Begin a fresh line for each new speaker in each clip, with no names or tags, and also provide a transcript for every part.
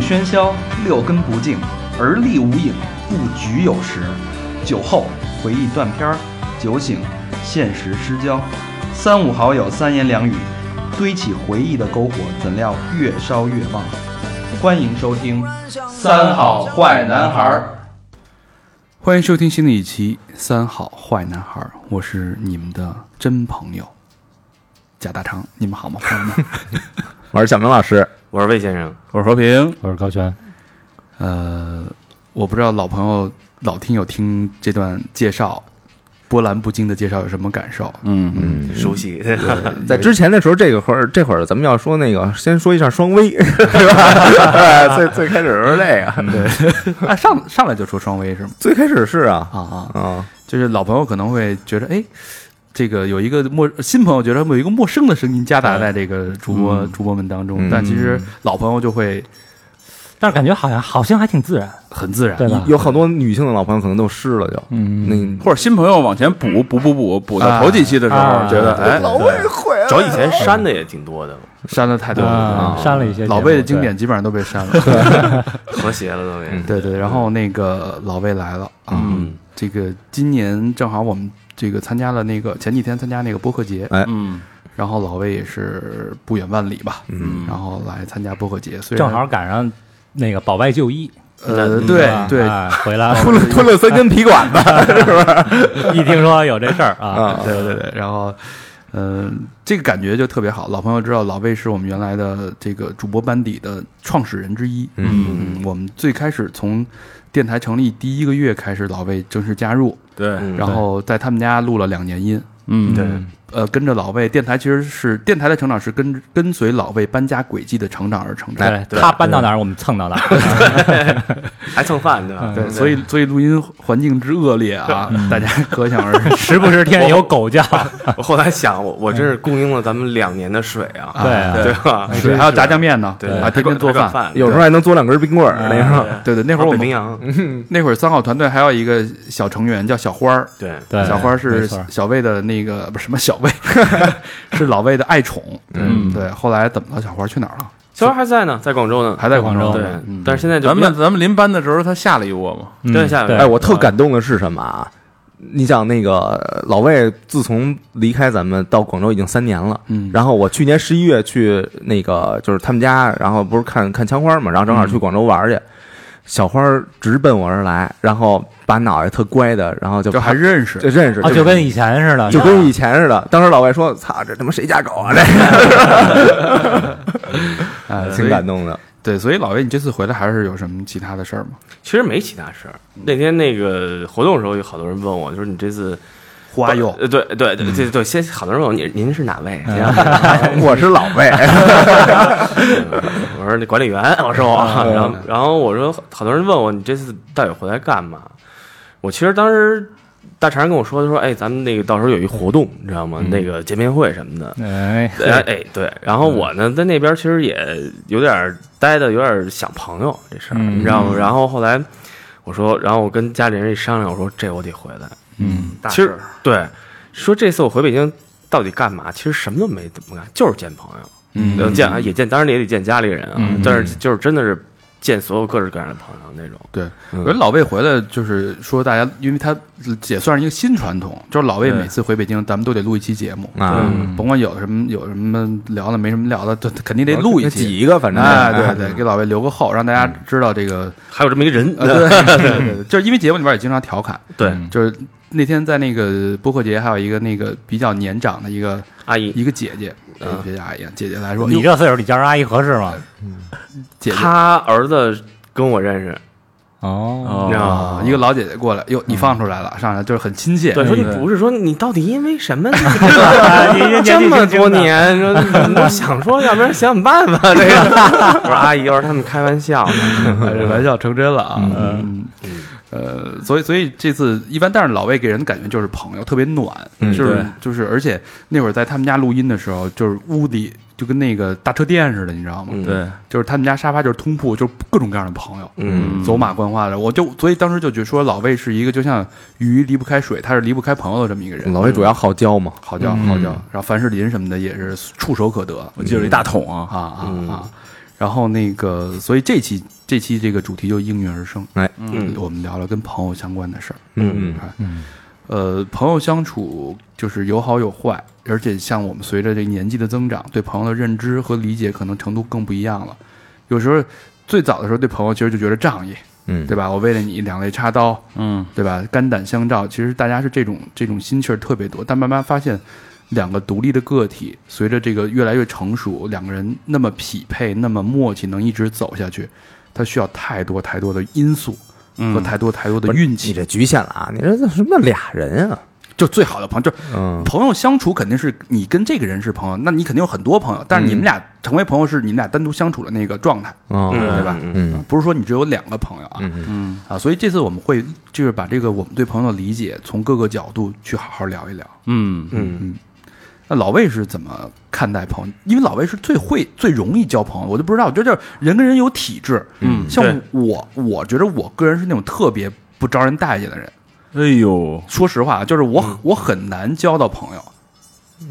喧嚣，六根不净，而立无影，不局有时。酒后回忆断片儿，酒醒现实失焦。三五好友三言两语，堆起回忆的篝火，怎料越烧越旺。欢迎收听《三好坏男孩》。
欢迎收听新的一期《三好坏男孩》，我是你们的真朋友贾大肠，你们好吗？朋友们，
我是小明老师，
我是魏先生，
我是和平。
我是高泉，
呃，我不知道老朋友、老听友听这段介绍，波澜不惊的介绍有什么感受？
嗯嗯，
熟悉。
在之前的时候，这个会儿这会儿咱们要说那个，先说一下双微， 对吧？哎最最开始是这个，
啊，上上来就说双微是吗？
最开始是啊
啊啊，
啊，
就是老朋友可能会觉得，哎，这个有一个陌新朋友觉得有一个陌生的声音夹杂在这个主播、主播们当中，
嗯
但其实老朋友就会
但是感觉好像好像还挺自然，
很自然，
对吧？
有好多女性的老朋友可能都湿了，就
嗯，
那
或者新朋友往前补补补补补到头几期的时候，
啊
觉得哎，
找以前删的也挺多的，
删了太多了。
啊，删了一些
老
辈
魏的经典基本上都被删了，
和谐了都也。
对对。然后那个老魏来了啊，
嗯，
这个今年正好我们这个参加了那个前几天参加那个播客节，
哎
嗯，
然后老魏也是不远万里吧，
嗯，
然后来参加播客节，虽然
正好赶上那个保外就医，
呃对
啊
对
啊回来
吞了吞了三根皮管子，
一听说有这事儿啊，
对对对，然后。嗯，这个感觉就特别好。老朋友知道，老魏是我们原来的这个主播班底的创始人之一。嗯，我们最开始从电台成立第一个月开始，老魏正式加入，
对，
嗯
然后在他们家录了两年音。
嗯
对，
呃，跟着老魏，电台其实是电台的成长是跟跟随老魏搬家轨迹的成长而成长。
哎
他搬到哪儿我们蹭到哪儿，
还蹭饭对吧？
嗯对，所以所以录音环境之恶劣啊，大家 可想而知。
时不时天有狗叫，
我后来想，我我真是供应了咱们两年的水啊，
对
啊
啊，
对吧？
对，还有炸酱面呢，
对，
还天天做
还管
饭。
饭，
有时候还能嘬两根冰棍儿，那时候
对对，那会儿我
北
们
冰洋，
那会儿三好团队还有一个小成员叫小花儿，
对，
对，
小花儿
没
是
错
小魏的那个不是什么小魏， 是老魏的爱宠。
嗯
对，后来怎么了？小花儿去哪儿了？
肖然还在呢，在广州呢，
还在广州。
对
呢。嗯，
但是现在就
咱
不
们咱们临搬的时候，他下了一窝嘛，
嗯
对下面
对
哎，我特感动的是什么啊？你想那个老魏，自从离开咱们到广州已经三年了。
嗯
然后我去年十一月去那个就是他们家，然后不是看看枪花嘛，然后正好
嗯
去广州玩去。小花直奔我而来，然后把脑袋特乖的，然后就
就还认识
就认识，
啊，就跟以前似的，
就跟以前似的。当时老外说：“操，这他妈谁家狗 啊？”
哎
这，挺感动 的。
对，所以老魏，你这次回来还是有什么其他的事儿吗？
其实没其他事儿。那天那个活动的时候，有好多人问我，就是你这次
花友嗯
呃，对对对对对，先好多人问我，您您是哪位？
我是老 魏，啊
我说那管理员，我说我，然后然后我说好多人问我你这次到底回来干嘛？我其实当时大肠跟我说，他说哎，咱们那个到时候有一活动，你知道吗？那个见面会什么的。
哎，
哎哎，对，然后我呢在那边其实也有点儿待的有点儿想朋友这事儿，
嗯
你知道吗？然后后来我说，然后我跟家里人一商量，我说这我得回来。
嗯，
其实对，说这次我回北京到底干嘛？其实什么都没怎么干，就是见朋友。
嗯，
见啊也见，当然也得见家里人啊，但是就是真的是见所有各式各样的朋友那种。
对，
嗯
我觉得老魏回来就是说大家，因为他也算是一个新传统，就是老魏
对
每次回北京，咱们都得录一期节目
啊
嗯甭管有什么有什么聊的没什么聊的，都肯定得录一
挤
期。
一个，反正
哎，对对，给老魏留个后，让大家知道这个。
还有这么一人，
呃对对对对，就是因为节目里边也经常调侃，
对
就是那天在那个播客节，还有一个那个比较年长的一个
阿姨，
一个姐姐，
嗯
姐姐阿姨，姐姐来说，
你
哟
这岁数你叫人阿姨合适吗？
姐姐
他儿子跟我认识，
哦，
你知道吗？
啊，一个老姐姐过来，哟，你放出来了，上来就是很亲切，
对，说你不是说你到底因为什么？
你这年纪
这么
轻轻
多
的
年，说我想说，要不然想想办法。这个， 我说阿姨，我说他们开玩笑呢。
哎这玩笑成真了啊。嗯，呃，所以所以这次一般，但是老魏给人的感觉就是朋友特别暖，就是就是，而且那会儿在他们家录音的时候，就是屋里就跟那个大车店似的，你知道吗？
嗯
对，
就是他们家沙发就是通铺，就是各种各样的朋友。
嗯，
走马观花的，我就所以当时就觉得说老魏是一个就像鱼离不开水，他是离不开朋友的这么一个人，嗯
老魏主要好交嘛，
好叫好叫。然后凡士林什么的也是触手可得
我记得有一大桶啊，
啊啊啊！然后那个，所以这期这期这个主题就应运而生。
哎，
嗯
我们聊聊跟朋友相关的事儿。
嗯嗯
哎呃，朋友相处就是有好有坏，而且像我们随着这年纪的增长，对朋友的认知和理解可能程度更不一样了。有时候最早的时候对朋友其实就觉得仗义，
嗯，
对吧？我为了你两肋插刀，
嗯，
对吧？肝胆相照，其实大家是这种这种心气儿特别多，但慢慢发现，两个独立的个体，随着这个越来越成熟，两个人那么匹配，那么默契，能一直走下去，它需要太多太多的因素和太多太多的运
你
气。
这局限了啊！你这什么俩人啊？
就最好的朋友，就
嗯，
朋友相处肯定是你跟这个人是朋友，那你肯定有很多朋友，但是你们俩成为朋友是你们俩单独相处的那个状态，
哦，
对吧？
嗯嗯
不是说你只有两个朋友啊，
嗯嗯
啊，所以这次我们会就是把这个我们对朋友的理解从各个角度去好好聊一聊。
嗯，
嗯
那老魏是怎么看待朋友？因为老魏是最会、最容易交朋友，我就不知道，我觉得就是人跟人有体质。
嗯
像
对
我，我觉得我个人是那种特别不招人待见的人。
哎呦，
说实话，就是我、我很难交到朋友，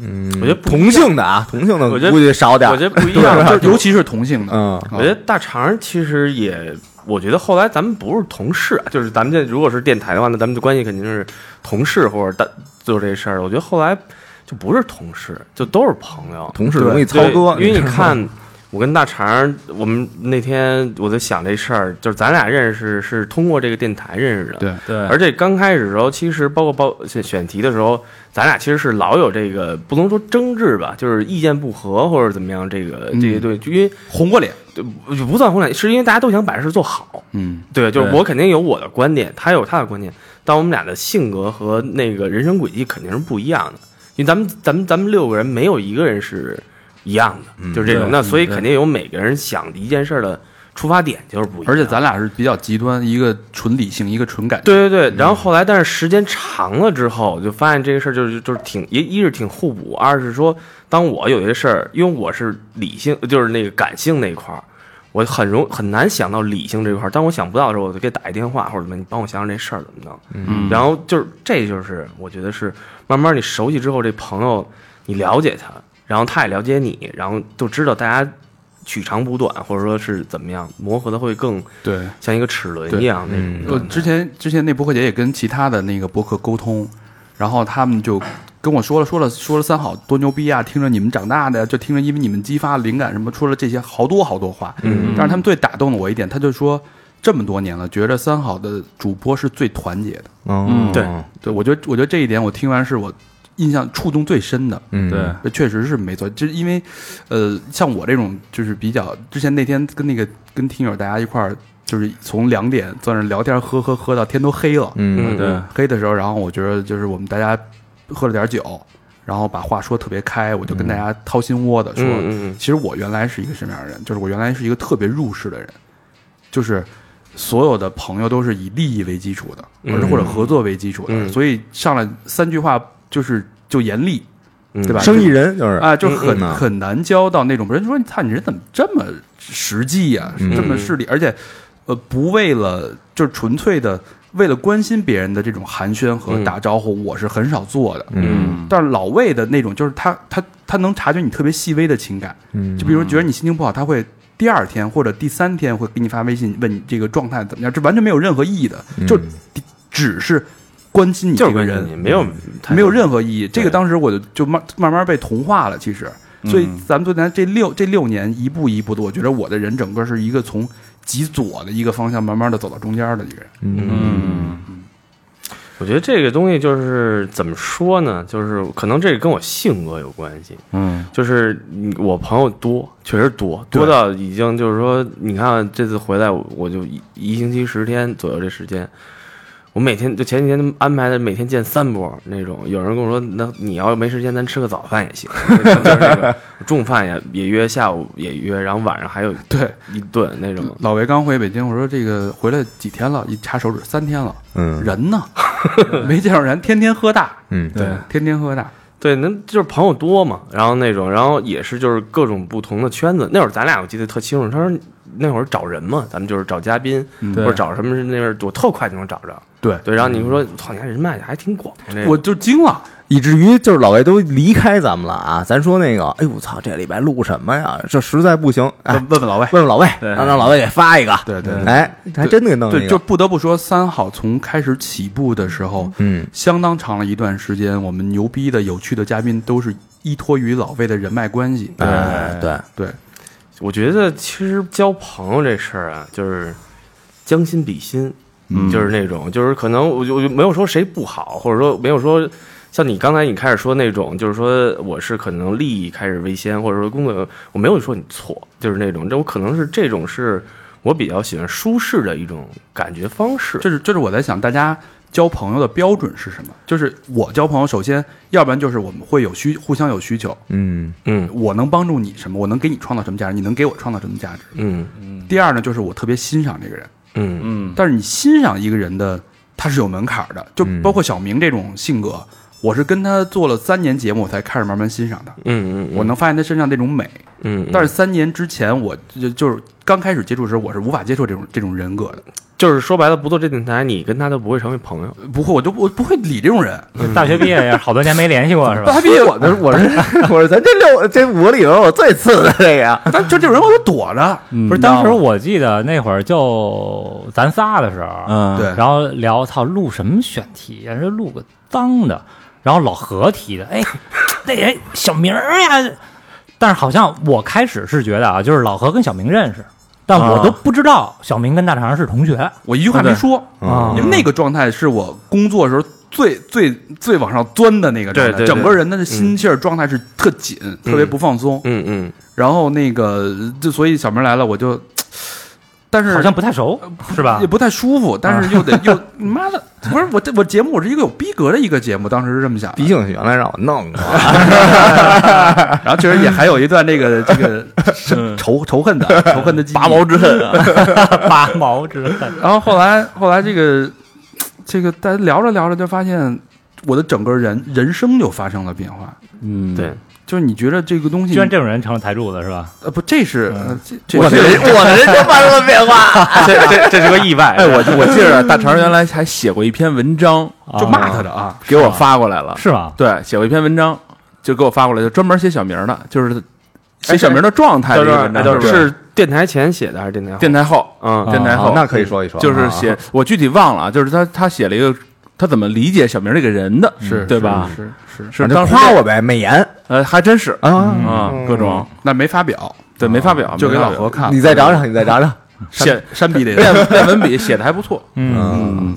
嗯，
我觉得不
同性的啊，同性的
我觉得
估计少点儿。
我觉得不一
啊
对
样，
吧？
就
就尤其是同性的。
嗯
啊
我觉得大肠其实也，我觉得后来咱们不是同事，啊就是咱们这如果是电台的话，那咱们的关系肯定是同事或者大做这事儿。我觉得后来就不是同事，就都是朋友。
同事容易操
对
戈，
因为你
知道吗，
看，我跟大肠，我们那天我在想这事儿，就是咱俩认识是通过这个电台认识的，
对
对
而且刚开始的时候，其实包括包选选题的时候，咱俩其实是老有这个不能说争执吧，就是意见不合或者怎么样，这个这些
嗯
对，就因为
红过脸，
对不不算混乱，是因为大家都想把事做好。
嗯，
对，就是
对
我肯定有我的观点，他有他的观点，但我们俩的性格和那个人生轨迹肯定是不一样的。因为咱们咱们咱们六个人没有一个人是一样
嗯
的，就是这种。
对
那所以肯定有每个人想的一件事儿的出发点就是不一样。
而且咱俩是比较极端，一个纯理性，一个纯感性。
对对对，然后后来，但是时间长了之后，就发现这个事儿就是就是挺一一是挺互补，二是说，当我有些事儿，因为我是理性，就是那个感性那一块儿，我很容很难想到理性这一块儿。当我想不到的时候，我就给打一电话或者怎么，你帮我想想这事儿怎么弄。
嗯
然后就是这就是我觉得是慢慢你熟悉之后，这朋友你了解他，然后他也了解你，然后就知道大家取长补短，或者说是怎么样磨合的会更
对，
像一个齿轮一样那种
嗯
状
我
态。
之前之前那博客姐也跟其他的那个博客沟通，然后他们就跟我说了说了说了三好多牛逼啊，听着你们长大的，就听着因为你们激发灵感什么，说了这些好多好多话。
嗯
但是他们最打动了我一点，他就说这么多年了，觉着三好的主播是最团结的。
嗯，
对
对我觉得我觉得这一点我听完是我印象触动最深的。
嗯，
对，
这确实是没错，就是因为，呃，像我这种就是比较，之前那天跟那个跟听友大家一块儿，就是从两点在那聊天，喝喝喝到天都黑了，
嗯，
对
对，
黑的时候，然后我觉得就是我们大家喝了点酒，然后把话说特别开，我就跟大家掏心窝的说，
嗯嗯嗯嗯
其实我原来是一个什么样的人？就是我原来是一个特别入世的人，就是所有的朋友都是以利益为基础的，或者或者合作为基础的，
嗯
所以上来三句话就是就严厉，
嗯
对吧？
生意人就是
啊，就很
嗯嗯
很难交到那种人说，你看你人怎么这么实际呀、
嗯
这么势利，而且呃，不为了就是纯粹的为了关心别人的这种寒暄和
嗯
打招呼，我是很少做的。
嗯
但是老魏的那种，就是他他他能察觉你特别细微的情感，
嗯
就比如觉得你心情不好，他会第二天或者第三天会给你发微信问你这个状态怎么样，这完全没有任何意义的，
嗯
就只是关心你
就
这
是
个
关心
人
你，没有太
没有
多
任何意义。这个
对
当时我就就慢慢慢被同化了，其实，所以咱们对咱这六这六年一步一步的，我觉得我的人整个是一个从极左的一个方向慢慢的走到中间的一个人。
嗯
我觉得这个东西就是怎么说呢？就是可能这个跟我性格有关系，
嗯
就是你我朋友多，确实多，
对
多到已经就是说，你看啊这次回来，我我就一一星期十天左右这时间。我每天就前几天安排的，每天见三波那种。有人跟我说，那你要没时间，咱吃个早饭也行， 就是那个中午饭也也约，下午也约，然后晚上还有
对，
一顿那种。
老魏刚回北京，我说这个回来几天了，一查手指三天了，
嗯
人呢没见着人，天天喝大，
嗯，
对，
天天喝大，
对，那就是朋友多嘛，然后那种，然后也是就是各种不同的圈子。那会儿咱俩我记得特清楚，他说那会儿找人嘛，咱们就是找嘉宾、或者找什么是那边，我特快就能找着。
对
对，然后你说，操，你看人脉还挺广的。这个
我就惊了。
以至于就是老魏都离开咱们了啊。咱说那个，哎呦我操，这礼拜录什么呀？这实在不行，哎，
问问老魏。
问问老魏，
对
让让老魏给发一个。
对对对
哎，还真给弄一
对，
个。
就不得不说，三好从开始起步的时候，
嗯，
相当长了一段时间，我们牛逼的、有趣的嘉宾都是依托于老魏的人脉关系。
哎，对，
对，
我觉得其实交朋友这事儿啊，就是将心比心，就是那种，就是可能我就我就没有说谁不好，或者说没有说像你刚才你开始说那种，就是说我是可能利益开始为先，或者说工作，我没有说你错，就是那种，这我可能是这种是我比较喜欢舒适的一种感觉方式。
这是这是我在想，大家交朋友的标准是什么？就是我交朋友，首先，要不然就是我们会有需互相有需求，
嗯
嗯
我能帮助你什么，我能给你创造什么价值，你能给我创造什么价值。
嗯
第二呢，就是我特别欣赏这个人，
嗯
嗯
但是你欣赏一个人的，他是有门槛儿的，就
嗯
包括小明这种性格，我是跟他做了三年节目，我才开始慢慢欣赏他，
嗯嗯，
我能发现他身上这种美。
嗯，嗯
但是三年之前，我就就是刚开始接触的时候，我是无法接受这种这种人格的，
就是说白了，不做这电台，你跟他都不会成为朋友。
不会，我就我不会理这种人。
大学毕业也是好多年没联系过，是吧？
他毕业，
我是我是 我是咱这六这五个里边我最次的这个，
但就这种人我都躲着。
不是，当时我记得那会儿就咱仨的时候，
嗯
对
然后聊操录什么选题呀？这录个脏的，然后老何提的，哎， 那人小明儿呀，但是好像我开始是觉得啊，就是老何跟小明认识，但我都不知道小明跟大肠是同学啊
我一句话没说，
啊
因为那个状态是我工作的时候最最最往上钻的那个状态，
对对对
整个人的心气儿状态是特紧，特别不放松。
嗯嗯，
然后那个就所以小明来了，我就，但是
好像不太熟，是吧
也？不太舒服，但是又得又你妈的，不是我这我节目我是一个有逼格的一个节目，当时是这么想的
毕。竟原来让我弄过，
然后确实也还有一段这个这个嗯是仇仇恨的仇恨的记忆。
之恨啊，
八毛之恨，
然后后来后来这个这个大家聊着聊着就发现，我的整个人人生就发生了变化。
嗯，
对，
就是你觉得这个东西，
居然这种人成了台柱子是吧？
呃不，这是、
嗯
呃这这
我的人我的人生发生了变 化，
这这这是个意外。
哎，我我记着大肠原来还写过一篇文章，
就骂他的啊，
给我发过来了，
是吗？
对，写过一篇文章，就给我发过来，就专门写小名儿的，就是写小名儿的状态的
到
一
这
个
儿
文章，
到这
是
儿是电台前写的还是电台后？
电台后，
嗯
啊
电台后
那可以说一说，啊
就是写我具体忘了啊，就是他他写了一个他怎么理解小明这个人的，
是
对吧？
是是
是
反
当
正
时
夸我呗，美颜
呃还真是
啊，
啊，各种
那没发表，嗯
对没发表，
就给
没发
老
表嗯
何看
你
了，
再找找，你再找找，
写
山逼的人。
练练文笔写的还不错，
嗯，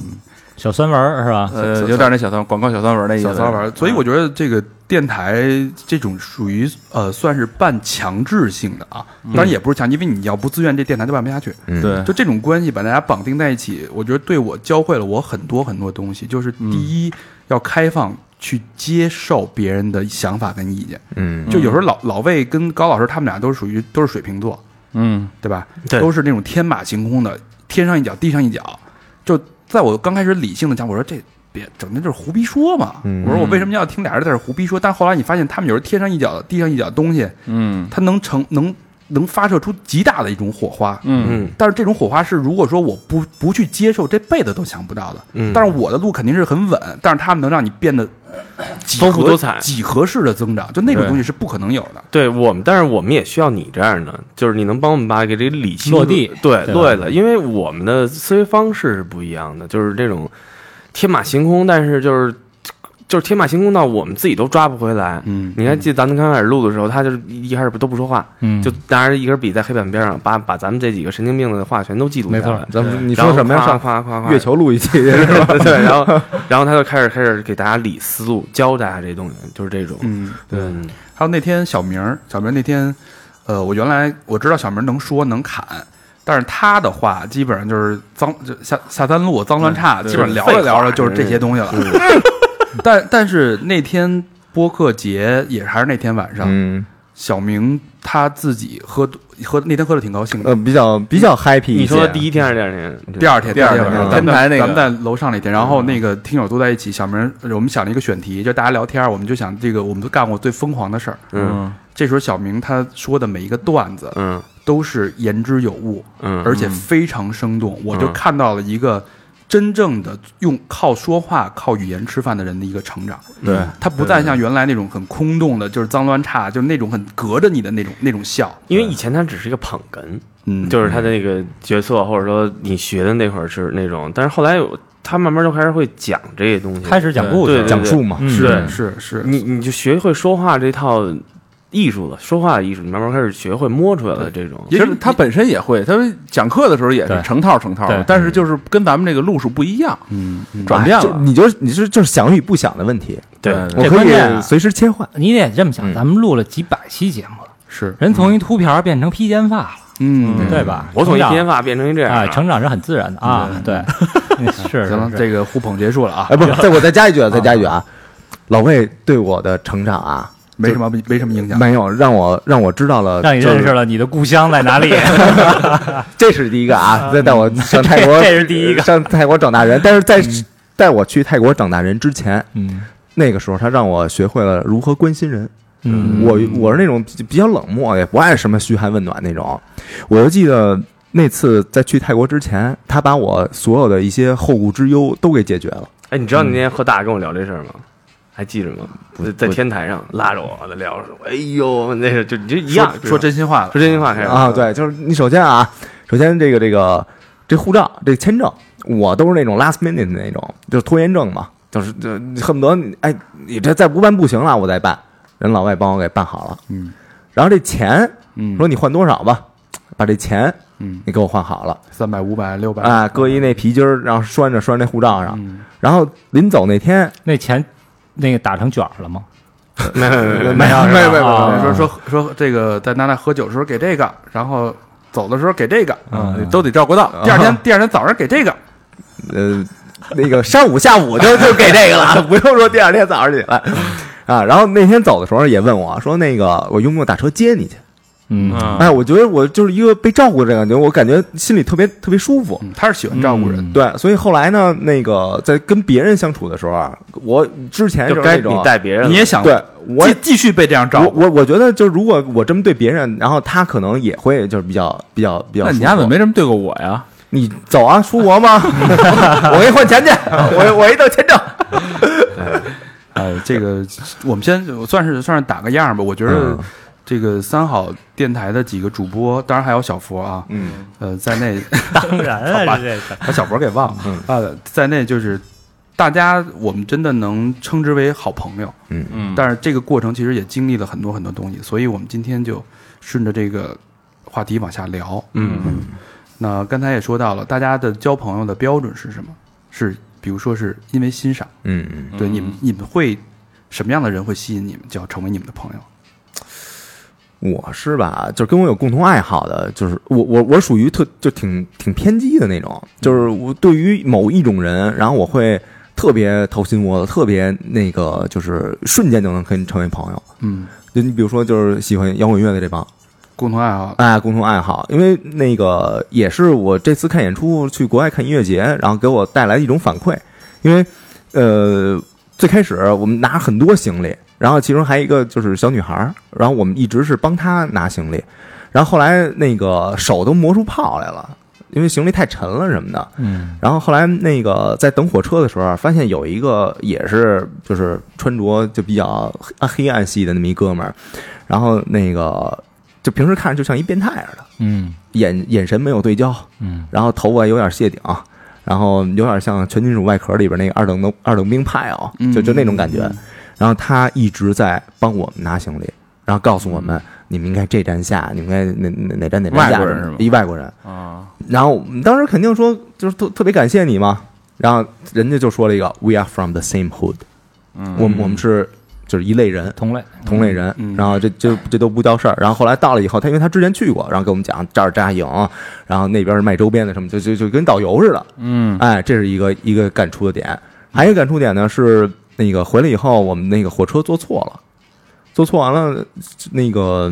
小酸文儿是吧？
呃，有点那小三广告小三文那意思，嗯
小骚玩儿，所以我觉得这个电台这种属于呃，算是半强制性的啊，当
嗯
然也不是强，因为你要不自愿，这电台就办不下去。
嗯
对，
就这种关系把大家绑定在一起，我觉得对我教会了我很多很多东西。就是第一，要开放去接受别人的想法跟意见。
嗯，
就有时候老老魏跟高老师他们俩都是属于都是水瓶座，
嗯
对吧？
对
都是那种天马行空的，天上一脚地上一脚。就在我刚开始理性的讲，我说这别整天就是胡逼说嘛。
嗯
我说我为什么要听俩人在这胡逼说？但后来你发现他们有时候天上一脚地上一脚的东西，
嗯
它能成能能发射出极大的一种火花。
嗯
嗯
但是这种火花是，如果说我不不去接受，这辈子都想不到的。
嗯，
但是我的路肯定是很稳，但是他们能让你变得几
丰富
何
多彩
几何式的增长，就那种
对
东西是不可能有的。
对我们，但是我们也需要你这样的，就是你能帮我们把给这理清楚
落地
对
对吧
落地了，因为我们的思维方式是不一样的，就是这种天马行空，但是就是就是天马行空到我们自己都抓不回来。
嗯
你还记得咱们刚开始录的时候，他就是一开始不都不说话，
嗯
就拿着一根笔在黑板边上把把咱们这几个神经病的话全都记录下
没
来
错。
咱们你
你
说什么呀？
夸
上
夸夸夸，
月球录一期 是吧？
对对，然后然后他就开始开始给大家理思路，教大家这东西，就是这种。
嗯，
对，
还有那天小明儿，小明儿那天，呃，我原来我知道小明儿能说能侃，但是他的话基本上就是脏就下下三路脏乱差，基本上聊着聊着就是这些东西了。 但但是那天播客节也还是那天晚上，
嗯，
小明他自己喝多喝那天喝的挺高兴的
呃，。比较比较 happy 一些。
你说第一天还是第二天？
第二天，
第二天
晚上，
嗯
咱
天
们
台那个
咱们在楼上那天，然后那个听友都在一起，小明，我们想了一个选题，就大家聊天，我们就想这个我们都干过最疯狂的事儿。
嗯
这时候小明他说的每一个段子
嗯
都是言之有物，
嗯，
而且非常生动，我就看到了一个。真正的用靠说话、靠语言吃饭的人的一个成长。嗯
对，
他不再像原来那种很空洞的，就是脏乱差，就是那种很隔着你的那种那种笑。
因为以前他只是一个捧哏，
嗯，
就是他的那个角色，或者说你学的那会儿是那种，但是后来我他慢慢就开始会讲这些东西，
开始讲故
对
事
对，对
讲述嘛，
嗯
是
是是，
你你就学会说话这套艺术了，说话的艺术，你慢慢开始学会摸出来了这种。
也许他本身也会，他讲课的时候也是
对
成套成套的
对，
但是就是跟咱们这个路数不一样，
嗯，
转变
哎就
了。
你就是你是就是想与不想的问题，
对
我
这
可
关键啊
以随时切换。
你得这么想，
嗯
咱们录了几百期节目了，
是，
人从一秃瓢变成披肩发了，
嗯，
对吧？
我从一
成长
编发变成一这样
啊，
啊，
成长是很自然的啊，对，
行
是
了，
是是
这个互捧结束了啊
哎，，不是，再我再加一句啊，再加一句 啊，老魏对我的成长啊，
没什么没什么影响。
没有让我让我知道了，
让你
就是
认识了你的故乡在哪里。
这是第一个啊，再带我上泰国，
嗯 这这是第一个
上泰国长大人。但是在带我去泰国长大人之前，
嗯
那个时候他让我学会了如何关心人。
嗯，
我我是那种比比较冷漠，也不爱什么嘘寒问暖那种。我就记得那次在去泰国之前，他把我所有的一些后顾之忧都给解决了。
哎，你知道你那天喝大跟我聊这事儿吗？还记着吗？在天台上拉着我在聊，说：“哎呦，那个就就一样，
说真心话了
说，真心话开始
啊，，对，就是你首先啊，首先这个这个这护照这签证，我都是那种 last minute 的那种，就是拖延症嘛，就是就恨不得你哎，你这再不办不行了，我再办。人老外帮我给办好了，
嗯，
然后这钱
嗯，
说你换多少吧，把这钱
嗯，
你给我换好了
三百、五百、六百
啊，搁一那皮筋儿，然后拴着拴那护照上，
嗯
然后临走那天
那钱那个打成卷儿了吗？
没没没没
没有
呃没有没有
啊
没有，说说说这个在娜娜喝酒的时候给这个，然后走的时候给这个，嗯，都得照顾到。第二天第二天早上给这个，
呃，那个上午下午就就给这个了，不用说第二天早上起来啊。然后那天走的时候也问我说，那个我用不用打车接你去？
嗯
哎，我觉得我就是一个被照顾的感觉，我感觉心里特别特别舒服。
嗯，他是喜欢照顾人，
对，所以后来呢，那个在跟别人相处的时候啊，我之前
就是该
那
你
种，
带别人了，
嗯你也想
对我
继继续被这样照
我
顾。
我我觉得，就如果我这么对别人，然后他可能也会就是比较比较比较
那
舒服。
你家怎么没这么对过我呀？
你走啊，出国吗？我给你换钱去，我我一到签证。
哎，这个我们先我算是算是打个样吧。我觉得
嗯
这个三好电台的几个主播，当然还有小佛啊，
嗯，
呃，在内
当然了，这个
把小博给忘了、
嗯
啊，在内就是大家我们真的能称之为好朋友，
嗯
嗯，但是这个过程其实也经历了很多很多东西，所以我们今天就顺着这个话题往下聊。
嗯，
那刚才也说到了，大家的交朋友的标准是什么？是比如说是因为欣赏，
嗯嗯，
对你们你们会什么样的人会吸引你们，就要成为你们的朋友？
我是吧，就是跟我有共同爱好的，就是我我我属于特就挺挺偏激的那种，就是我对于某一种人，然后我会特别掏心窝子，特别那个就是瞬间就能跟你成为朋友。
嗯，
就你比如说，就是喜欢摇滚乐的这帮，
共同爱好。
哎，共同爱好，因为那个也是我这次看演出去国外看音乐节，然后给我带来一种反馈，因为呃最开始我们拿很多行李，然后其中还有一个就是小女孩儿，然后我们一直是帮她拿行李，然后后来那个手都磨出泡来了，因为行李太沉了什么的，
嗯
然后后来那个在等火车的时候，啊发现有一个也是就是穿着就比较黑黑暗系的那么一哥们儿，然后那个就平时看着就像一变态似的，
嗯
眼眼神没有对焦，
嗯
然后头发有点谢顶，然后有点像《全金属外壳》里边那个二等农二等兵派哦，
嗯
就就那种感觉。然后他一直在帮我们拿行李，然后告诉我们你们应该这站下，你们应该哪哪哪站哪站
外
下。
国人是吗
一外国人
啊，
然后我们当时肯定说就是特特别感谢你嘛，然后人家就说了一个 “We are from the same hood”，
嗯
我们我们是就是一类人，
同类，
同类人，
嗯
然后这这这都不叫事儿。然后后来到了以后，他因为他之前去过，然后给我们讲这儿扎营，然后那边是卖周边的什么，就就就跟导游似的。
嗯，
哎，这是一个一个感触的点。还有一个感触点呢是那个回来以后，我们那个火车坐错了，坐错完了，那个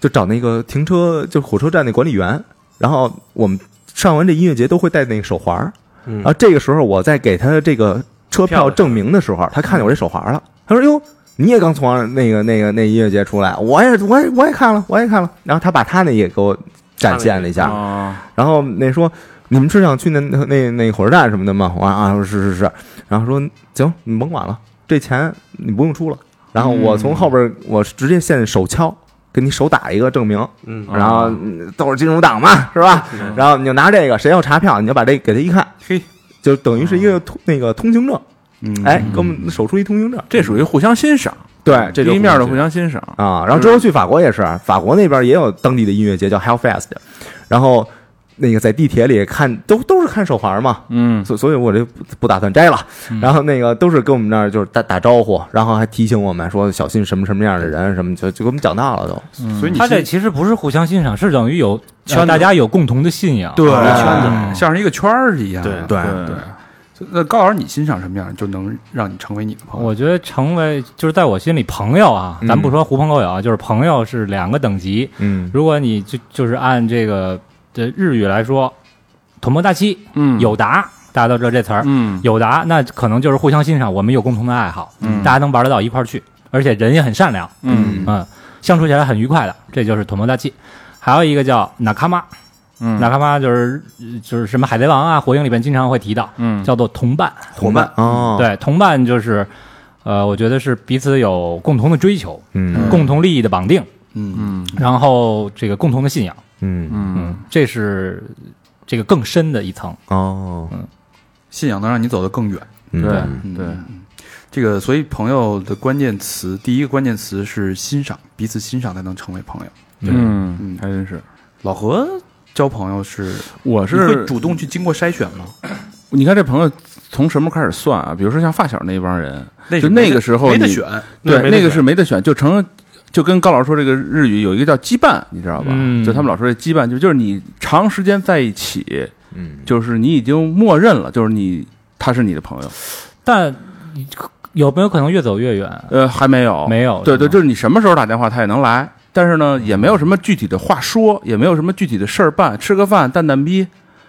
就找那个停车就火车站那管理员，然后我们上完这音乐节都会戴那个手环儿，
嗯
然后这个时候我在给他这个车票证明的时候，他看见我这手环了，他说：“哟，你也刚从那个那个那音乐节出来，我也我也我也看了，我也看了。”然后他把他那也给我展现了一下，
啊，
然后那说。你们是想去那那那那火车站什么的吗？”我说：“啊，我说是是是。”然后说：“行，你甭管了，这钱你不用出了。”然后我从后
嗯
边，我直接现手敲，跟你手打一个证
啊
明，
嗯
然后嗯都是金融党嘛，是吧？然后你就拿这个，谁要查票，你就把这给他一看，
嗯嘿，啊
就等于是一个通那个通行证。
嗯，
哎，给我们手出一通行证，
这属于互相欣赏，
对，哎这就
第一面的
红
互
旗
相欣赏，
啊。然后之后去法国也是，啊法国那边也有当地的音乐节叫 Hellfest，然后那个在地铁里看都都是看手环嘛，
嗯，
所所以我这不不打算摘了。然后那个都是跟我们那儿就是打打招呼，然后还提醒我们说小心什么什么样的人什么，就就给我们讲大了都。
所以你
他这
是
其实不是互相欣赏，是等于有呃
圈子
大家有共同的信仰。
对
圈
子嗯像是一个圈儿一样，
对
对
嗯
对。就那高老师，你欣赏什么样，就能让你成为你的朋友？
我觉得成为就是在我心里，朋友啊，咱不说狐朋狗友啊，就是朋友是两个等级。
嗯
如果你就就是按这个这日语来说，土摩大七
嗯，
友达，大家都知道这词儿，
嗯
友达那可能就是互相欣赏，我们有共同的爱好，大家能玩得到一块儿去，而且人也很善良，
嗯
嗯，相处起来很愉快的，这就是土摩大气。还有一个叫纳卡玛，
嗯
纳卡玛就是就是什么海贼王啊、火影里边经常会提到，
嗯，
叫做同伴。
同伴哦，，
对，同伴就是，呃，我觉得是彼此有共同的追求、
嗯
共同利益的绑定，
嗯
嗯
然后这个共同的信仰，
嗯
嗯，，
这是这个更深的一层。
哦，
信仰能让你走得更远。
嗯
对
嗯
对，
这个所以朋友的关键词，第一个关键词是欣赏，彼此欣赏才能成为朋友。
嗯，还真是。
老何交朋友是，
我
你会
是
主动去经过筛选吗？
你看这朋友从什么开始算啊？比如说像发小那帮人，
那
就是那
没
个
得
时候
没得
你
选，
对，
没得
那个
选
是没得选，就成了。就跟高老师说这个日语有一个叫羁绊，你知道吧？
嗯
就他们老说这羁绊，就就是你长时间在一起，
嗯
就是你已经默认了，就是你他是你的朋友。
但有没有可能越走越远？
呃，还没有，
没有
对
是
对，
吗
就是你什么时候打电话他也能来，但是呢，也没有什么具体的话说，也没有什么具体的事儿办，吃个饭，淡淡逼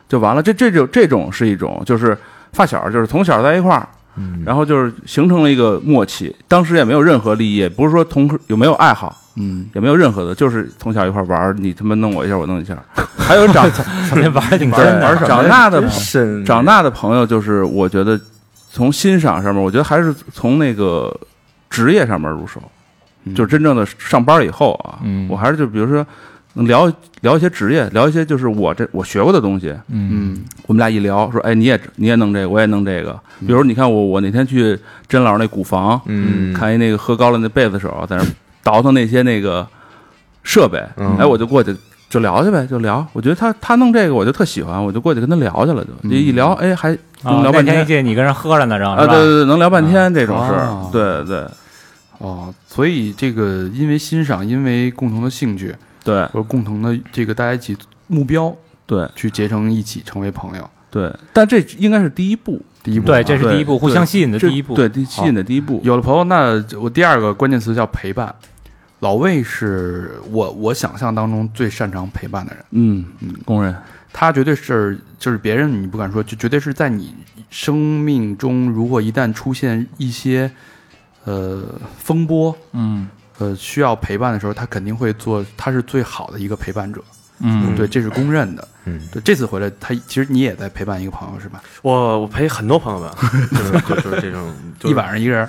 就完了。这这种这种是一种，就是发小，就是从小在一块儿，
嗯
然后就是形成了一个默契。当时也没有任何利益，也不是说同有没有爱好，
嗯，
也没有任何的，就是从小一块儿玩儿，你他妈弄我一下，我弄一下。还有 长
咱们玩的挺
长
深的，
长大的
深
长大的朋友，就是我觉得从欣赏上面，我觉得还是从那个职业上面入手，就是真正的上班以后啊，
嗯
我还是就比如说能聊聊一些职业，聊一些就是我这我学过的东西，
嗯
我们俩一聊说，哎，你也你也弄这个，我也弄这个，比如你看我我那天去甄老师那古房，
嗯
看一那个喝高了那贝子手在那儿倒腾那些那个设备，
嗯
哎，我就过去就聊去呗，就聊。我觉得他他弄这个我就特喜欢，我就过去跟他聊去了，就
嗯
就一聊，哎，还能
啊，
聊
那
半
天一
天
见你跟人喝了呢，然后
啊，对
是吧
对对，能聊半天这种事
哦
儿，对对
哦，所以这个因为欣赏，因为共同的兴趣
对
和共同的这个大家一起目标，
对
去结成一起成为朋友，
对，但这应该是第一步，
第一步啊。
对，这是第一步，
对
互相吸引的
这
第一步。
对，第吸引的第一步，
有了朋友，那我第二个关键词叫陪伴。老魏是我我想象当中最擅长陪伴的人，
嗯，工人，
他绝对是就是别人你不敢说，就绝对是在你生命中，如果一旦出现一些呃风波，
嗯
呃需要陪伴的时候，他肯定会做，他是最好的一个陪伴者，
嗯
对，这是公认的。
嗯
对，这次回来，他其实你也在陪伴一个朋友是吧？
我我陪很多朋友们，就是就就是这种，就
一
是
晚上一个人，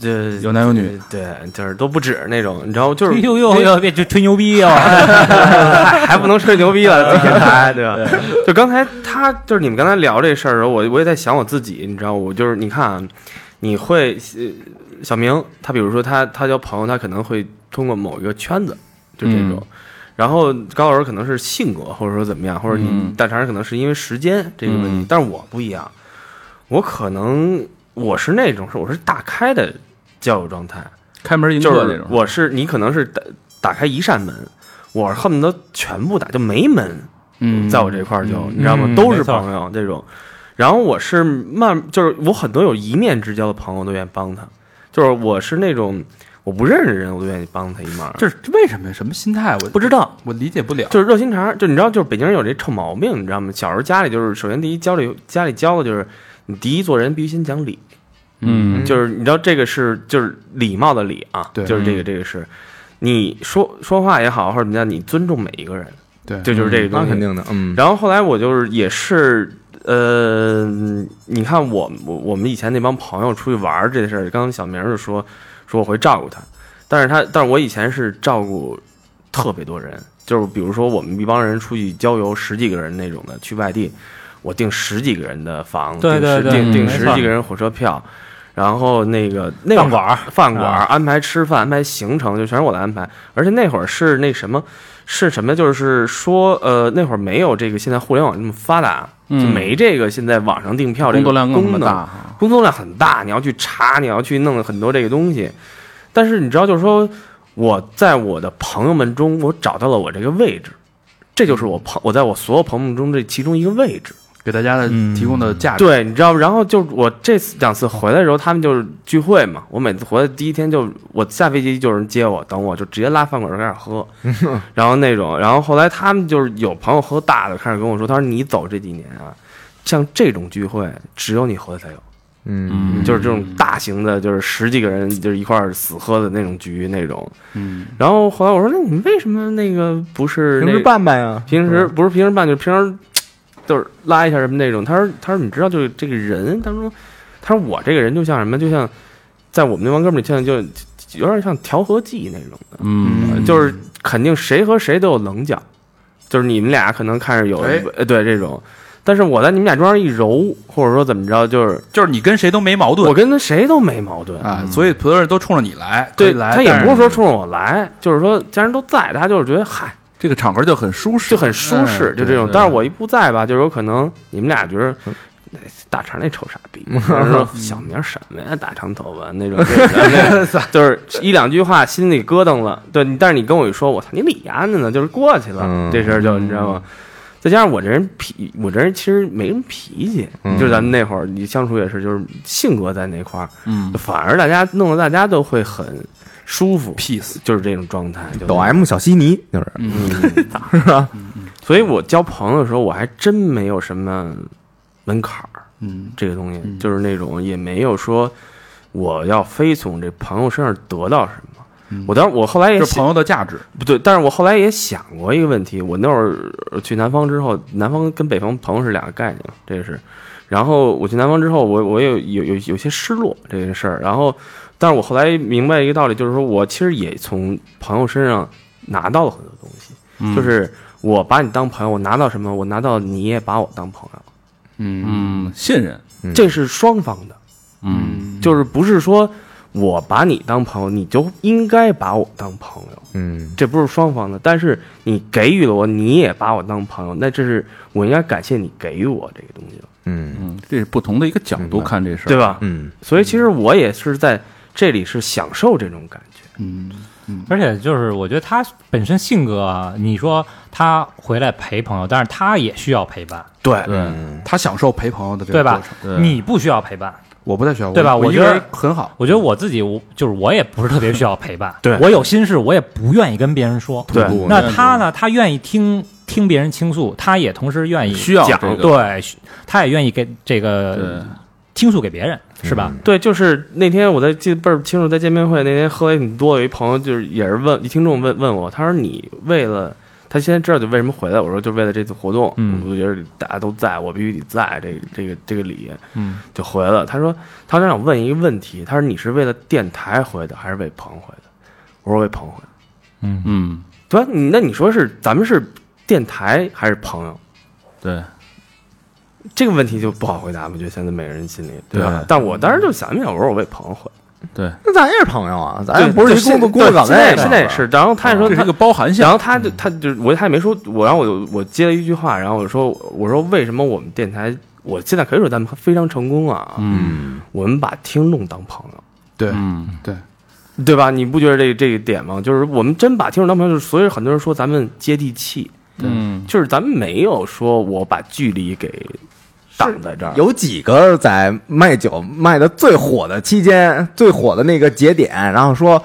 这
有男有女，
对，就是都不止那种，你知道吗， 就是
哎呦呦呦，别就吹牛逼哦！
还不能吹牛逼了，电台对吧？就刚才他就是你们刚才聊这事儿的时候，我我也在想我自己，你知道，我就是你看啊，你会呃小明他比如说他他交朋友，他可能会通过某一个圈子，就这种。然后高老师可能是性格，或者说怎么样，或者你
嗯
大肠可能是因为时间这个问题，但是我不一样，我可能我是那种是我是大开的交友状态，
开门迎
就
客那
是
种，
我是你可能是打打开一扇门，我是恨不得全部打就没门，
嗯
在我这块儿就、
嗯
你知道吗？
嗯
都
没
是
错
朋友这种。然后我是慢，就是我很多有一面之交的朋友我都愿意帮他，就是我是那种我不认识的人我都愿意帮他一忙，
这是这为什么呀？什么心态？我
不知道。
我理解不了。
就是热心肠儿，就你知道，就是北京人有这臭毛病，你知道吗？小时候家里就是，首先第一教里家里教的就是，你第一做人必须先讲理，
嗯
就是你知道这个是就是礼貌的礼啊，
对
嗯
就是这个这个是，你说说话也好或者怎么样，你尊重每一个人，
对，
这就是这个
那
东
肯
西。
定的，嗯，
然后后来我就是也是，呃，你看我我我们以前那帮朋友出去玩儿这事儿，刚刚小明儿就说说我会照顾他，但是他但是我以前是照顾特别多人，就是比如说我们一帮人出去郊游十几个人那种的，去外地，我订十几个人的房，
对对对
订十订订
嗯
十
没错
几个人火车票。然后那个那
饭
会儿
馆儿
饭馆儿
啊
安排吃饭、安排行程，就全是我来安排。而且那会儿是那什么，是什么？就是说，呃，那会儿没有这个现在互联网这么发达，
嗯
就没这个现在网上订票这
工
个
作量
功
更
能，
大，
工作量很大，你要去查，你要去弄很多这个东西。但是你知道，就是说我在我的朋友们中，我找到了我这个位置，这就是我朋我在我所有朋友们中这其中一个位置。
给大家的提供的价值，
对，你知道，然后就是我这次两次回来的时候，他们就是聚会嘛。我每次回来第一天就我下飞机就有人接我，等我就直接拉饭馆儿开始喝，然后那种，然后后来他们就是有朋友喝大的，开始跟我说，他说你走这几年啊，像这种聚会只有你喝的才有，
嗯
就是这种大型的，就是十几个人就是一块儿死喝的那种局那种。
嗯，
然后后来我说，那你为什么那个不是
平
那
时
个
办办呀，
平时不是平时办，就是平时就是拉一下什么那种。他说，他说你知道，就是这个人，他说，他说我这个人就像什么，就像在我们那帮哥们儿里，像就有点像调和剂那种的，
嗯，
就是肯定谁和谁都有棱角，就是你们俩可能看着有
哎
呃对这种，但是我在你们俩中间一揉，或者说怎么着，就是
就是你跟谁都没矛
我
盾
跟他谁都没矛盾。
啊，所以普通人都冲着你来，可以
对
来，
他也
但
不是说冲着我来，就是说既然都在，大家就是觉得嗨，
这个场合就很舒适，
就很
嗯
舒适，
哎
就这
对。
种
对
但是我一不在吧，就有可能你们俩觉得。
嗯
哎大肠那臭傻 逼，然后说小明什么呀，大长头发那种，这个 那就是一两句话心里咯噔了。对，你但是你跟我一说，我操，你理丫的呢，就是过去了，
嗯
这事儿就你知道吗？再加上我这人脾，我这人其实没什么脾气，
嗯
就是咱们那会儿你相处也是，就是性格在那块儿，
嗯，
反而大家弄得大家都会很舒服，
peace，
就是这种状态。就
抖 M 小悉尼就是，
所以我交朋友的时候，我还真没有什么门槛儿，
嗯
这个东西
嗯
就是那种也没有说我要非从这朋友身上得到什么。
嗯
我当时我后来也
就是
想
朋友的价值，
不对，但是我后来也想过一个问题，我那会儿去南方之后，南方跟北方朋友是俩概念，这个是。然后我去南方之后，我我也有有有有些失落这件事儿。然后，但是我后来明白一个道理，就是说我其实也从朋友身上拿到了很多东西，就是我把你当朋友，我拿到什么，我拿到你也把我当朋友，
嗯
嗯，信任，
嗯
这是双方的，
嗯，
就是不是说我把你当朋友，你就应该把我当朋友。
嗯
这不是双方的，但是你给予了我，你也把我当朋友，那这是我应该感谢你给予我这个东西了，
嗯
嗯，这是不同的一个角度
明白
看这事儿，
对？吧？
嗯，
所以其实我也是在这里是享受这种感觉，
嗯
而且就是我觉得他本身性格啊，你说他回来陪朋友，但是他也需要陪伴，
对
嗯
对，
他享受陪朋友的这
对
个
吧
过程，？
对
你不需要陪伴，
我不太需要，
对吧
我
我
一
觉
个
得
人很好，
我觉得我自己，我就是我也不是特别需要陪伴，
对
我有心事我也不愿意跟别人说。
对
不
那他呢？他愿意听听别人倾诉，他也同时愿意
需要
讲
这个，
对，需他也愿意给
对
这个倾诉给别人，是吧？
对，就是那天我在记得倍儿清楚，在见面会那天喝的挺多，有一朋友就是也是问一听众问问我，他说你为了他现在知道就为什么回来，我说就为了这次活动，
嗯
我觉得大家都在，我必须得在这个这个这个理，
嗯，
就回了。他说他想问一个问题，他说你是为了电台回的还是为棚回的？我说为棚回的。
嗯，
对吧？你那你说是咱们是电台还是朋友？
对，
这个问题就不好回答，我觉得现在每个人心里，对
啊
吧？
对
但我当时就想一想，我说我为朋友回的，
那咱也是朋友啊，咱也
对
不是一工作
就现
工作岗
现在
位
也
的，
现在也是。然后他还说
这是
他
一个包含性
然，后他就他就我他也没说，我然后我就我接了一句话，然后我说我说为什么我们电台我现在可以说咱们非常成功啊，
嗯，
我们把听众当朋友，
对
嗯，
对，
对吧？你不觉得这这一点吗？就是我们真把听众当朋友，就是所以很多人说咱们接地气，
嗯，
就是咱们没有说我把距离给挡在这儿，
有几个在卖酒卖的最火的期间，最火的那个节点，然后说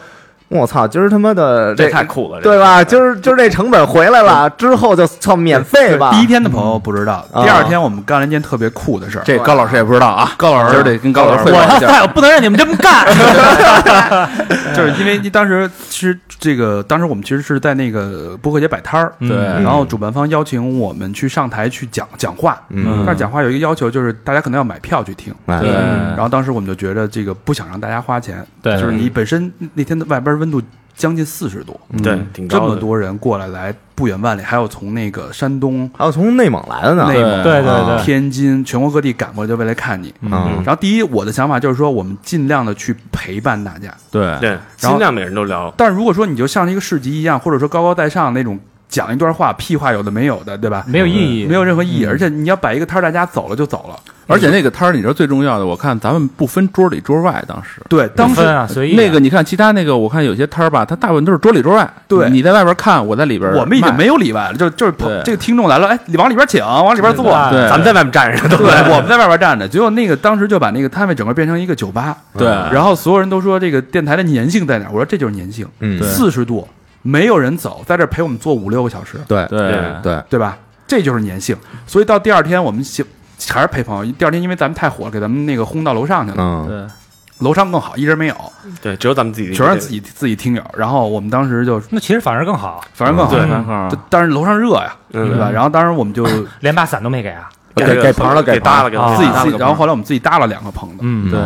我操，今儿他妈的
这太酷了，
对吧？今儿今儿这成本回来了，之后就操免费吧。
第一天的朋友不知道，
嗯
第二天我们干了一件特别酷的事儿。
这高老师也不知道啊，高老师得跟高老师汇
我
报
要
一下。
在，我不能让你们这么干。
就是因为当时其实这个，当时我们其实是在那个播客节摆摊儿，
嗯
对
然后主办方邀请我们去上台去讲讲话，
嗯
但是讲话有一个要求，就是大家可能要买票去听。
哎
对
嗯
然后当时我们就觉得这个不想让大家花钱，
嗯对
就是你本身那天的外边温度将近四十度，
对，挺
这
高
么
的。
多人过来来不远万里，还有从那个山东、
还有从内蒙来的呢，
内蒙、
对对
啊
对，
天津，全国各地赶过来就为了看你。
嗯
然后第一，我的想法就是说，我们尽量的去陪伴大家。
对，
对，
然后
尽量每人都聊。
但如果说你就像一个市集一样，或者说高高在上那种讲一段话，屁话有的没有的，对吧？
没有意义，
没有任何意义，
嗯
而且你要摆一个摊儿，大家走了就走了。
而且那个摊儿，你知道最重要的，我看咱们不分桌里桌外，当时。
对，当
当
时
分啊，随意啊
那个你看，其他那个我看有些摊儿吧，它大部分都是桌里桌外。
对
你在外边看，我在里边卖。
我们已经没有里外了，就就是朋
对
这个听众来了，哎，你往里边请，往里边坐。
对
咱们在外面站着都
对，我们在外边站着，结果那个当时就把那个摊位整个变成一个酒吧，
对，
然后所有人都说这个电台的粘性在哪儿？我说这就是粘性，
嗯
四十度没有人走，在这儿陪我们坐五六个小时，
对
对
对，
对吧？这就是粘性。所以到第二天我们写还是陪朋友，第二天因为咱们太火了，给咱们那个轰到楼上去了，
嗯
对，
楼上更好，一人没有，
对，只有咱们自己，
全是自己自己听友。然后我们当时就
那其实反而更好，
反正更
对
好，就但是楼上热呀，
嗯
对吧？然后当时我们就自
连把伞都没给啊。
给给
棚
棚了
给
给
搭
棚
了，给
啊
己
搭
自己，
了个
然后
棚
后来我们自己搭了两个棚子，
嗯，
对，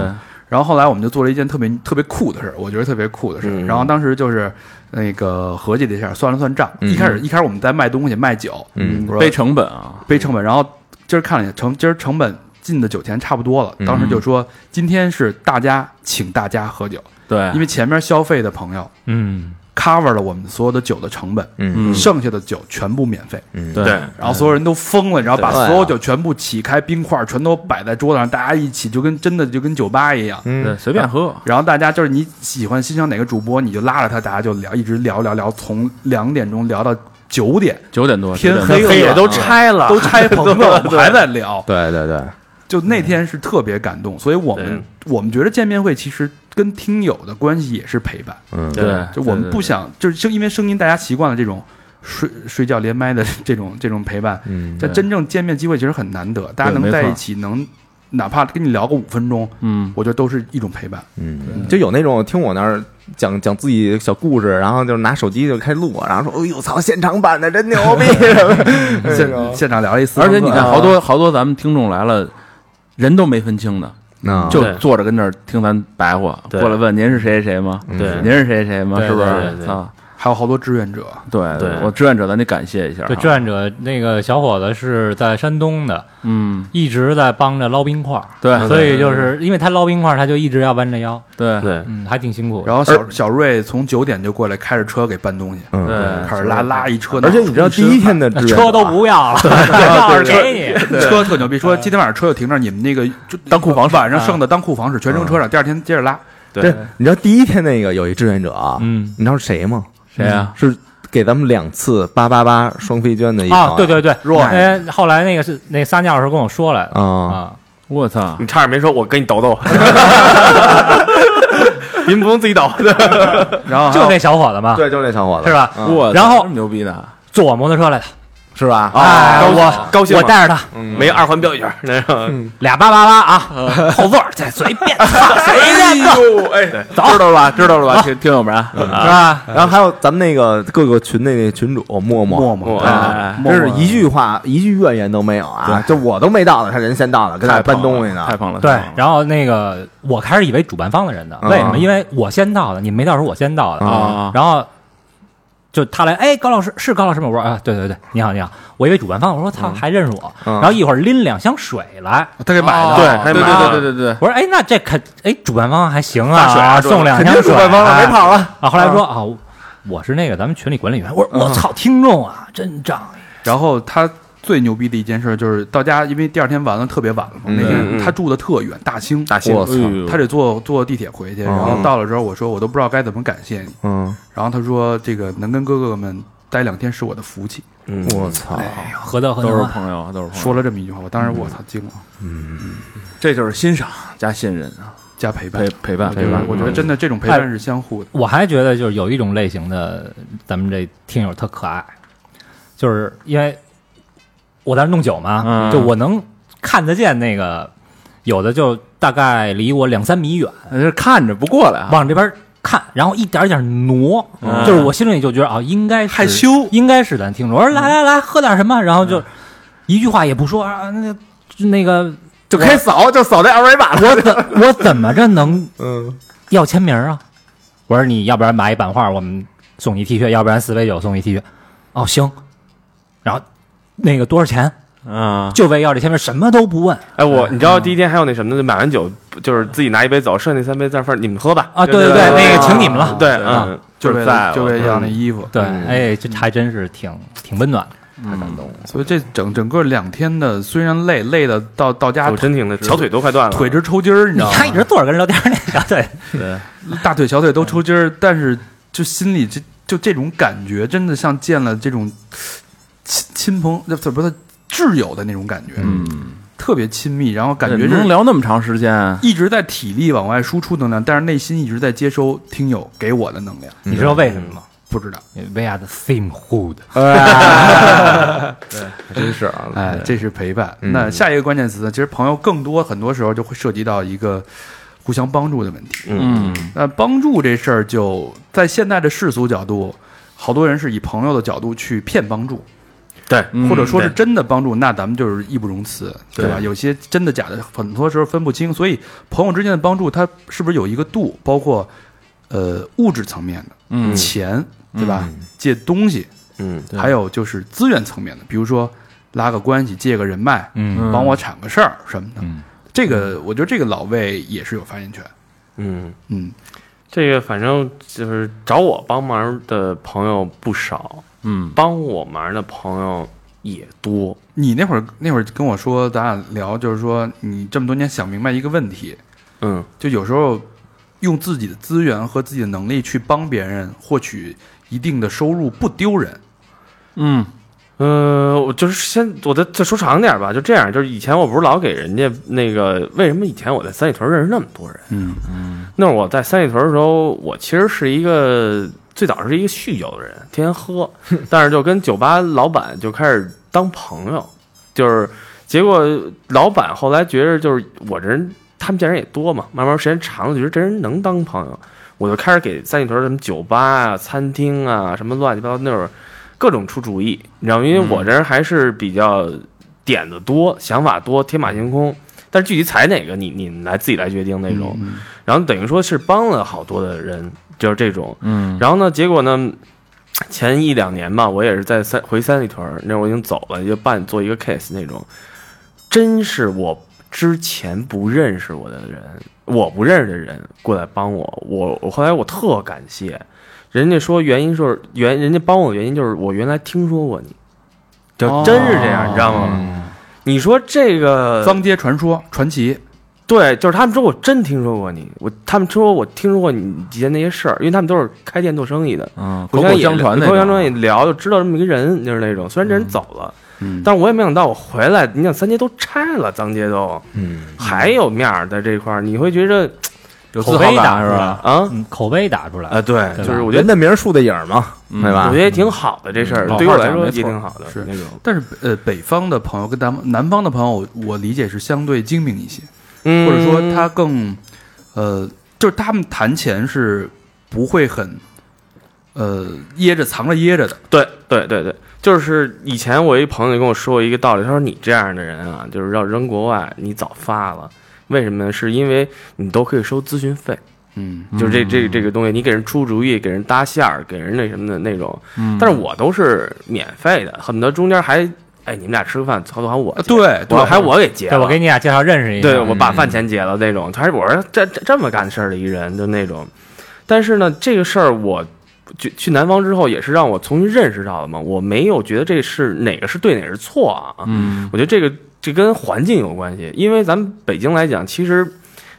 然后后来我们就做了一件特别特别酷的事儿，我觉得特别酷的事儿。
嗯
然后当时就是那个合计了一下，算了算账。
嗯
一开始一开始我们在卖东西卖酒，
嗯
我说
背成本啊，
背成本，然后今儿看了一下成今儿成本进的酒钱差不多了，
嗯
当时就说今天是大家请大家喝酒，
对
嗯
因，为前面消费的朋友
嗯，
cover 了我们所有的酒的成本，
嗯
剩下的酒全部免费。
嗯
对
对，
然后所有人都疯了，然后把
对啊
所有酒全部起开，冰块全都摆在桌子上，大家一起就跟真的就跟酒吧一样。
对，
嗯
随便喝。
然后大家就是你喜欢欣赏哪个主播，你就拉着他，大家就聊，一直聊聊聊，从两点钟聊到九点，
九点多，
天
9点多
黑了
也都拆
啊
了，
都拆棚 子，我们还在聊。
对对对，
就那天是特别感动，所以我
嗯
们我们觉得见面会其实跟听友的关系也是陪伴，
嗯
对
对，
就我们
啊对
不想就是就因为声音大家习惯了这种睡睡觉连麦的 这种这种陪伴，
嗯
但真正见面机会其实很难得，大家
对
能
没
在
错
一起能哪怕跟你聊个五分钟，
嗯，
我觉得都是一种陪 伴。
嗯，就有那种听我那儿讲讲自己小故事，然后就拿手机就开录，然后说：“哎呦操，现场版的真牛逼！”
现现场聊了一次，
哦而且你看，好多好多咱们听众来了，人都没分清的，
那
啊
就
对
坐着跟那儿听咱白话，
对
过来问您是谁谁吗？
对
您是谁谁吗？
对
是不
对对
是？
对
啊，
还有好多志愿者，
对
对
我志愿者咱得感谢一下啊。
对，志愿者那个小伙子是在山东的，
嗯，
一直在帮着捞冰块儿，
对
所以就是因为他捞冰块儿，他就一直要弯着腰，
对
对
嗯，还挺辛苦。
然后小小瑞从九点就过来，开着车给搬东西，
嗯
对，
开始拉拉一车，
而且你知道第一天的志愿者啊
车都不要了， 钥匙给你。
车特牛逼，说今天晚上车就停这儿，你们那个就嗯当库房，嗯晚上剩的当库房使，全扔车上，第二天接着拉。
对，你知道第一天那个有一志愿者啊，
嗯啊
你知道是谁吗？
谁呀？
是给咱们两次八八八双飞捐的一
啊，
个
对对对，
弱
哎，后来那个是那撒尿的时候跟我说来的
啊，
啊，
我操！
你差点没说，我给你抖抖，您不用自己抖，
然后
就那小伙子嘛，
对，就是那小伙子
是？吧？
嗯
我
然后
这么牛逼的，
坐我摩托车来的，
是吧？
哎，
高兴
我
高兴吗
我带着他
没二环标语儿那个
俩八八八 啊，后座再随 便，随便坐
呦，哎，知道了吧？知道了吧？听听友们啊，
是吧？
然后还有咱们那个各个群的那群主默默
默默，
啊，
默默
真是一句话一句怨言都没有啊！就我都没到呢，他人先到了，跟那
太
儿搬
棒了
东西呢
太。棒了！
对
太棒了，
然后那个我开始以为主办方的人呢，
嗯
为什么？因为我先到的，你们没到时候我先到的
啊
然后就他来，哎，高老师是高老师吗？我说啊，对对对，你好你好，我以为主办方，我说操，还认识我。
嗯
然后一会儿拎两箱水来，
他给买的，
对，还
对
哦对
吧
对对对对
我说哎，那这肯哎，主办方还行
大水啊
啊，
主办
送两
肯定
箱
是
水，
主办方了，
哎
没跑了。
啊，后来说啊，我是那个咱们群里管理员。我说我操，听众啊，真仗义。
然后他。最牛逼的一件事就是到家，因为第二天完了特别晚了嘛。那天他住的特远，大兴，嗯嗯大
兴我操
哎呦
他得坐坐地铁回去。然后到了之后，我说我都不知道该怎么感谢你。
嗯，
然后他说这个能跟哥哥们待两天是我的福气，
我操，
何德何
都是
能啊？
朋
嗯
友，都是朋友。
说了这么一句话，我当时我操惊了。
这就是欣赏加信任啊！
加陪伴
陪，陪伴嗯
陪伴。我觉得真的这种陪伴是相互的。
我还觉得就是有一种类型的，咱们这听友特可爱，就是因为我在那弄酒嘛，
嗯
就我能看得见那个有的就大概离我两三米远，
就是看着不过来啊，
往这边看，然后一点一点挪，
嗯
就是我心里就觉得啊，应该是
害羞
应该是咱听众。我说来来来，喝点什么，然后就一句话也不说啊，那就那个
就开扫，就扫这二维码了。
我怎我怎么着能
嗯，
要签名啊？我说你要不然买一版画，我们送你 T 恤；要不然四杯酒送一 T 恤。哦，行。然后那个多少钱？
嗯，
就为要这签名，什么都不问
哎，我你知道第一天还有那什么的，买完酒就是自己拿一杯走，剩下那三杯在份儿你们喝吧。
啊！对对
对
那
对
个请你们了。
对，
啊
嗯，
就为
是在嗯
了就为了要那衣服，
对，哎，这还真是挺挺温暖的。
太感动了。所以这整整个两天的，虽然累，累的到到家
我真挺的，小腿都快断了，
腿直抽筋儿，你知
你
道
看一直坐着跟人聊天儿那个， 对，
吗？ 大腿、小腿都抽筋儿，但是就心里这就这种感觉，真的像见了这种亲亲朋，那不是挚友的那种感觉，
嗯，
特别亲密，然后感觉
能
是
聊那么长时间，啊
一直在体力往外输出能量，但是内心一直在接收听友给我的能量。
你知道为什么吗？
不知道，
因为 We are the same hood。哎
真是啊，
哎，这是陪伴。那下一个关键词呢？其实朋友更多，很多时候就会涉及到一个互相帮助的问题。
嗯，
那帮助这事儿，就在现在的世俗角度，好多人是以朋友的角度去骗帮助，
对，
嗯
或者说是真的帮助，那咱们就是义不容辞，对吧？有些真的假的，很多时候分不清。所以朋友之间的帮助，它是不是有一个度？包括呃物质层面的，
嗯
钱，对吧？借东西，
嗯，
还有就是资源层面的，比如说拉个关系、借个人脉，
嗯
帮我铲个事儿什么的。
嗯
这个我觉得这个老魏也是有发言权。
嗯，
嗯，
这个反正就是找我帮忙的朋友不少，
嗯
帮我忙的朋友也多。
你那会儿那会儿跟我说，咱俩聊就是说你这么多年想明白一个问题，
嗯，
就有时候用自己的资源和自己的能力去帮别人获取一定的收入不丢人。
嗯
呃，我就是先，我再再说长点吧，就这样。就是以前我不是老给人家那个，为什么以前我在三里屯认识那么多人？
嗯
那会儿我在三里屯的时候，我其实是一个最早是一个酗酒的人，天天喝，但是就跟酒吧老板就开始当朋友，就是结果老板后来觉着就是我这人，他们见人也多嘛，慢慢时间长了，觉得这人能当朋友，我就开始给三里屯什么酒吧啊、餐厅啊什么乱七八糟那会儿各种出主意，你知道吗？因为我这人还是比较点子多、想法多、天马行空。但是具体踩哪个，你你们来自己来决定那
嗯
种。然后等于说是帮了好多的人，就是这种。
嗯
然后呢，结果呢，前一两年吧，我也是在三回三里屯儿，那会儿我已经走了，就办做一个 case 那种，真是我之前不认识我的人，我不认识的人过来帮我，我我后来我特感谢，人家说原因就是原人家帮我的原因就是我原来听说过你，就真是这样，你知道吗？你说这个
脏街传说传奇，
对，就是他们说我真听说过你，我他们说我听说过你以前那些事儿，因为他们都是开店做生意的，
嗯，
口
互相
口
也
相传那
口口相
种
传
啊
也聊，就知道这么一个人，就是那种。虽然这人走了，但是我也没想到我回来，你想三街都拆了，脏街都，
嗯，
还有面儿在这块儿，你会觉着
有
口
自
碑
豪
打
感
出
是
来
吧？
啊
嗯，口碑打出
啊，
来，
对，
对吧
就是我觉
人
得
的名儿树的影儿嘛，
嗯
对
啊
我
吧
觉？得也挺好的这事儿
嗯，
对于我
老话讲
来说
没
也
错
挺好的，
是
那种，
但是呃，北方的朋友跟咱们南方的朋友，我我理解是相对精明一些。
嗯
或者说他更，呃，就是他们谈钱是不会很，呃，掖着藏着掖着的，
对对对对，就是以前我一朋友就跟我说过一个道理，他说你这样的人啊，就是要扔国外，你早发了。为什么呢？是因为你都可以收咨询费，
嗯，
就是这这这个东西，你给人出主意，给人搭线儿，给人那什么的那种。
嗯
但是我都是免费的，恨不得中间还哎你们俩吃个饭，操作好我结，
啊呃对对
我，还我给结
对
了，
我给你俩介绍认识一下，
对我
嗯
把饭钱结了那种，他是我是这这这么干事儿的一人，就那种。但是呢，这个事儿我就去南方之后，也是让我重新认识到了嘛。我没有觉得这是哪个是对，哪个是错啊。
嗯
我觉得这个这跟环境有关系，因为咱们北京来讲，其实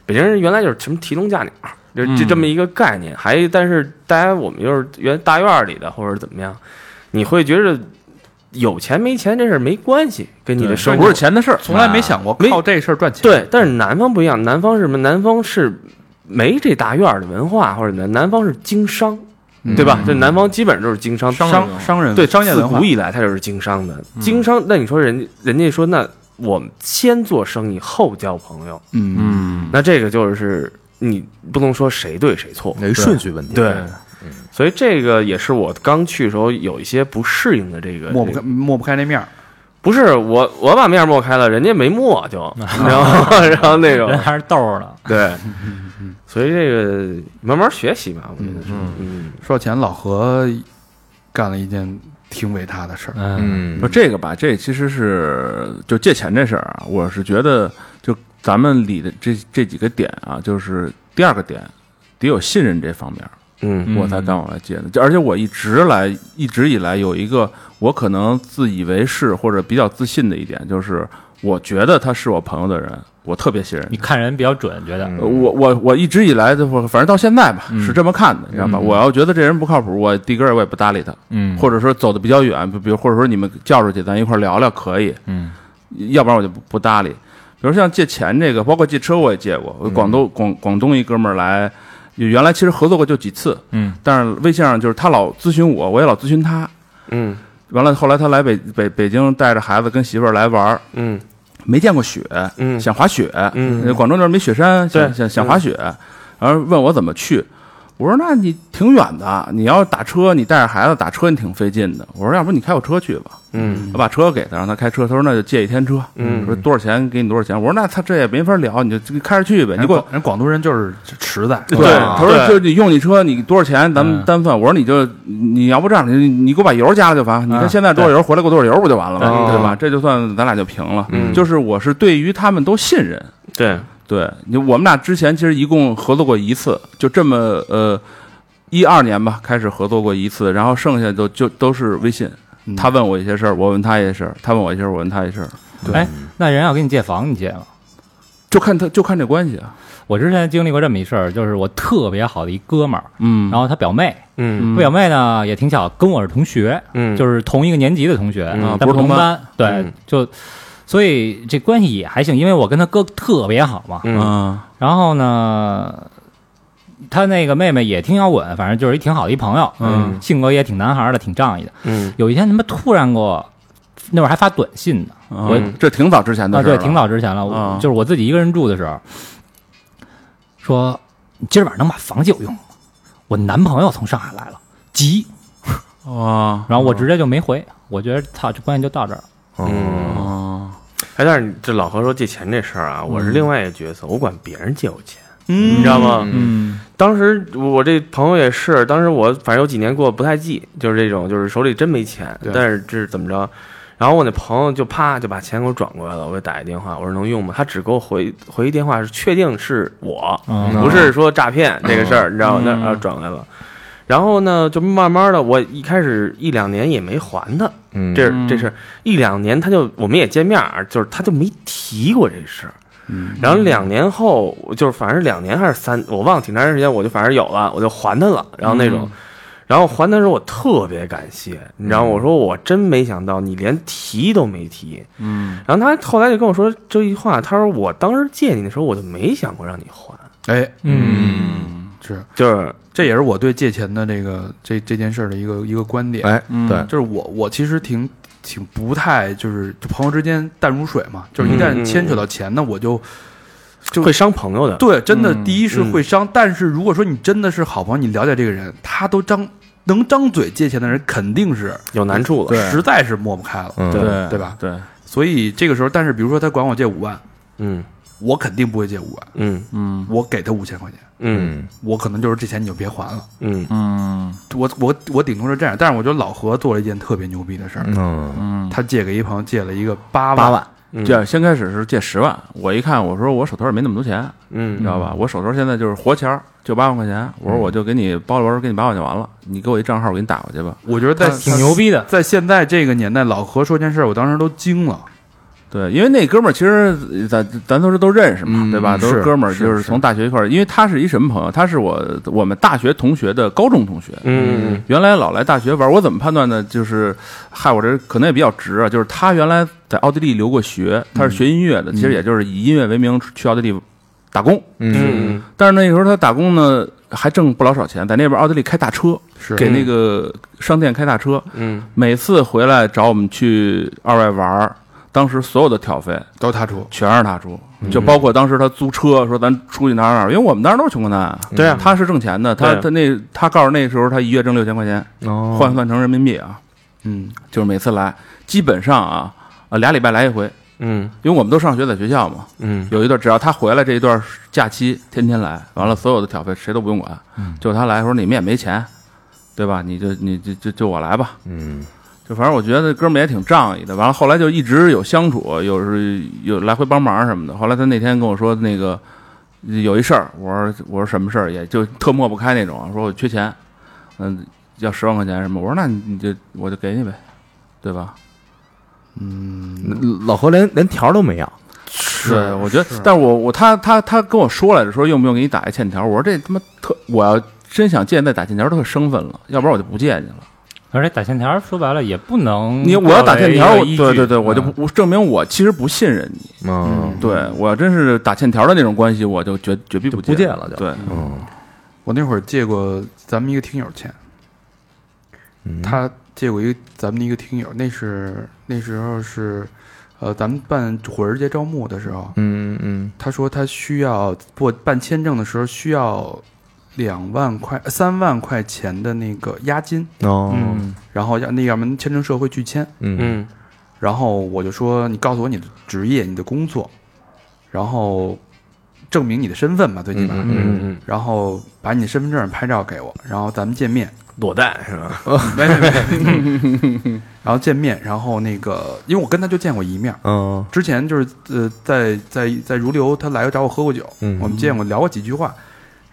北京人原来就是什么提笼架鸟，就就
嗯
这么一个概念。还但是大家我们又是原大院儿里的或者怎么样，你会觉得有钱没钱这事儿没关系，跟你的生
不
活
是钱的事儿，
从来没想过
没
靠这事儿赚钱。
对，但是南方不一样，南方是什么？南方是没这大院儿的文化，或者南南方是经商，
嗯
对吧？这南方基本就是经商，商
商商人
对
商业文
自
化嗯
古，以来它就是经商的，经商。那你说人人家说那我们先做生意后交朋友，
嗯，
嗯，
那这个就是你不能说谁对谁错，
嗯
有一顺序问题。
对。所以这个也是我刚去的时候有一些不适应的这个，
嗯抹不开抹不开那面儿，
不是我我把面抹开了，人家没抹 就，然后然后那种
人还是逗儿呢。
对，所以这个慢慢学习嘛，我觉得是，嗯，
说到钱，老何干了一件挺伟大的事儿，
嗯，
嗯
不，，这个吧，这其实是就借钱这事儿啊，我是觉得就咱们理的这这几个点啊，就是第二个点，得有信任这方面儿，
嗯
我才敢往外借的。就而且我一直来一直以来有一个我可能自以为是或者比较自信的一点，就是我觉得他是我朋友的人，我特别信任他
你看人比较准，觉得
呃
哦
嗯
我我我一直以来的，我反正到现在吧，是这么看的，你知道吧？我要觉得这人不靠谱，我第一个我也不搭理他，
嗯
或者说走的比较远，比比如或者说你们叫出去，咱一块儿聊聊可以，
嗯，
要不然我就不不搭理。比如像借钱这个，包括借车我也借过，
嗯
广东广广东一哥们儿来，原来其实合作过就几次，
嗯，
但是微信上就是他老咨询我，我也老咨询他。
嗯
完了后来他来北北北京带着孩子跟媳妇儿来玩儿，
嗯
没见过雪，
嗯
想滑雪，
嗯
呃广州那儿没雪山，
对嗯
想想想滑雪，然后问我怎么去，我说那你挺远的，你要打车，你带着孩子打车你挺费劲的，我说要不你开我车去吧，
嗯
我把车给他，让他开车，他说那就借一天车，
嗯
说多少钱给你多少钱，我说那他这也没法聊，你就开着去呗，你
人
给我
广人广东人就是实在，
对，
啊
他说就
对
你用你车，你多少钱？咱们单算。我说你就你要不这样，你你给我把油加了就完。你看现在多少油，回来给我多少油不就完了吗？
对
对吧？这就算咱俩就平了
嗯。
就是我是对于他们都信任。
对，
对，你我们俩之前其实一共合作过一次，就这么呃一二年吧，开始合作过一次，然后剩下都就都是微信。
嗯
他问我一些事儿，我问他一些事儿；他问我一些事儿，我问他一些事儿。
哎，那人要给你借房，你借吗？
就看他，就看这关系啊。
我之前经历过这么一事儿，就是我特别好的一哥们儿，
嗯
然后他表妹，
嗯
我表妹呢也挺巧，跟我是同学，
嗯，
就是同一个年级的同学，
嗯
但
不是
同
同
班，对，
嗯
就所以这关系也还行，因为我跟他哥特别好嘛。
嗯
嗯
然后呢，他那个妹妹也听摇滚，反正就是一挺好的一朋友，
嗯
性格也挺男孩儿的，挺仗义的。
嗯
有一天他妈突然给我，那会儿还发短信呢，我
嗯，这挺早之前的
啊，
事儿
对，
了
挺早之前了，我
啊
就是我自己一个人住的时候，说你今儿晚上能把房借我用吗？我男朋友从上海来了，急，
哦
啊。
然后我直接就没回，我觉得操，这关系就到这儿了。
嗯，
哦
哎，但是你这老何说借钱这事儿啊，我是另外一个角色，我管别人借我钱，
嗯
你知道吗？
嗯
当时我这朋友也是，当时我反正有几年过得不太济，就是这种，就是手里真没钱，但是这是怎么着？然后我那朋友就啪就把钱给我转过来了，我就打一电话，我说能用吗？他只给我回回一电话，是确定是我，
嗯
不是说诈骗这个事儿，你知道吗？那啊转过来了。然后呢，就慢慢的，我一开始一两年也没还他，
嗯，
这是这事儿一两年，他就我们也见面儿，就是他就没提过这事儿。然后两年后，我就是反正两年还是三，我忘了挺长时间，我就反正有了，我就还他了。然后那种，然后还他时候我特别感谢，你知道吗，我说我真没想到你连提都没提。嗯，然后他后来就跟我说这句话，他说我当时借你的时候，我就没想过让你还，
哎，
嗯
是，
就是
这也是我对借钱的这个这这件事儿的一个一个观点。
哎，对，
就是我我其实挺挺不太就是就朋友之间淡如水嘛，就是一旦
嗯
牵扯到钱呢，我就就
会伤朋友的。
对真的
嗯
第一是会伤，但是如果说你真的是好朋友，你了解这个人，他都张能张嘴借钱的人肯定是
有难处了
实在是抹不开了，
嗯
对
对
对吧？
对，
所以这个时候，但是比如说他管我借五万，
嗯
我肯定不会借五万，
嗯
嗯
我给他五千块钱，
嗯
嗯
我可能就是这钱你就别还了。
嗯
嗯
我我我顶多是这样，但是我觉得老何做了一件特别牛逼的事儿，
嗯，
嗯，
他借给一朋友借了一个八
八
万，
万，
嗯，
这样先开始是借十万，我一看，我说我手头也没那么多钱，你知
嗯
道吧？我手头现在就是活钱儿，就八万块钱。
嗯
我说我就给你包了，我说给你八万就完了，你给我一账号，我给你打过去吧。
我觉得在
挺牛逼的，
在现在这个年代，老何说这件事儿，我当时都惊了。
对，因为那哥们儿其实呃咱咱都是都认识嘛，
嗯
对吧？都
是
哥们儿，
是
就是
是
从大学一块儿。因为他是一什么朋友？他是我我们大学同学的高中同学。
嗯嗯
原来老来大学玩，我怎么判断呢？就是，嗨，我这可能也比较直啊。就是他原来在奥地利留过学，
嗯
他是学音乐的，其实也就是以音乐为名去奥地利打工。
嗯嗯
但是那时候他打工呢，还挣不老少钱，在那边奥地利开大车，
是
给那个商店开大车。
嗯
每次回来找我们去二外玩儿，当时所有的挑费
都他出，
全是他出，就包括当时他租车，说咱出去哪儿哪儿，因为我们当时都是穷光蛋，
对啊
他是挣钱的，他
对啊
他那他告诉那时候他一月挣六千块钱，
哦
换算成人民币啊，
嗯，
就是每次来基本上啊，呃俩礼拜来一回，
嗯
因为我们都上学在学校嘛，
嗯
有一段只要他回来这一段假期天天来，完了所有的挑费谁都不用管，就他来说你们也没钱，对吧？你就你就就就我来吧，
嗯
就反正我觉得哥们儿也挺仗义的。完了后来就一直有相处，有时有来回帮忙什么的。后来他那天跟我说那个有一事儿，我说我说什么事儿，也就特抹不开那种，说我缺钱，嗯，要十万块钱什么。我说那你就我就给你呗，对吧？
老何连连条都没要，
对，我觉得，但是我我他他他跟我说来着，说用不用给你打一欠条？我说这他妈特，我要真想借再打欠条，特生分了，要不然我就不借你了。
而且打欠条说白了也不能
你我要打欠条，
作
我
为一个依
对
据
对对，我就不我证明我其实不信任你。
嗯
对我要真是打欠条的那种关系，我就绝绝逼不
不
借
借了就
对，
嗯
我那会儿借过咱们一个听友钱，
嗯
他借过一个咱们的一个听友，那是那时候是，呃，咱们办火人节招募的时候，
嗯嗯
他说他需要过办签证的时候需要两万块、三万块钱的那个押金，
嗯哦
然后要那要么签证社会拒签，
嗯
嗯
然后我就说你告诉我你的职业、你的工作，然后证明你的身份嘛，最起码，
嗯
嗯嗯，
然后把你的身份证拍照给我，然后咱们见面，
裸贷是吧？
没没没，然后见面，然后那个，因为我跟他就见过一面，
嗯
之前就是呃，在在在如流，他来找我喝过酒，
嗯
我们见过聊过几句话，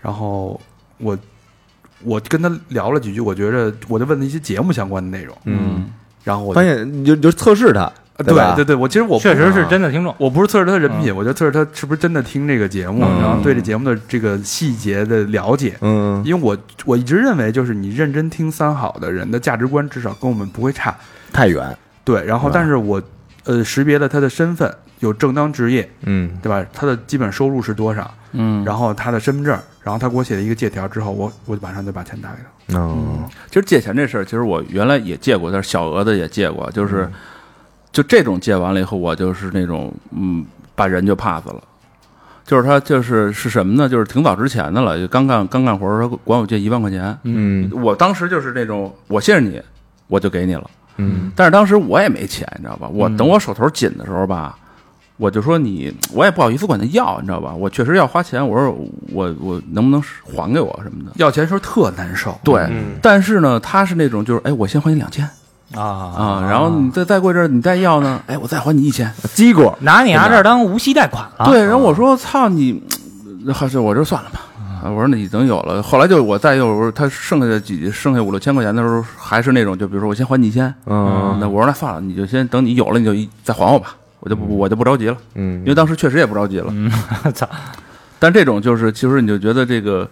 然后我我跟他聊了几句，我觉着我就问了一些节目相关的内容，
嗯，
然后我就
发现你就你就测试他，
呃
对吧
对对对，我其实嗯我不
确实是真的听众。
我不是测试他的人品，我就测试他是不是真的听这个节目，
嗯
然后对这节目的这个细节的了解，
嗯
因为我我一直认为就是你认真听三好的人的价值观至少跟我们不会差，
太远，
对，然后
是吧
但是我呃识别了他的身份，有正当职业，
嗯
对吧？他的基本收入是多少？
嗯然后
然后他的身份证，然后他给我写了一个借条之后，我我马上就把钱打给他。
哦
其实借钱这事儿，其实我原来也借过，但是小额的也借过，就是
嗯
就这种借完了以后，我就是那种嗯，把人就 pass 了。就是他，就是是什么呢？就是挺早之前的了，就刚干刚干活儿，他管我借一万块钱，
嗯
我当时就是那种，我信任你，我就给你了。
嗯
但是当时我也没钱，你知道吧？我等我手头紧的时候吧，我就说你，我也不好意思管他要，你知道吧？我确实要花钱，我说我我能不能还给我什么的？
要钱的时候特难受，
对，
嗯
但是呢，他是那种就是，哎，我先还你两千啊，
啊
然后你再再过一阵儿你再要呢，哎，我再还你一千。
结果
拿你拿这儿当无息贷款了。
啊对，然后我说操你，还是我这算了吧。啊我说那已经有了，后来就我再又他剩下的几剩下五六千块钱的时候，还是那种就比如说我先还你一千，
嗯
那我说那算了，你就先等你有了你就一再还我吧，我就不我就不着急了。
嗯
因为当时确实也不着急了。
操！
但这种就是，其实你就觉得这个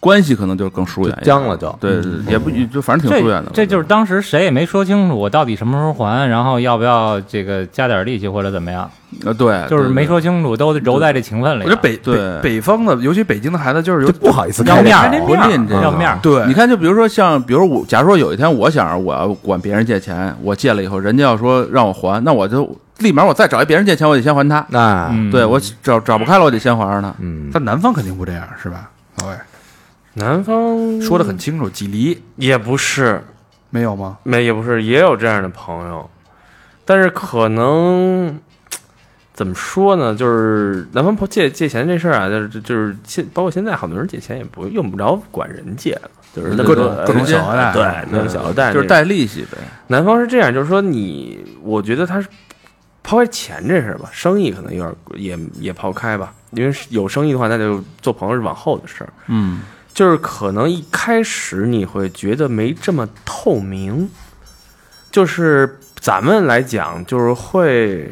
关系可能就更疏远一点，
僵了就
对，也不就反正挺疏远的
这。这就是当时谁也没说清楚我到底什么时候还，然后要不要这个加点利息或者怎么样，
呃，对，
就是
对
没。说清楚，都揉在这情分里
我
了。
觉得北北
对
北方的，尤其北京的孩子，就是有
就不好意思
要
开
面
这
儿
口，
我认真
要面儿，
对，
你看，就比如说像，比如我，假如说有一天我想着我要管别人借钱，我借了以后，人家要说让我还，那我就立马我再找一别人借钱，我得先还他。
那
嗯
对我找找不开了，我得先还上他。
嗯
但南方肯定不这样，是吧？老魏
南方
说的很清楚，几厘
也不是，
没有吗？
没也不是，也有这样的朋友，但是可能怎么说呢？就是南方朋借借钱这事儿啊，就是就是现包括现在好多人借钱也不用不着管人借了，就是
呃
各种各种嗯
小额啊贷
对那种小额贷
就是
贷。
带利息呗。
南方是这样，就是说你，我觉得他是抛开钱这事儿吧，生意可能有点也也抛开吧，因为是有生意的话，那就做朋友是往后的事儿。
嗯，
就是可能一开始你会觉得没这么透明，就是咱们来讲就是会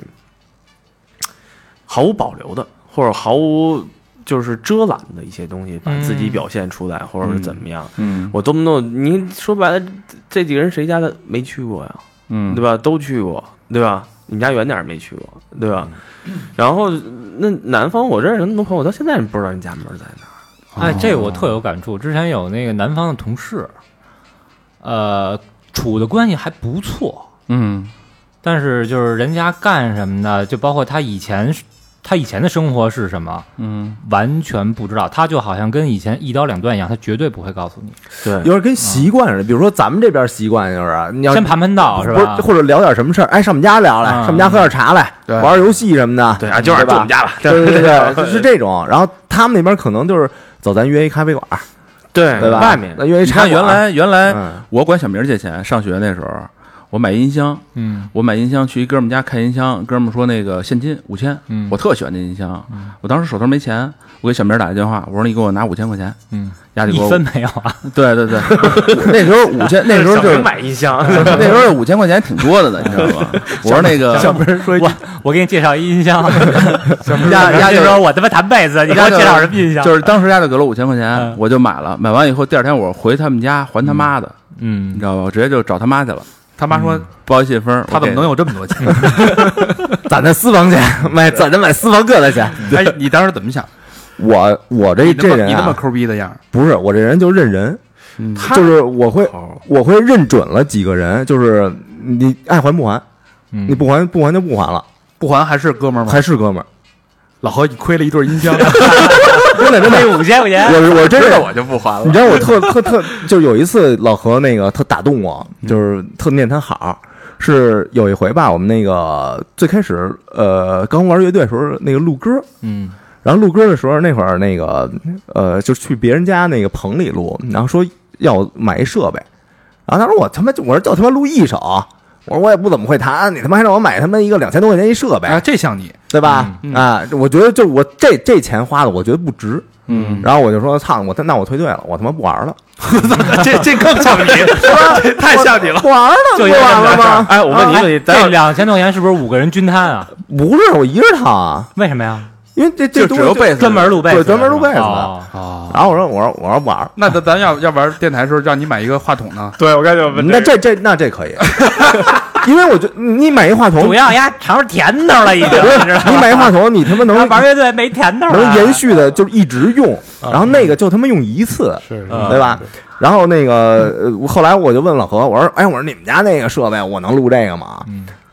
毫无保留的，或者毫无就是遮拦的一些东西，把自己表现出来，或者是怎么样。
嗯
我动不动你说白了，这几个人谁家的没去过呀？
嗯
对吧？都去过，对吧？你们家远点儿没去过，对吧？然后呃那南方，我认识很多朋友，我到现在不知道你家门在哪儿。
哦
哎，这我特有感触。之前有那个南方的同事，呃，处的关系还不错，
嗯
但是就是人家干什么的，就包括他以前是他以前的生活是什么，
嗯，
完全不知道。他就好像跟以前一刀两断一样，他绝对不会告诉你。
对，
有点跟习惯似的。比如说咱们这边习惯就是啊，你要
先盘盘道哦是
不是
吧？
或者聊点什么事儿，哎，上我们家聊来，
嗯
上我们家喝点茶来，
对
玩游戏什么的，
对啊，今晚
对
住我
吧
们？家吧。
对对对，对是这种。然后他们那边可能就是走，咱约一咖啡馆，
对
对吧？
哎外面
那约一
你
茶
看
馆。
原来原来
嗯，
我管小明借钱，上学那时候我买音箱，
嗯
我买音箱去一哥们家看音箱，哥们说那个现金五千，
嗯
我特喜欢这音箱，我当时手头没钱，我给小明打一电话，我说你给我拿五千块钱，
嗯，
丫就
一
给我，
分没有啊。
对对 对，那时候五千，那时候
小
就
明
是
买音箱，
那时候五千块钱挺多的呢，你知 道吗？我说那
呃
个
小明说：“我我给你介绍一 音箱。”
丫丫
丫
就
就说：“我他妈弹贝斯，你给我
丫就
介绍什么音箱？”
就是当时丫就给了五千块钱
嗯，
我就买了，买完以后第二天我回他们家还他妈的，你
嗯，
知道吧？我直接就找他妈去了，
他妈说
不好意思，一分，
他怎么能
有？
有这么多 钱？
攒的私房钱， 买攒的买私房个的钱。
哎，你当时怎么想？
我我这
你那
这
么
人
你那么
啊，
抠逼的样儿，
不是我这人就认人，
他
就是我会我会认准了几个人，就是你爱还不还，你
你
不还不还就不还了，
不还还是哥们儿吗？
还是哥们儿。
老何，你亏了一对音箱，啊
真的真的，
那五千块 钱，
我是我真是
我就不还了
你知道我特特特，就是有一次老何那个特打动我，
嗯
就是特念他好。是有一回吧，我们那个最开始呃刚玩乐队的时候，那个录歌，
嗯
然后录歌的时候那会儿那个呃就去别人家那个棚里录，然后说要买一设备，然后当时我他妈就我说就他妈录一首，我说我也不怎么会弹，你他妈还让我买他妈一个两千多块钱一设备，
啊
哎，这像你，
对吧？
嗯
啊，我觉得就我这这钱花的，我觉得不值。
嗯，
然后我就说，操，我那我退队了，我他妈不玩了，
这这更像你，
这
太像你了。
不玩了，不
就应该
玩了
这么点事儿
吗？啊
哎，我问你一个问题，咱
这
俩
两千多块钱是不是五个人均摊啊？
不是，我一人掏啊，
为什么呀？
因为这这东西就
贝斯
专门录贝斯
对
的是吧，
专门录贝斯的
哦
啊，
然后我说，我说，我说不玩儿，
那咱咱要要玩电台的时候，让你买一个话筒呢？
对我刚才问
那这这那这可以，因为我觉得你买一话筒，
主要呀，尝着甜头了已经，
不是
你知道吗
你买一话筒，你他妈能
他玩啊乐队没甜头了，
能延续的，就是一直用，然后那个就他妈用一次，
是
嗯
对吧？然后那个呃我后来我就问老何，我说：“哎，我说你们家那个设备，我能录这个吗？”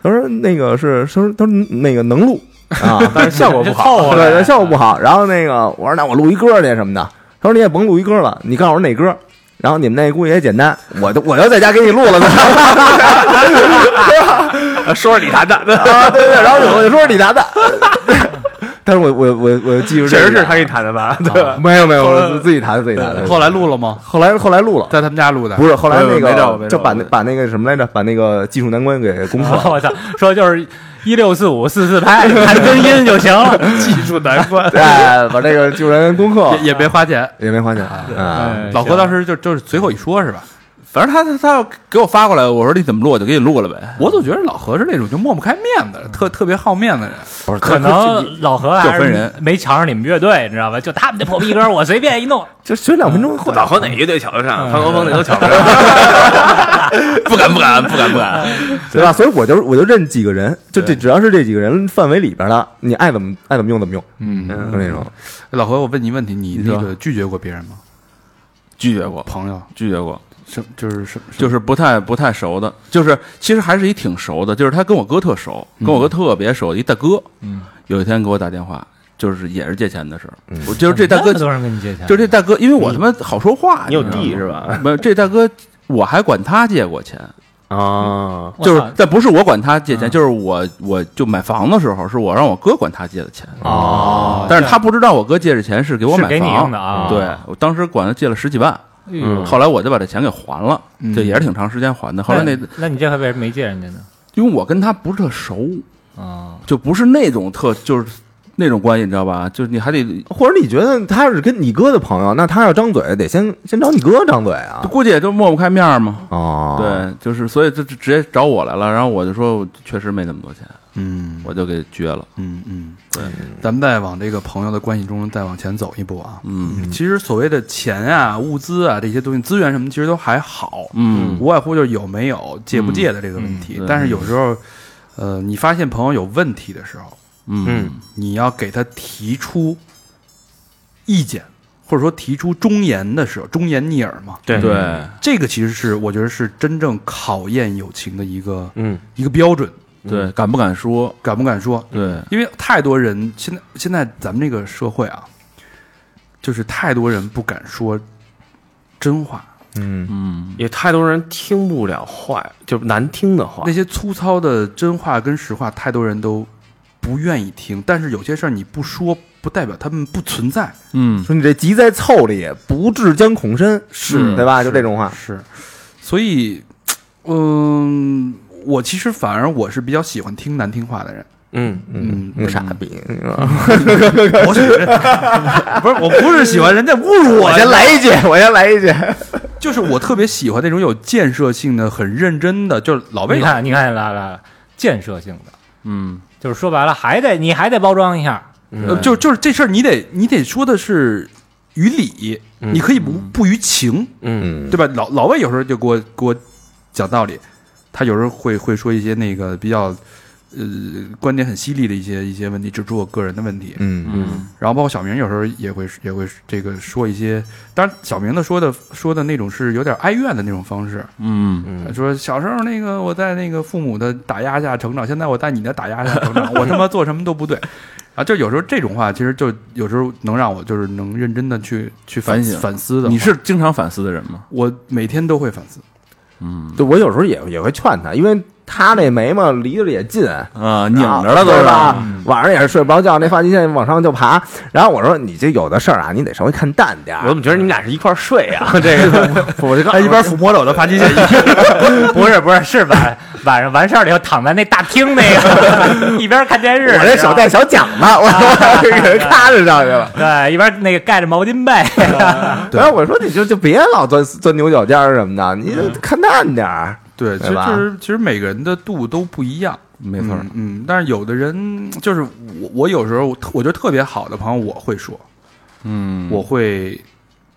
他说：“那个是，他说他说那个能录啊，但是效果不
哦
好，
哎嗯
对，效果不好。”然后那个我说：“那我录一歌去什么的。”他说：“你也甭录一歌了，你告诉我哪歌。”然后你们那估计也简单，我就我就在家给你录了呢，
说是你谈的，
啊对对对，然后我就说是李达的，但是我我我我记住这
确
个，
实是他给你谈的吧？对吧？
没有没有，我自己弹自己弹的。
后来录了吗？
后来后来录了，
在他们家录的，
不是，后来那
没找我没找
个就
我
把那把那个什么来着，把那个技术难关给攻破了。
我操，说就是一六四五四四拍，弹根音就行了。
技术难关。
哎，把这个技术难关攻克
也也别花钱。
也没花钱
哎
啊。
哎
老何当时就就是随口一说，是吧？
反正他他他要给我发过来，我说你怎么录我就给你录了呗。
我总觉得老何是那种就抹不开面子，特特别好面子的人。
可能老何还
就分
是
人
没瞧上你们乐队，你知道吧？就他们那破逼歌，我随便一弄，
就学两分钟，
老和哪乐队瞧得上？潘国峰那都瞧不上。不敢不敢不敢不敢。
嗯
对吧？所以我就我就认几个人，就这只要是这几个人范围里边的，你爱怎么爱怎么用怎么用，
嗯，
就那种。
老何，我问你问题，你那个拒绝过别人吗？
拒绝过，
朋友，
拒绝过，
什就是什么
就是不太不太熟的，就是其实还是一挺熟的，就是他跟我哥特熟，跟我哥特别熟，一大哥。
嗯，
有一天给我打电话，就是也是借钱的事儿，
嗯
我 就是这大哥，
那么多人跟你借钱，
就是这大哥，因为我他妈好说话，
你有
知道吗
地是吧？
没有，这大哥我还管他借过钱，
啊，
我操嗯
就是但不是我管他借钱，就是我我就买房的时候，是我让我哥管他借的钱，
哦，
但是他不知道我哥借这钱是给我
是
买
给你用
房
的啊
对我当时管他借了十几万，
嗯
后来我就把这钱给还了，这也是挺长时间还的。后来那
那你这回为什么没借人家呢？
因为我跟他不是特熟，
啊，
就不是那种特就是那种关系，你知道吧？就是你还得，
或者你觉得他是跟你哥的朋友，那他要张嘴得先先找你哥张嘴啊？
估计也就抹不开面儿嘛。
哦，，
对，就是所以就直接找我来了，然后我就说我确实没那么多钱，
嗯
我就给撅了。
嗯嗯，对，咱们再往这个朋友的关系中再往前走一步啊。
嗯
其实所谓的钱啊、物资啊这些东西、资源什么，其实都还好，
嗯
无外乎就是有没有、借不借的这个问题。
嗯对
但是有时候，呃，你发现朋友有问题的时候，
嗯
你要给他提出意见，或者说提出忠言的时候，忠言逆耳嘛。
嗯
对
对，
这个其实是我觉得是真正考验友情的一个
嗯，
一个标准，
嗯
对，敢不敢说？
敢不敢说？
对，
因为太多人现在现在咱们这个社会啊，就是太多人不敢说真话，
嗯
嗯
也太多人听不了坏，就是难听的话
那。些粗糙的真话跟实话，太多人都不愿意听。但是有些事儿你不说，不代表他们不存在。
嗯，
说你这急在凑里，不至将恐深，嗯
是
对吧？就这种话，
是，所以，嗯、我其实反而我是比较喜欢听难听话的人。
嗯，
嗯
你傻逼，
我是 不是我不是喜欢人家侮辱
我
我
先来一句，我先来一句，
就是我特别喜欢那种有建设性的、很认真的，就是老魏
你看，你看，来来来，建设性的，
嗯，
就是说白了，还得你还得包装一下，
嗯
呃，就就是这事儿，你得你得说的是于理，
嗯
你可以不不于情，
嗯
嗯，
对吧？老老外有时候就给我给我讲道理，他有时候会会说一些那个比较呃观点很犀利的一些一些问题，这是我个人的问题。
嗯
嗯
然后包括小明有时候也会也会这个说一些，当然小明的说的说的那种是有点哀怨的那种方式，
嗯
说小时候那个我在那个父母的打压下成长，现在我在你的打压下 成长，我他妈做什么都不对。啊，就有时候这种话，其实就有时候能让我就是能认真的去去反
反省
反思
嗯
的。
你是经常反思的人吗？
我每天都会反思，
嗯
对我有时候也也会劝他，因为他那眉毛离得也近，
啊，拧着
啊
了都
对
是
吧？晚上也是睡不着觉，那发际线往上就爬。然后我说你这有的事儿啊，你 得稍微看淡点
我
儿。哎
怎么觉得你们俩 是一块儿睡啊？这 个
我这个
他一边抚摸着我的发际线，
不是不是是晚晚上完事儿了以后躺在那大厅那个 一边啊看电视，
我这手
然后
带小奖呢， 我给人咔着上去了。
对一边那个盖着毛巾被，
然后我说你就就别老钻钻牛角尖儿什么的，你就看淡点儿。
对，其
对
实
吧
就是其实每个人的度都不一样，
没错儿，
嗯嗯，但是有的人就是我，我有时候我特我觉得特别好的朋友，我会说，
嗯，
我会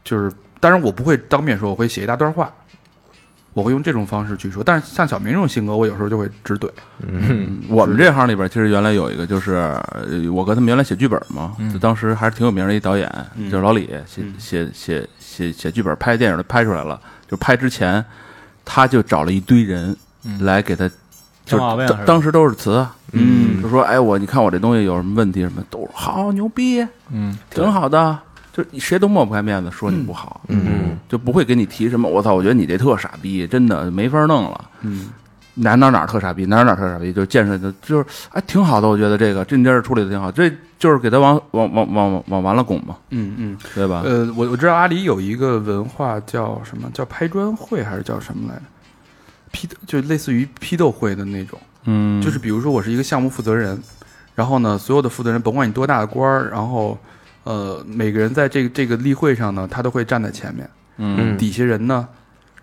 就是，当然我不会当面说，我会写一大段话，我会用这种方式去说。但是像小明这种性格，我有时候就会直怼。
嗯，
我们这行里边，其实原来有一个，就是呃我跟他们原来写剧本嘛，就当时还是挺有名的一导演，就是老李，写写写写写剧本，拍电影都拍出来了。就拍之前，他就找了一堆人来给他，就
挑毛病
是
是吧
当当时都是词啊，
嗯
就说哎我你看我这东西有什么问题什么，都是好牛逼，
嗯，
挺好的，就是谁都抹不开面子说你不好，
嗯，
就不会给你提什么我操，我觉得你这特傻逼，真的没法弄了。
嗯
哪哪哪儿特傻逼，哪儿哪儿特傻逼，就是建设的，就是哎，挺好的，我觉得这个这你这儿处理的挺好，这就是给他往往往往往完了拱嘛，
嗯嗯，
对吧？
呃，我我知道阿里有一个文化叫什么叫拍砖会还是叫什么来着？批就类似于批斗会的那种，
嗯
就是比如说我是一个项目负责人，然后呢，所有的负责人甭管你多大的官儿，然后呃，每个人在这个这个例会上呢，他都会站在前面，
嗯
底下人呢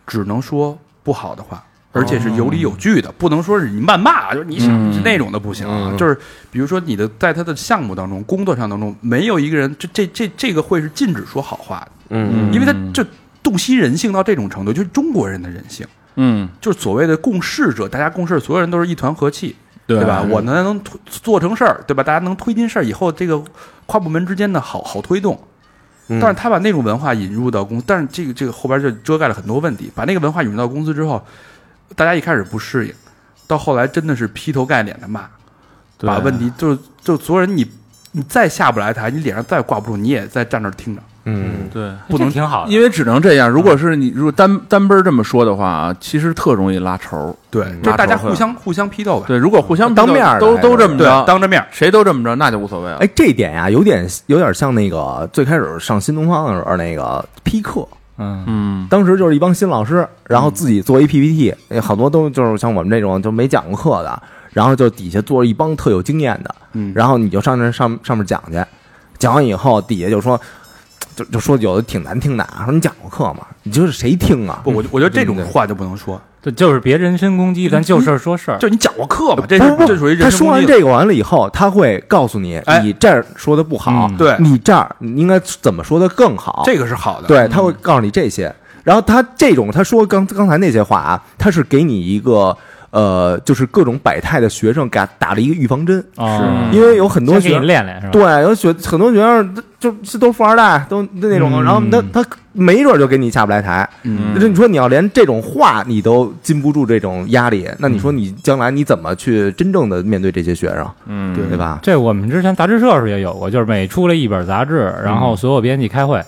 只能说不好的话，而且是有理有据的，不能说是你谩骂，就是你想、
哦嗯
是那种的不行啊。就是比如说你的在他的项目当中、工作上当中，没有一个人这这这这个会是禁止说好话的，
嗯
因为他就洞悉人性到这种程度，就是中国人的人性，
嗯，
就是所谓的共事者，大家共事，所有人都是一团和气。
对
对吧？我呢能推做成事儿，对吧？大家能推进事儿，以后这个跨部门之间的好好推动。
嗯
但是他把那种文化引入到公司，但是这个这个后边就遮盖了很多问题。把那个文化引入到公司之后，大家一开始不适应，到后来真的是劈头盖脸的骂，
对
把问题就就所有人你你再下不来台，你脸上再挂不住，你也在站那儿听着。
嗯，
对，
不能
这挺好的，
因为只能这样。如果是
嗯
你如果单单奔儿这么说的话啊，其实特容易拉仇。
对，就是大家互相互相批斗呗。
对，如果互相
当面儿的
都
还
都
是
这么着，
当着面儿，
谁都这么着，那就无所谓了。
哎，这点呀，有点有点像那个最开始上新东方的时候那个批课，
嗯
嗯
当时就是一帮新老师，然后自己做一 PPT，那好多都就是像我们这种就没讲过课的，然后就底下坐着一帮特有经验的，
嗯
然后你就上那上上面讲去，讲完以后底下就说，就就说有的挺难听的啊，说你讲过课吗？你就是谁听啊？
不，我就我觉得这种
对
话就不能说，
对，就是别人身攻击，咱就事儿说事儿。
就你讲过课嘛，这
不
是
不不
这属于人
他
身
说
攻
完
击
这个完了以后，他会告诉你，
哎
你这儿说的不好，
嗯
对
你这儿你应该怎么说的更好？
这个是好的，
对，他
嗯
会告诉你这些。然后他这种他说刚刚才那些话啊，他是给你一个呃，就是各种百态的学生给他打了一个预防针，
哦
因为有很多
先
学
给
生
你练练是吧？
嗯对，有学很多学生就就都是富二代，都那种，
嗯
然后他他没准就给你下不来台。
嗯，
就是你说你要连这种话你都禁不住这种压力，那你说
嗯
你将来你怎么去真正的面对这些学生，
嗯，
对吧？
这我们之前杂志社时也有过，就是每出了一本杂志，然后所有编辑开会，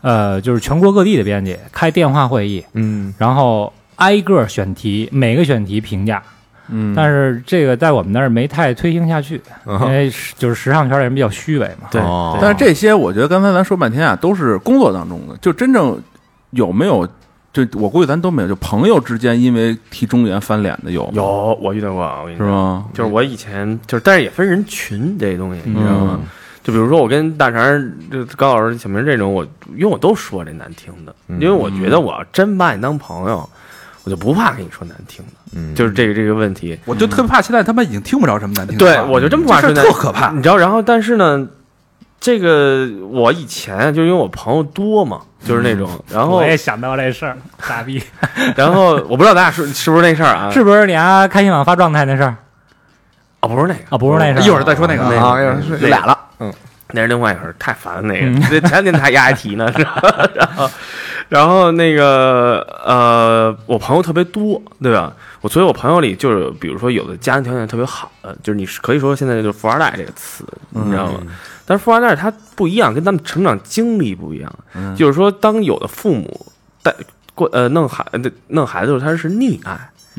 呃，就是全国各地的编辑开电话会议，
嗯，
然后挨个选题，每个选题评价。
嗯
但是这个在我们那儿没太推行下去，因为是就是时尚圈的人比较虚伪嘛。
嗯对
哦
但是这些我觉得刚才咱说半天啊，都是工作当中的，就真正有没有？就我估计咱都没有，就朋友之间因为提中原翻脸的有吗
有我遇到过，啊我跟你
是
说，
吗？
就是我以前就是，但是也分人群这东西，你知道吗？
嗯
就比如说我跟大肠、这高老师、小明这种，我因为我都说这难听的，
嗯
因为我觉得我要真把你当朋友，我就不怕跟你说难听的，
嗯
就是这个这个问题。
我就特别怕现在他们已经听不着什么难听的
对
话，，
我就真
嗯
不
这
怕
事
说
儿
难
特可怕，
你知道，然后但是呢，这个我以前就因为我朋友多嘛，就是那
嗯
种，然后
我也想到这事儿，傻逼，
然后我不知道咱俩是是不是那事儿啊？
是不是你啊？开心网发状态那事儿
啊，不是那个，
啊，不是那事儿，
一会儿再说那个
啊，
那
啊
个
要是
那个
俩了，嗯，
那是另外一回事，太烦了那个。这 前两天还压一题呢，是 吧？然后，然后那个呃，我朋友特别多，对吧？我所以，我朋友里就是，比如说有的家庭条件特别好的，就是你是可以说现在就是富二代这个词，你知道吗？但是富二代他不一样，跟他们成长经历不一样。就是说，当有的父母带过呃弄孩呃弄孩子的时候，他是溺爱，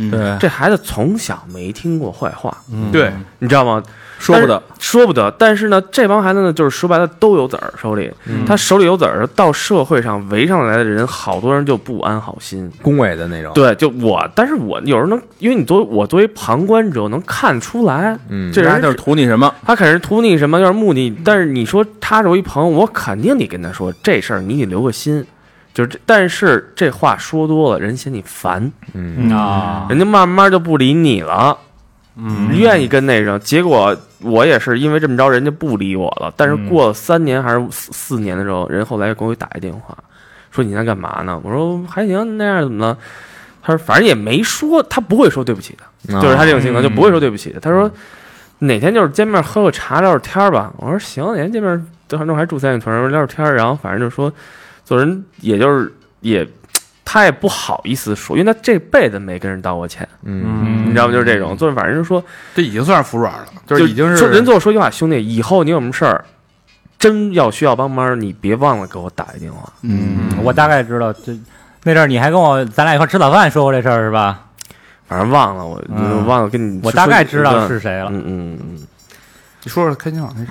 对
这孩子从小没听过坏话，
对，
你知道吗？
说不得，
说不得。但是呢，这帮孩子呢，就是说白了都有子儿手里，
嗯
他手里有子儿，到社会上围上来的人，好多人就不安好
嗯
心。
恭维的那种，
对，就我，但是我有时候能，因为你作为我作为旁观者，我能看出来，
嗯，
这
人
人
就是图你什么？
他肯定是图你什么，就是目的。但是你说他是我一朋友，我肯定得跟他说这事儿，你得留个心。就是这，但是这话说多了，人嫌你烦，
嗯
啊，
人家慢慢就不理你了。
嗯
愿意跟那个，结果我也是因为这么着，人家不理我了。但是过了三年还是四四年的时候，人后来给我打一电话，说你在干嘛呢？我说还行，那样怎么了？他说反正也没说，他不会说对不起的，就是他这种性格就不会说对不起的。他说哪天就是见面喝个茶聊聊天儿吧。我说行，哪天见面正好正好还住三里屯儿聊聊天儿，然后反正就说做人也就是也他也不好意思说，因为他这辈子没跟人道过歉，
嗯
你知道吗？就是这种，做人反正就说。
这已经算是服软了，就
就是
已经
说
是
人最后说一句话，兄弟，以后你有什么事儿，真要需要帮忙，你别忘了给我打一电话。
嗯，
我大概知道，就那阵儿你还跟我咱俩一块儿吃早饭说过这事儿是吧？
反正忘了我，
嗯
忘了跟你说。
我大概知道是谁了。
嗯嗯嗯
你说说开心网那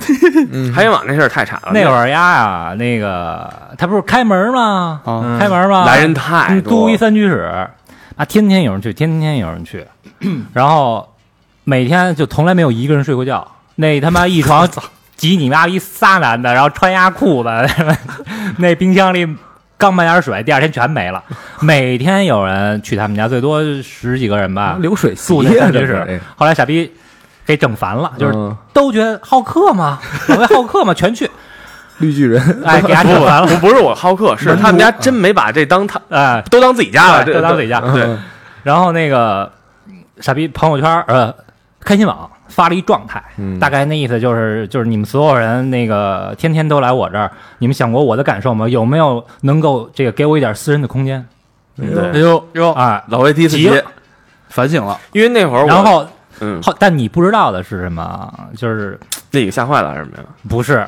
嗯，海网那事儿太傻了，
那会儿呀呀，那个他不是开门吗？
嗯
啊
开门吗？
嗯来人太
嗯
多
租
了，
一三居室，啊，天天有人去，天天有 人去，然后每天就从来没有一个人睡过觉。那他妈 一床挤你妈逼仨男的，然后穿鸭裤子， 那冰箱里刚买点水，第二天全没了。每天有人去他们家，最多十几个人吧。
流水席
嗯住那
呀
三居
这
室
是，哎
后来傻逼给整烦了，就是
嗯
都觉得好客嘛，老魏好客嘛，全去，
绿巨人，
哎，给他
不
整 烦了，
不不是我好客，是他们家真没把这当他
哎，
都当自己家了，
对
这
都当自己家。
对，
然后那个傻逼朋友圈儿呃，开心网发了一状态，
嗯
大概那意思就是就是你们所有人那个天天都来我这儿，你们想过我的感受吗？有没有能够这个给我一点私人的空间？
对，
呦呦
啊
老魏第一次
急
提
了
反省了，
因为那会儿
然
我
后
嗯
后，但你不知道的是什么？就是
那个吓坏了还是没有？
不是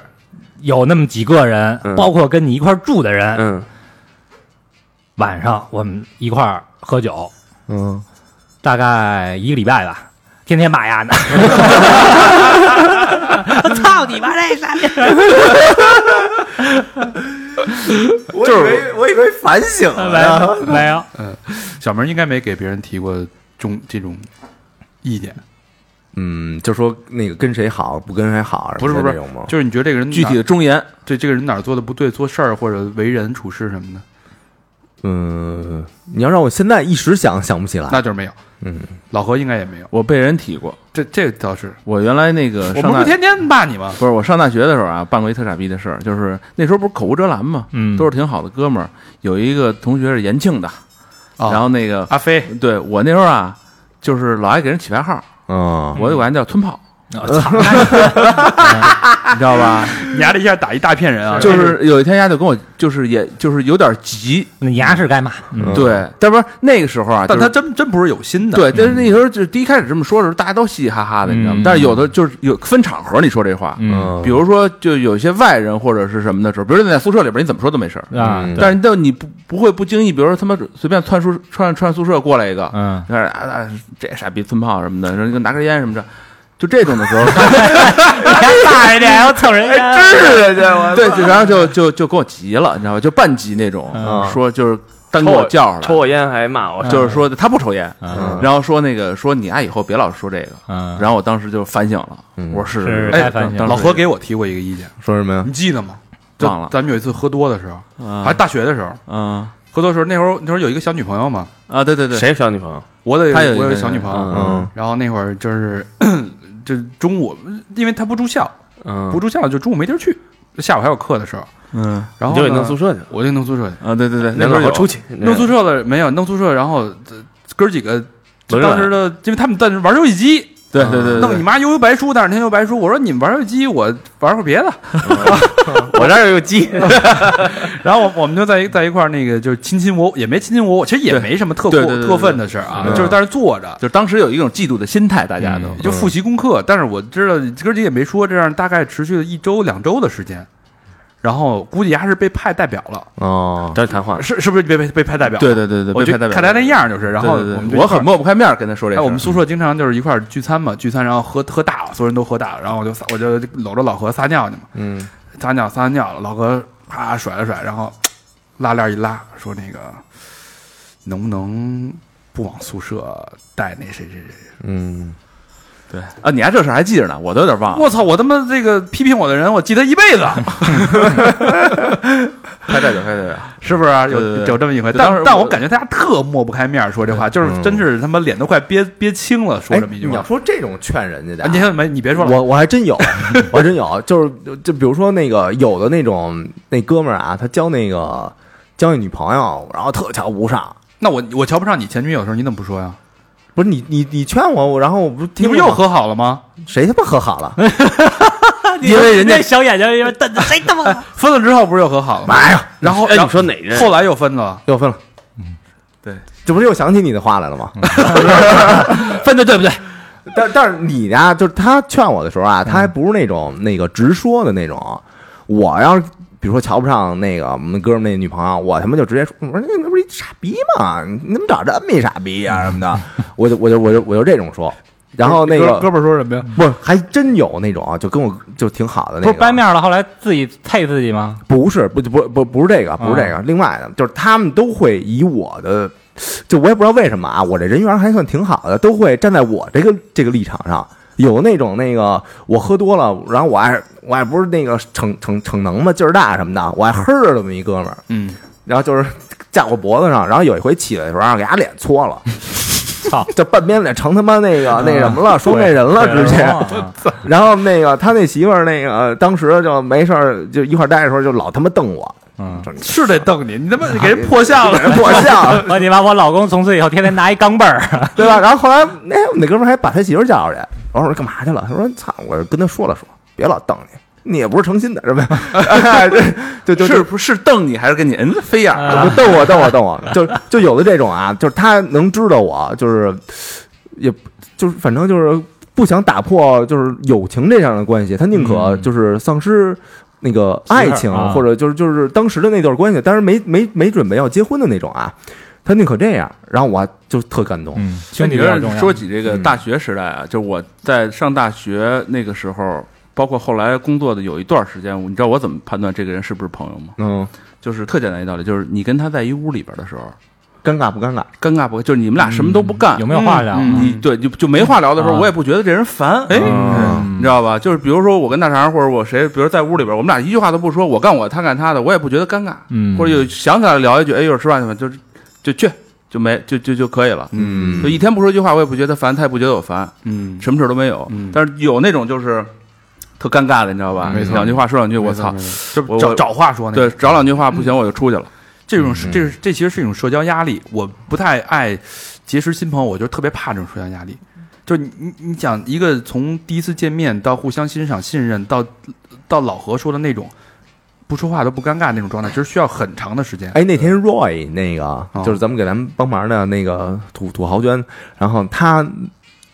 有那么几个人，
嗯
包括跟你一块儿住的人，
嗯
晚上我们一块儿喝酒，
嗯，
大概一个礼拜吧，天天骂丫 呢。操你妈这傻逼！
我以为我以为反省
没有没有，
小明应该没给别人提过中这种意见，
嗯，就说那个跟谁好，不跟谁好，
不是不是
这种吗？
就是你觉得这个人
具体
哪
的忠言，
对这个人哪儿做的不对，做事儿或者为人处事什么的，
嗯，你要让我现在一时想想不起来，
那就是没有。
嗯，
老何应该也没有，
我被人提过。
这这倒是。
我原来那个
我
上
们
大
不天天骂你吗？
不是我上大学的时候啊，办过一特傻逼的事儿，就是那时候不是口无遮拦嘛，
嗯
都是挺好的哥们儿。有一个同学是延庆的，
啊
然后那个
阿飞，
对我那时候啊，就是老爱给人起外号，
嗯，
我就管他叫“吞炮
我操，”，
你知道吧？
你丫这一下打一大片人啊！
就是有一天丫就跟我，就是也就是有点急，
那牙是该骂，
嗯
对，但不是那个时候啊，就
但
是
他真真不是有心的。
对，但是那时候就是第一开始这么说的时候，大家都嘻嘻哈哈的，你知道吗
嗯？
但是有的就是有分场合你说这话，
嗯
嗯，
比如说就有一些外人或者是什么的时候，比如说你在宿舍里边，你怎么说都没事儿。
啊，
嗯
对
但是但你不不会不经意，比如说他妈随便窜宿窜窜宿舍过来一个，
嗯，
你看啊啊这傻逼村炮什么的，然后就拿根烟什么的，就这种的时候，
你还骂人家，还要蹭人家，
是啊的，对，就然后就就就给我急了，你知道吧？就半急那种，说就是单给我叫上来，
抽我烟还骂我，
就是说他嗯不抽烟，
嗯
然后说那个说你啊以后别老说这个，
嗯，
然后我当时就反省了，
嗯
我说是
是
哎
该反省
当时
老何给我提过一个意见，
说什么呀？
你记得吗？
忘了
就咱们有一次喝多的时候，
啊
还大学的时候，
嗯
喝多的时候，那会儿那会儿有一个小女朋友嘛，
啊对对对，
谁小女朋友？
我得
他有一个
我有一小女朋友，
嗯
然后那会儿就是 就是中午，因为她不住校，
嗯
不，住校就中午没地儿去，下午还有课的时候，
嗯
然
你
后
就给
呢
弄宿舍去了，
我就弄宿舍去，
啊对对对，那
那
时候
会
有
儿出去
弄宿舍了没有？弄宿舍，然后呃哥儿几个。就
轮着
当时的，因为他们在那玩游戏机，
对对对，
嗯弄你妈悠悠白书，但是天悠白书。我说你们玩游戏机，我玩会儿别 的。
我这儿有 个鸡，
然后我我们就在一在一块儿，那个就是亲亲我，也没亲亲我，我其实也
对
没什么特过
对对对对
特分的事儿啊，
嗯
就是在那坐着。
就是当时有一种嫉妒的心态，大家都
嗯就复习功课，但是我知道哥儿姐也没说，这样大概持续了一周两周的时间，然后估计还是被派代表了，
哦，
这是谈话。
是是不是被被被派代表了？
啊对对对对，
我
被
就
派代表
看他那样儿就是，然后
对对对
我们就一
我
块儿
很抹不开面儿跟他说这事
哎，
儿，
我们宿舍经常就是一块儿聚餐嘛，聚餐然后喝喝大了，所有人都喝大了，然后我就撒我就搂着老何撒尿去嘛，
嗯
撒尿撒完尿了，老何啪甩了甩，然后拉链一拉，说那个能不能不往宿舍带那谁谁谁？
嗯，
对啊，你还这事儿还记着呢，我都有点忘了，
我操！我他妈这个批评我的人，我记他一辈子，
派代表派代 表，
是不是啊、
对对
有
对
有这么一回？
就当
但
时
但
我
我感觉大家特抹不开面儿说这话，就是
嗯
真是他妈脸都快憋憋青了，说
哎，
这么一句
你要
话。
说这种劝人家的
啊
啊，
你先没你别说了，
我我还真有， 我还真有，就是就比如说那个有的那种那哥们儿啊，他交那个交那女朋友，然后特瞧不上，
那我我瞧不上你前女友的时候，你怎么不说呀？
不是你你你劝我，我然后我不
你
听
不
了
又
吗
和好了吗？
谁他妈和好 了？
因为人家小眼睛一边瞪着谁他 妈，
分了之后不是又和好了吗？
妈呀，
然后然
哎，你
后
说哪人？
后来又分了，
又分了。
对，
这不是又想起你的话来了吗？
分的对不对？
但但是你呀、就是他劝我的时候啊，他还不是那种、那个直说的那种。我要是比如说瞧不上那个我们哥们儿那女朋友，我他妈就直接说，我说那那不是一傻逼吗？你怎么找这么一傻逼呀、什么的？我就我就我就我就这种说。然后那
哥
个
们儿说什么呀？
不是还真有那种啊就跟我就挺好的那
不
个，
是掰面了，后来自己配自己吗？
不是不不不不是这个，不是这个，另外的就是他们都会以我的，就我也不知道为什么啊，我这人缘还算挺好的，都会站在我这个这个立场上。有那种那个我喝多了，然后我爱我爱不是那个逞逞逞能嘛，劲儿大什么的，我爱黑着这么一哥们儿，
嗯，
然后就是架我脖子上，然后有一回起来的时候啊，给他脸搓了，
操，
这半边脸成他妈那个那什么了，双面人了，直接。
啊
然后那个他那媳妇儿那个当时就没事儿就一块儿待的时候就老他妈瞪我，
嗯，
就是
是得瞪你，你他妈给人破相 了。
我笑，
我你妈，我老公从此以后天天拿一钢镚儿，
对吧？ 然后后来那、哎、我们那哥们儿还把他媳妇儿叫出去，我说干嘛去了？他说操，我跟他说了说，别老瞪你，你也不是诚心的，是吧？ 哎就就就是
不是瞪你还是跟你嗯飞眼
啊
儿？
就啊瞪我瞪我瞪我，就就有的这种啊，就是他能知道我，就是也就是反正就是不想打破就是友情这样的关系，他宁可
嗯
就是丧失。那个爱情，
啊
或者就是就是当时的那段关系，当然没没没准备要结婚的那种啊，他宁可这样，然后我还就特感动，
嗯，
就
兄
你
弟比
这
较重要。嗯
说起这个大学时代啊，就是我在上大学那个时候，包括后来工作的有一段时间，你知道我怎么判断这个人是不是朋友吗？
嗯，
就是特简单一道理，就是你跟他在一屋里边的时候，
尴尬不尴尬？
尴尬不？就是你们俩什么都不干，
有没有话聊？
嗯你对就就没话聊的时候，
啊嗯
我也不觉得这人烦，哎，你知道吧？就是比如说我跟大肠或者我谁，比如在屋里边，我们俩一句话都不说，我干我，他干他的，我也不觉得尴尬，
嗯
或者有想起来聊一句，哎，一会儿吃饭去吧，就是就去就没就就就可以了，
嗯
就一天不说一句话，我也不觉得烦，他也不觉得我烦，
嗯，
什么事儿都没有。
嗯
但是有那种就是特尴尬的，你知道吧？
没错
两句话说两句，我
没错
操，
没
这
错找找话说那
对
个，
找两句话不行，我就出去了。
这种是这是这其实是一种社交压力，我不太爱结识新朋友，我就特别怕这种社交压力。就是你你你想一个从第一次见面到互相欣赏、信任，到到老何说的那种不说话都不尴尬那种状态，其实需要很长的时间。
哎，那天 Roy 那个
哦
就是咱们给咱们帮忙的那个土土豪捐，然后他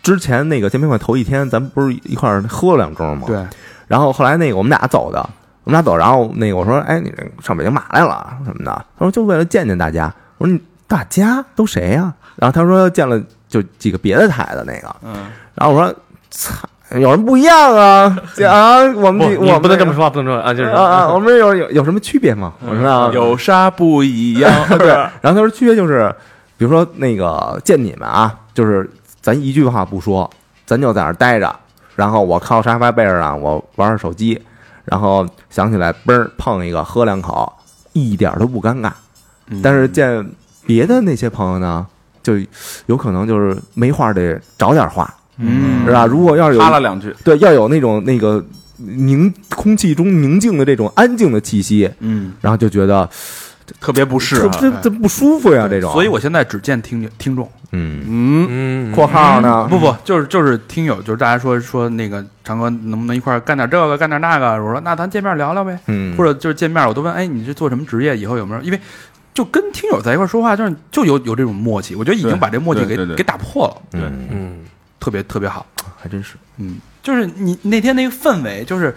之前那个见面会头一天，咱们不是一块儿喝了两盅吗？
对，
然后后来那个我们俩走的，我们俩走，然后那个我说，哎，你这上北京嘛来了什么的？他说就为了见见大家。我说你大家都谁呀、然后他说见了就几个别的台的那个，嗯，然后我说，操，有什么不一样啊？这啊，我们
不，
这
你
我们
不能
这
这么说，不能这么说啊，嗯就是
啊啊，我们有有有什么区别
嗯
吗？我说啊，
有啥不一样？
对，
啊
然后他说区别就是，比如说那个见你们啊，就是咱一句话不说，咱就在那儿待着，然后我靠沙发背着呢，我玩会儿手机，然后想起来嘣儿碰一个，喝两口，一点儿都不尴尬。
嗯
但是见别的那些朋友呢，就有可能就是没话得找点话，
嗯
是吧？如果要是有
哈了两句，
对要有那种那个宁空气中宁静的这种安静的气息，
嗯，哎
然后就觉得
特别不适
这
啊。
这这不舒服呀，这种。
啊所以我现在只见听听众，
嗯。
嗯，
嗯，
括号呢？
不不，就是就是听友，就是大家说说那个长哥能不能一块儿干点这个，干点那个？我说那咱见面聊聊呗，
嗯，
或者就是见面我都问，哎，你是做什么职业？以后有没有？因为就跟听友在一块儿说话，就是就有有这种默契，我觉得已经
对
把这默契
对
给
对对
给打破了，
对，
嗯，
特别特别好。
还真是。
嗯，就是你那天那个氛围，就是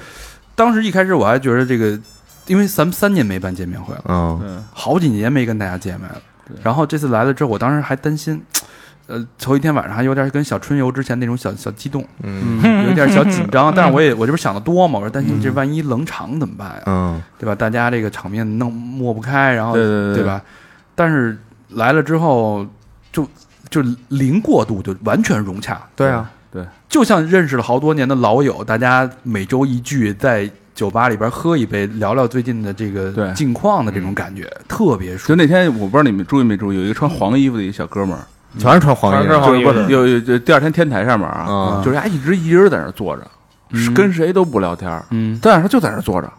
当时一开始我还觉得这个，因为咱们三年没办见面会了。
嗯，
好几年没跟大家见面了。然后这次来了之后，我当时还担心，呃，头一天晚上还有点跟小春游之前那种小小激动，
嗯
有点小紧张。但是我也我这不是想的多嘛，我说担心这万一冷场怎么办呀、
嗯，
对吧？大家这个场面弄抹不开，然后
对对对
吧？但是来了之后，就就零过度，就完全融洽，
对啊，
就像认识了好多年的老友，大家每周一聚，在酒吧里边喝一杯，聊聊最近的这个
对嗯
近况的这种感觉，特别舒服
就。那天我不知道你们注意没注意，有一个穿黄衣服的一小哥们儿，
全是穿黄衣
全是
啊
的，
黄
就是
衣
不
服
是有有有第二天天台上面啊，
啊，
就是他一直一人在那儿坐着，是跟谁都不聊天儿，
嗯
但是他就在那儿坐着。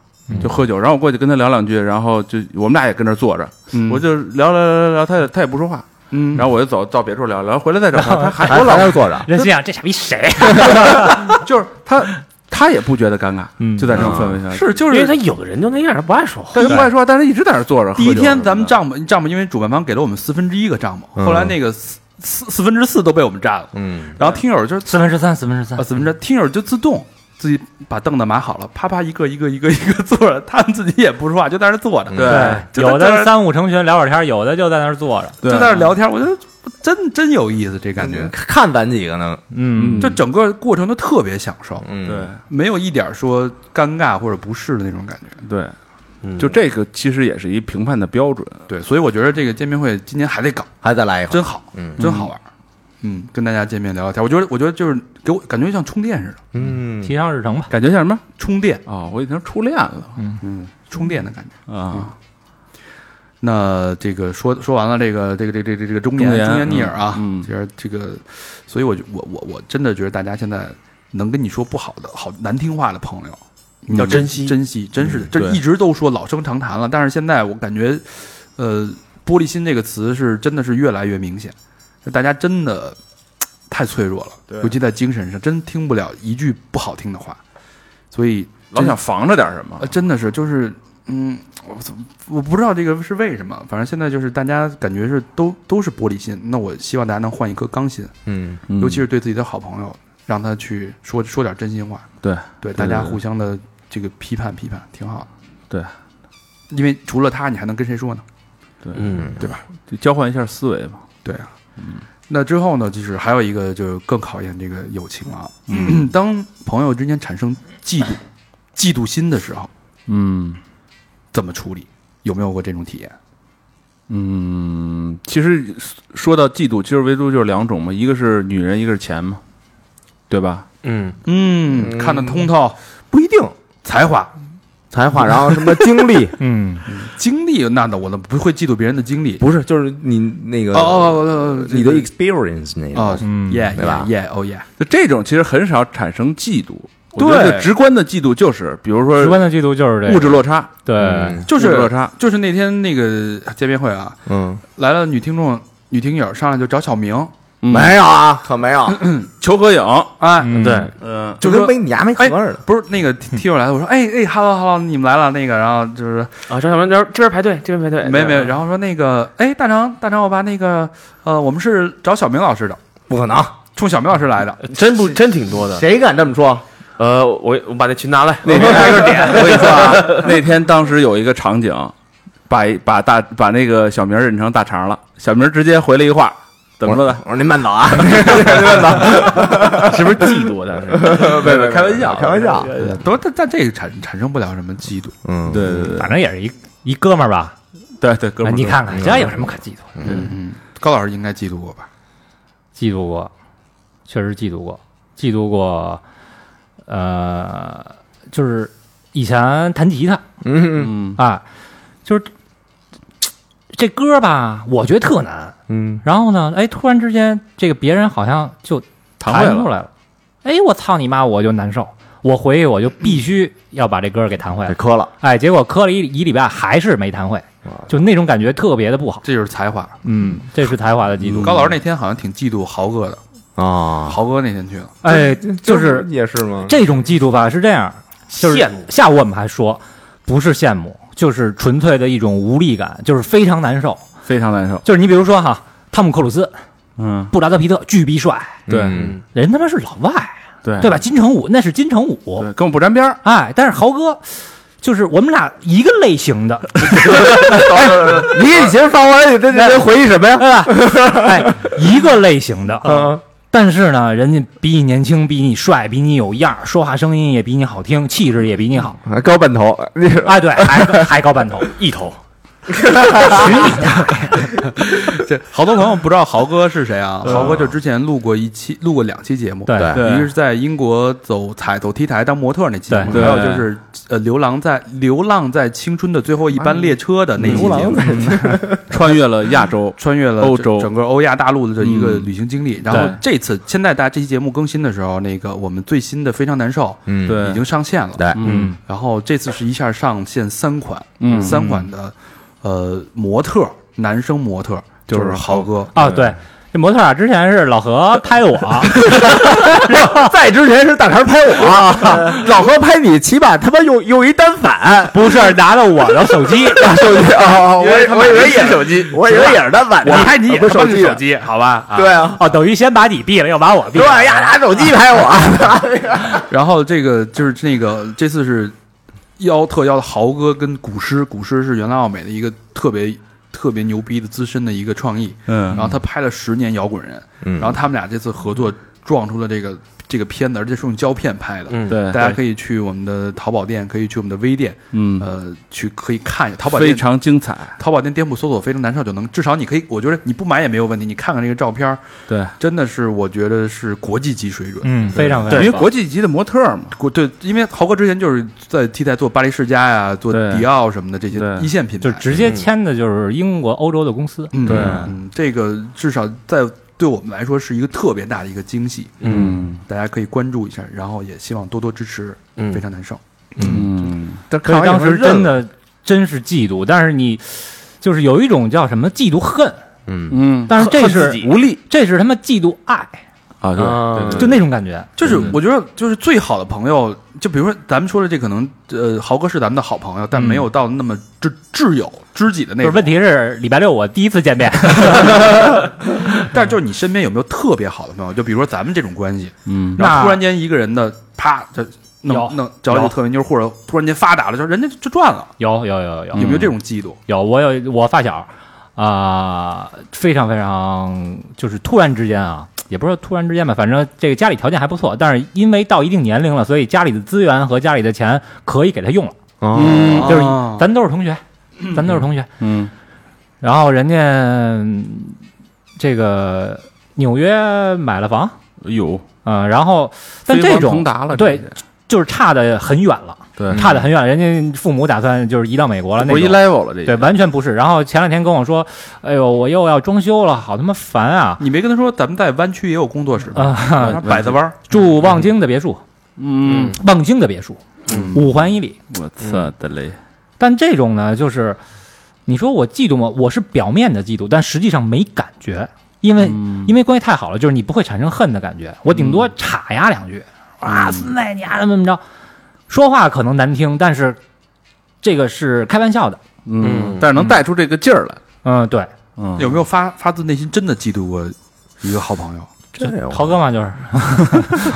就喝酒，然后我过去跟他聊两句，然后就我们俩也跟那儿坐着，
嗯
我就聊聊聊聊聊，他也他也不说话，
嗯，
然后我就走到别处聊聊，回来再找他，他还
还
我
还
老
在坐着，
人心想这傻逼谁呀？
就是他他也不觉得尴尬，嗯
嗯
就在这种氛围
啊
下，
是就
因为他
是
有的人就那样，不爱说话。
但是不爱说话，但是一直在那儿坐着。
第一
喝酒啊什么
天
的
咱们账目账目，因为主办方给了我们四分之一个账目，
嗯
后来那个四四四分之四都被我们占了，
嗯，
然后听友就是
四分之三，四分之三
啊，四分之听友就自动自己把凳子码好了，啪啪一个一个一个一个坐着，他们自己也不说话，就在那儿坐着，就
嗯
对，
在
有
就在
的三五成群聊会儿天，有的就在那儿坐着。
就在那儿聊天，我觉得真真有意思，这感觉。
看咱几个呢，
嗯
就整个过程都特别享受，
嗯，
对
没有一点说尴尬或者不适的那种感觉。
对，就这个其实也是一评判的标准，
对，所以我觉得这个见面会今年还得搞，
还再来一回，
真好，
嗯
真好玩儿。嗯，跟大家见面聊聊天，我觉得，我觉得就是给我感觉像充电似的，
嗯，
提上日程吧。
感觉像什么
充电，
哦，我已经初恋了
充电的感觉。
啊，
那这个说说完了这个这个这个这个这个中
中
年
年
中年逆耳啊，
嗯嗯
其实这个，所以我就我我我真的觉得大家现在能跟你说不好的好难听话的朋友，你
嗯
要
们
珍惜
珍惜，真是的，这
对
一直都说老生常谈了，但是现在我感觉，呃，玻璃心这个词是真的是越来越明显，就大家真的嘖太脆弱了，尤其在精神上，真听不了一句不好听的话，所以
老想防着点什么
呃，，真的是，就是，嗯，我怎么我不知道这个是为什么，反正现在就是大家感觉是都都是玻璃心，那我希望大家能换一颗钢心，
嗯，
嗯
呃尤其是对自己的好朋友，让他去说说点真心话，
对
对，大家
对
互相的这个批判批判挺好，
对，
因为除了他，你还能跟谁说呢？
嗯，
就交换一下思维嘛。
对啊，那之后呢，就是还有一个就是更考验这个友情了啊，嗯、 当朋友之间产生嫉妒、嫉妒心的时候，
嗯，
怎么处理？有没有过这种体验？
嗯，其实说到嫉妒，其实唯独就是两种嘛，一个是女人，一个是钱嘛，对吧？
嗯，
嗯，看得通透，
不一定
才华、
才华，然后什么经历，
嗯，
经历那那我都不会嫉妒别人的经历。
不是就是你那个
哦哦哦，
你的 experience 那个
哦
嗯
，yeah
对吧
yeah yeah oh yeah，
就这种其实很少产生嫉妒。我觉得
对
直观的嫉妒就是，比如
直观
说
的嫉妒就是这个
物质落差，
对，
就
物
是
质落差。
就是那天那个见面会啊，
嗯，
来了女听众、女听友上来就找小明，
没有啊，可没有，
求合影，
哎，
嗯
对，
嗯，
就
说
跟没你牙没合
哎
着呢。
不是那个听听友来了，我说哎哎，hello hello，你们来了，那个，然后就是
啊，张小明这边这边排队，这边排队，啊
没没，
后
然后说那个哎，大成大成，我把那个呃，我们是找小明老师的，
不可能，
冲小明老师来的，
真不真挺多的。
谁敢这么说？
呃，我我把那群拿来，
那 天开个点，我跟你说啊，那天当时有一个场景，把把大把那个小明认成大肠了，小明直接回了一话，怎么说的？
我说您慢走啊，
是不是嫉妒的？
别别，开玩笑，开玩笑。
都但但这个产产生不了什么嫉妒，
嗯，
对对对
反正也是一一哥们儿吧，
对对，哥们
哎
儿，
你看看这有什么可嫉妒的？
嗯，啊高老师应该嫉妒我吧？
嫉妒过，确实嫉妒过，嫉妒过，呃，就是以前弹吉他
嗯
嗯，
啊，就是这歌吧，我觉得特难，
嗯
然后呢，哎，突然之间这个别人好像就
弹会
弹出
了，
来了，哎，我操你妈，我就难受。我回去我就必须要把这歌给弹会
给
了，
磕了，
哎，结果磕了一一礼拜还是没弹会，就那种感觉特别的不好。
这就是才华。
嗯，这是才华的嫉妒。
高老师那天好像挺嫉妒豪哥的，
啊，
豪哥那天去了，
哎，就
这
是
不也是吗？
这种嫉妒吧是这样，就是
羡慕
下午我们还说，不是羡慕，就是纯粹的一种无力感，就是非常难受。
非常难受。
就是你比如说哈，汤姆克鲁斯、
嗯，
布拉德皮特巨逼帅，
对
嗯
人他妈是老外，啊
对
对吧？金城武那是金城武，
对，跟我不沾边儿。
哎，但是豪哥。就是我们俩一个类型的，
你以前发完 这这这回忆什么呀？
哎，哎一个类型的，啊
嗯，
但是呢，人家比你年轻，比你帅，比你有样儿，说话声音也比你好听，气质也比你好，
还高半头，那是
哎，对，还还高半头，
一头
这好多朋友不知道豪哥是谁啊？豪哥就之前录过一期，录过两期节目，
对
对
一个是在英国走彩走 T 台当模特那期节目，
对
还有就是呃，流浪在流浪在青春的最后一班列车的那期节目，
穿越了亚洲，
穿越了
欧
整
洲
整个欧亚大陆的这一个
嗯
旅行经历。然后
对
这次现在大家这期节目更新的时候，那个我们最新的非常难受
嗯
对
已经上线了，
对，
嗯
然后这次是一下上线三款，
嗯
三款的呃模特男生模特就是豪哥，
啊，对，这模特啊，之前是老何拍的我，
在之前是大肠拍我，老何拍你，起码他妈用用一单反，
啊不是拿着我的手机，
手机 啊，我我以为也手机，我以为也是单反，我拍你也是手机，手机好吧？对啊，
哦，等于先把你毙了，又把我毙
对
了，啊
呀，拿手机拍我，
然后这个就是那个这次是邀特邀的豪哥跟古诗，古诗是原来奥美的一个特别特别牛逼的资深的一个创意，
嗯
然后他拍了十年摇滚人，
嗯
然后他们俩这次合作撞出了这个这个片子，而且是用胶片拍的，
嗯
对
大家可以去我们的淘宝店，可以去我们的微店，
嗯，
呃，去可以看一下淘宝
非
店。
常精彩。
淘宝店店铺搜索非常难受就能，至少你可以，我觉得你不买也没有问题。你看看这个照片儿，
对，
真的是我觉得是国际级水准。
嗯，非常非常
因为国际级的模特嘛，
国对，因为豪哥之前就是在替代做巴黎世家呀，做
对
迪奥什么的这些
对
一线品牌，
就直
嗯
接签的就是英国、欧洲的公司，啊
嗯
对
嗯，这个至少在对我们来说是一个特别大的一个惊喜，
嗯
大家可以关注一下，然后也希望多多支持，
嗯
非常难受。
嗯，
但
可以当时真，的真是嫉妒，但是你就是有一种叫什么嫉妒恨，
嗯
嗯，
但是这
恨自己
是
无力
这是他妈嫉妒爱，
啊，
啊
对对，
就那种感觉，
就是
对对
我觉得，就是最好的朋友，就比如说咱们说的这可能，呃，豪哥是咱们的好朋友，但
嗯
没有到那么挚挚友、知己的那
就是
种。
问题是礼拜六我第一次见面，
但是就是你身边有没有特别好的朋友？就比如说咱们这种关系，
嗯
然后
那
突然间一个人的啪，这弄
有
弄找一个
有
特别妞，或者突然间发达了，就人家就赚了，
有有有有
有没有这种嫉妒？
有，我有我发小啊、非常非常就是突然之间啊，也不是说突然之间吧，反正这个家里条件还不错，但是因为到一定年龄了，所以家里的资源和家里的钱可以给他用了，
嗯
就是
哦
咱都是同学，咱都是同学，
啊嗯
然后人家嗯这个纽约买了房，
有，
嗯、然后但
飞
这
黄腾
种
达了，
对
这些
就是差的很远了，
对，
差的很远，人家父母打算就是移到美国啊了，那
不是一
种
level 了，这
对，
些
完全不是。然后前两天跟我说，哎呦，我又要装修了，好他妈烦啊！
你没跟他说咱们在湾区也有工作室，
啊、
他摆着弯儿，
住望京的别墅，
嗯，
望京的别墅，五环以里。
我
嗯
操的嘞，
但这种呢，就是你说我嫉妒吗？我是表面的嫉妒，但实际上没感觉，因为、
嗯
因为关系太好了，就是你不会产生恨的感觉。我顶多插呀两句，
嗯
啊，孙子你丫怎么怎么着，说话可能难听，但是这个是开玩笑的。
嗯
嗯，
但是能带出这个劲儿来，
嗯，对，
嗯，
有没有发发自内心真的嫉妒过一个好朋友？
这我
豪哥嘛，就是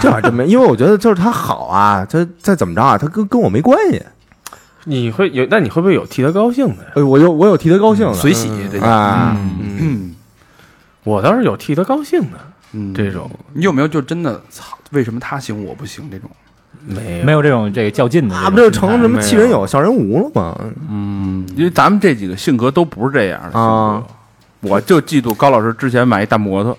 这玩意儿真没，因为我觉得就是他好啊，他再怎么着啊，他跟跟我没关系。
你会有，那你会不会有替他高兴的呀？
呃，我有我有替他高兴的，
随喜这些，
啊，
嗯，
我倒是有替他高兴的
嗯
这种，
你有没有就真的操，为什么他行我不行这种？
没
没有这种这个较劲的种心态，
啊那不就成什么气人有笑人无了吗？
嗯，因为咱们这几个性格都不是这样的性格
啊
我就嫉妒高老师之前买一大摩托，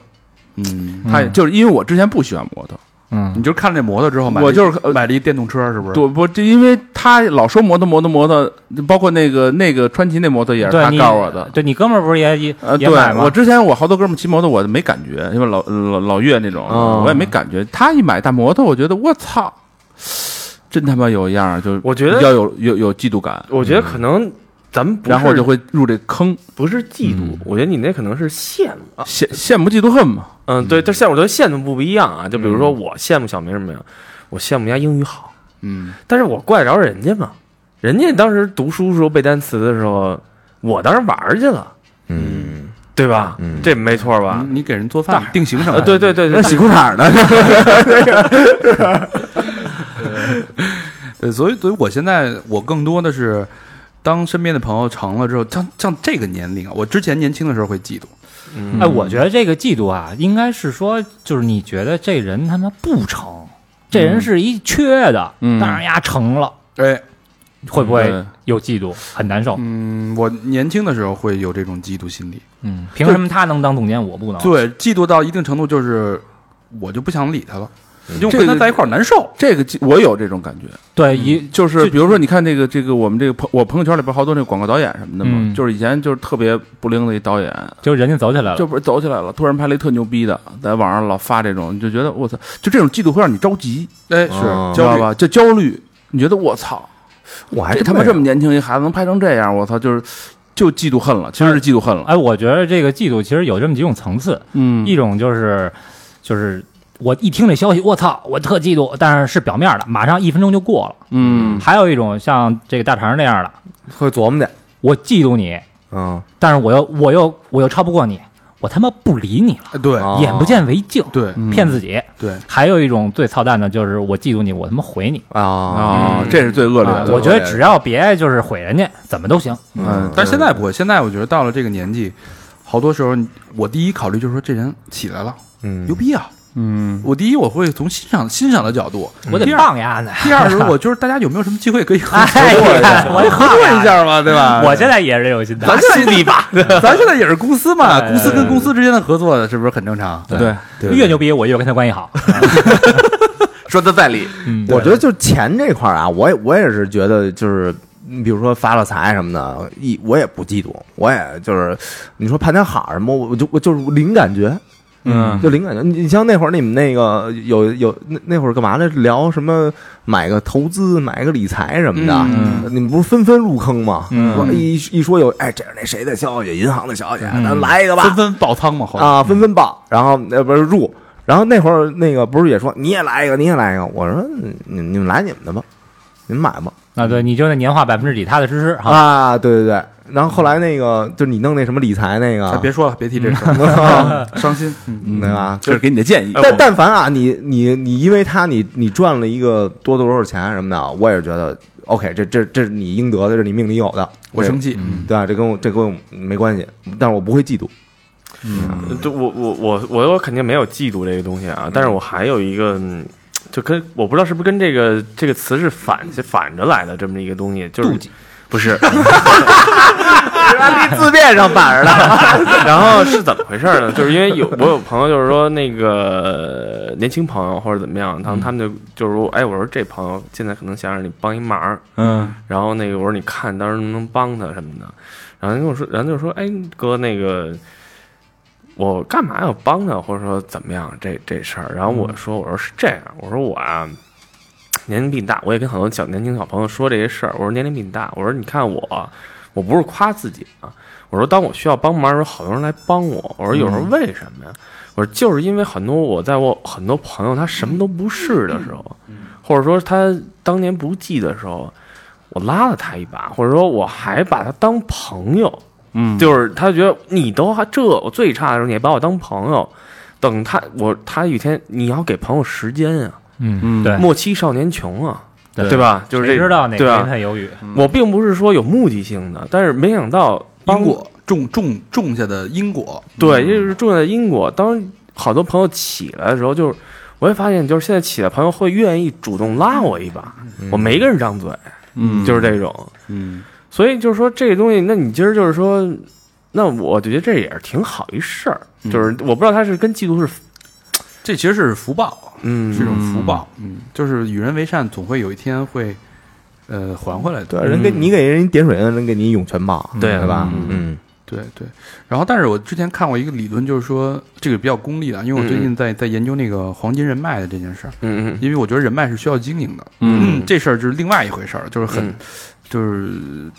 嗯，
他也就是因为我之前不喜欢摩托，
嗯
你就看了这摩托之后买了一，
我就是呃
买了一电动车，是不是？
我不这因为他老说摩托摩托摩托，包括那个那个川崎那摩托也是
对
他
你
告诉我的。
对你哥们儿不是也也
呃，
也
对
买吗？
我之前我好多哥们骑摩托，我没感觉，因为老老老岳那种，
哦
我也没感觉。他一买大摩托，我觉得我操，真他妈有样儿，就是
我觉得
要有有有嫉妒感，
我觉得可能咱们不
然后
是
就会入这坑，
不是嫉妒，我觉得你那可能是羡
啊
慕。
羡羡慕嫉妒恨嘛。
嗯，对，但是我觉得羡慕不一样啊。就比如说我羡慕小明什么呀？我羡慕人家英语好，
嗯，
但是我怪着人家嘛。人家当时读书时候背单词的时候，我当时玩儿去了，
嗯，
对吧？
嗯
这没错吧？
你你给人做饭定型什
啊
么
呃，
的？
对对对对，
洗裤衩呢？
对，所以所以我现在我更多的是，当身边的朋友成了之后，像像这个年龄啊，我之前年轻的时候会嫉妒，
哎，我觉得这个嫉妒啊，应该是说，就是你觉得这人他妈不成，这人是一缺的，
嗯
但是呀成了，
哎，
会不会
嗯
有嫉妒？很难受。
嗯，我年轻的时候会有这种嫉妒心理，
嗯，凭什么他能当总监，我不能？
对，嫉妒到一定程度就是我就不想理他了，因为我
这
跟他
个
在一块儿难受。
这个嫉我有这种感觉，
对，一
就是
就
比如说，你看这个这个我们这个朋我朋友圈里边好多那个广告导演什么的嘛，
嗯
就是以前就是特别不灵的一导演，
就人家走起来了
就，不是走起来了，突然拍了一特牛逼的，在网上老发这种，你就觉得我操，就这种嫉妒会让你着急，
哎，是
哦
知
焦
道
虑，
吧？就焦虑，你觉得我操，
我还
哎
这
真
他妈
没
这么年轻一孩子能拍成这样，我操，就是就嫉妒恨了，其实是嫉妒恨了，
哎，我觉得这个嫉妒其实有这么几种层次，
嗯
一种就是就是我一听这消息，我操，我特嫉妒，但是是表面的，马上一分钟就过了。
嗯
还有一种像这个大肠那样的，
有会琢磨的，
我嫉妒你，
嗯，
但是我又我又我又超不过你，我他妈不理你了，
哎对
哦
眼不见为净，
对
骗自己。
对，
还有一种最操蛋的就是我嫉妒你，我他妈毁你。
啊，
啊，这是最恶劣
啊
的，
我觉得
对
只要别就是毁人家，怎么都行。
嗯
但是现在不会，现在我觉得到了这个年纪，好多时候你我第一考虑就是说这人起来了，
嗯
牛，逼啊！嗯，我第一我会从欣赏欣赏的角度，
我得
第二
棒呀呢。
第二是我就是大家有没有什么机会可以合作
哎，你看我得
合
棒
作
呀
一下嘛，对吧？
我现在也是这 种心态
咱。现在吧，咱现在也是公司嘛，
对
公司跟公司之间的合作是不是很正常？
对，
越牛逼，我越跟他关系好。
说的在理，
嗯，
我觉得就是钱这块儿啊，我也我也是觉得就是。你比如说发了财什么的，一我也不嫉妒，我也就是，你说盼他好什么，我我就我就是零感觉，
嗯
就零感觉。你你像那会儿你们那个有有那那会儿干嘛来着聊什么买个投资、买个理财什么的，你们不是纷纷入坑吗？说一一说有哎，这是那谁的消息，银行的消息，啊咱来一个吧，
纷纷爆仓嘛，后来
啊，纷纷报，然后呃不是入，然后那会儿那个不是也说你也来一个，你也来一个，我说嗯你你们来你们的吧，你们买吧
啊，对，你就那年化百分之几，踏踏实实哈。
啊，对对对，然后后来那个就是你弄那什么理财那
哎
个，
别说了，别提这事儿， 伤心。嗯
对吧？
这是给你的建议，
但但凡啊，你你你因为他你你赚了一个多多少钱什么的，我也是觉得 OK，这这这是你应得的，这是你命里有的，
我
这
生气，
对啊吧？这跟我这跟我没关系，但是我不会嫉妒，
对我我我我我肯定没有嫉妒这个东西啊，但是我还有一个，嗯就跟我不知道是不是跟这个这个词是反反着来的这么一个东西，就是不是，
安利字面上板着的。
然后是怎么回事呢？就是因为有我有朋友，就是说那个呃年轻朋友或者怎么样，他们他们就就是说，哎，我说这朋友现在可能想让你帮一忙，
嗯
然后那个我说你看到时候能不能帮他什么的，然后他跟我说，然后就说，哎哥那个。我干嘛要帮他，或者说怎么样这这事儿？然后我说，我说是这样，我说我啊，年龄比你大，我也跟很多小年轻小朋友说这些事儿。我说年龄比你大，我说你看我，我不是夸自己啊，我说当我需要帮忙的时候，好多人来帮我。我说有时候
嗯
为什么呀？我说就是因为很多我在我很多朋友他什么都不是的时候，
嗯
或者说他当年不济的时候，我拉了他一把，或者说我还把他当朋友。
嗯，
就是他觉得你都还这我最差的时候，你还把我当朋友。等他我他有一天你要给朋友时间啊，
嗯，
嗯
对
莫欺少年穷啊，
对
对吧？就是这
谁知道哪
对
天
吧？
他有雨？
我并不是说有目的性的，但是没想到
因果种种种下的因果，
对，这是重要的因果。当好多朋友起来的时候，就是我会发现，就是现在起来朋友会愿意主动拉我一把，我没跟人张嘴，
嗯
就是这种。
嗯，
所以就是说这个东西，那你今儿就是说，那我觉得这也是挺好一事儿。就是我不知道他是跟嫉妒是，
这其实是福报，
嗯，
是一种福报，嗯，就是与人为善，总会有一天会，呃，还回来的。
对，人给你给人点水恩，人给你涌泉报，
对
对吧？
嗯
嗯
对对，然后但是我之前看过一个理论，就是说这个比较功利的，因为我最近在在研究那个黄金人脉的这件事儿，
嗯嗯
因为我觉得人脉是需要经营的，
嗯
这事儿就是另外一回事儿，就是很、
嗯
就是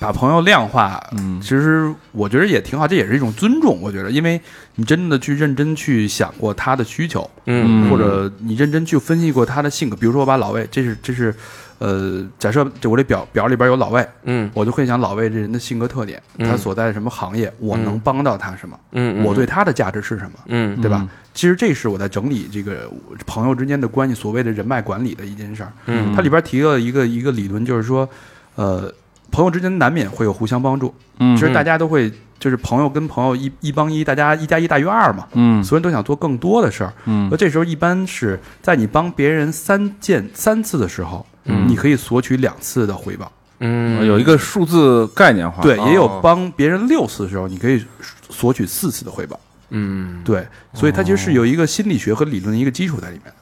把朋友量化，
嗯
其实我觉得也挺好，这也是一种尊重，我觉得，因为你真的去认真去想过他的需求，
嗯，
或者你认真去分析过他的性格，比如说我把老魏，这是这是。呃，假设这我这表表里边有老魏，
嗯
我就会想老魏这人的性格特点，
嗯
他所在的什么行业，我能帮到他什么，
嗯，
我对他的价值是什么，
嗯
对吧？其实这是我在整理这个朋友之间的关系，所谓的人脉管理的一件事儿。
嗯
它里边提了一个一个理论，就是说，呃，朋友之间难免会有互相帮助。
嗯
其实大家都会，就是朋友跟朋友一一帮一，大家一加一大于二嘛。
嗯
所有人都想做更多的事儿，
嗯
那这时候一般是在你帮别人三件三次的时候，
嗯
你可以索取两次的回报。
嗯
有一个数字概念
啊
化，
对，
哦
也有帮别人六次的时候，你可以索取四次的回报。
嗯
对，所以它其实是有一个心理学和理论的一个基础在里面的。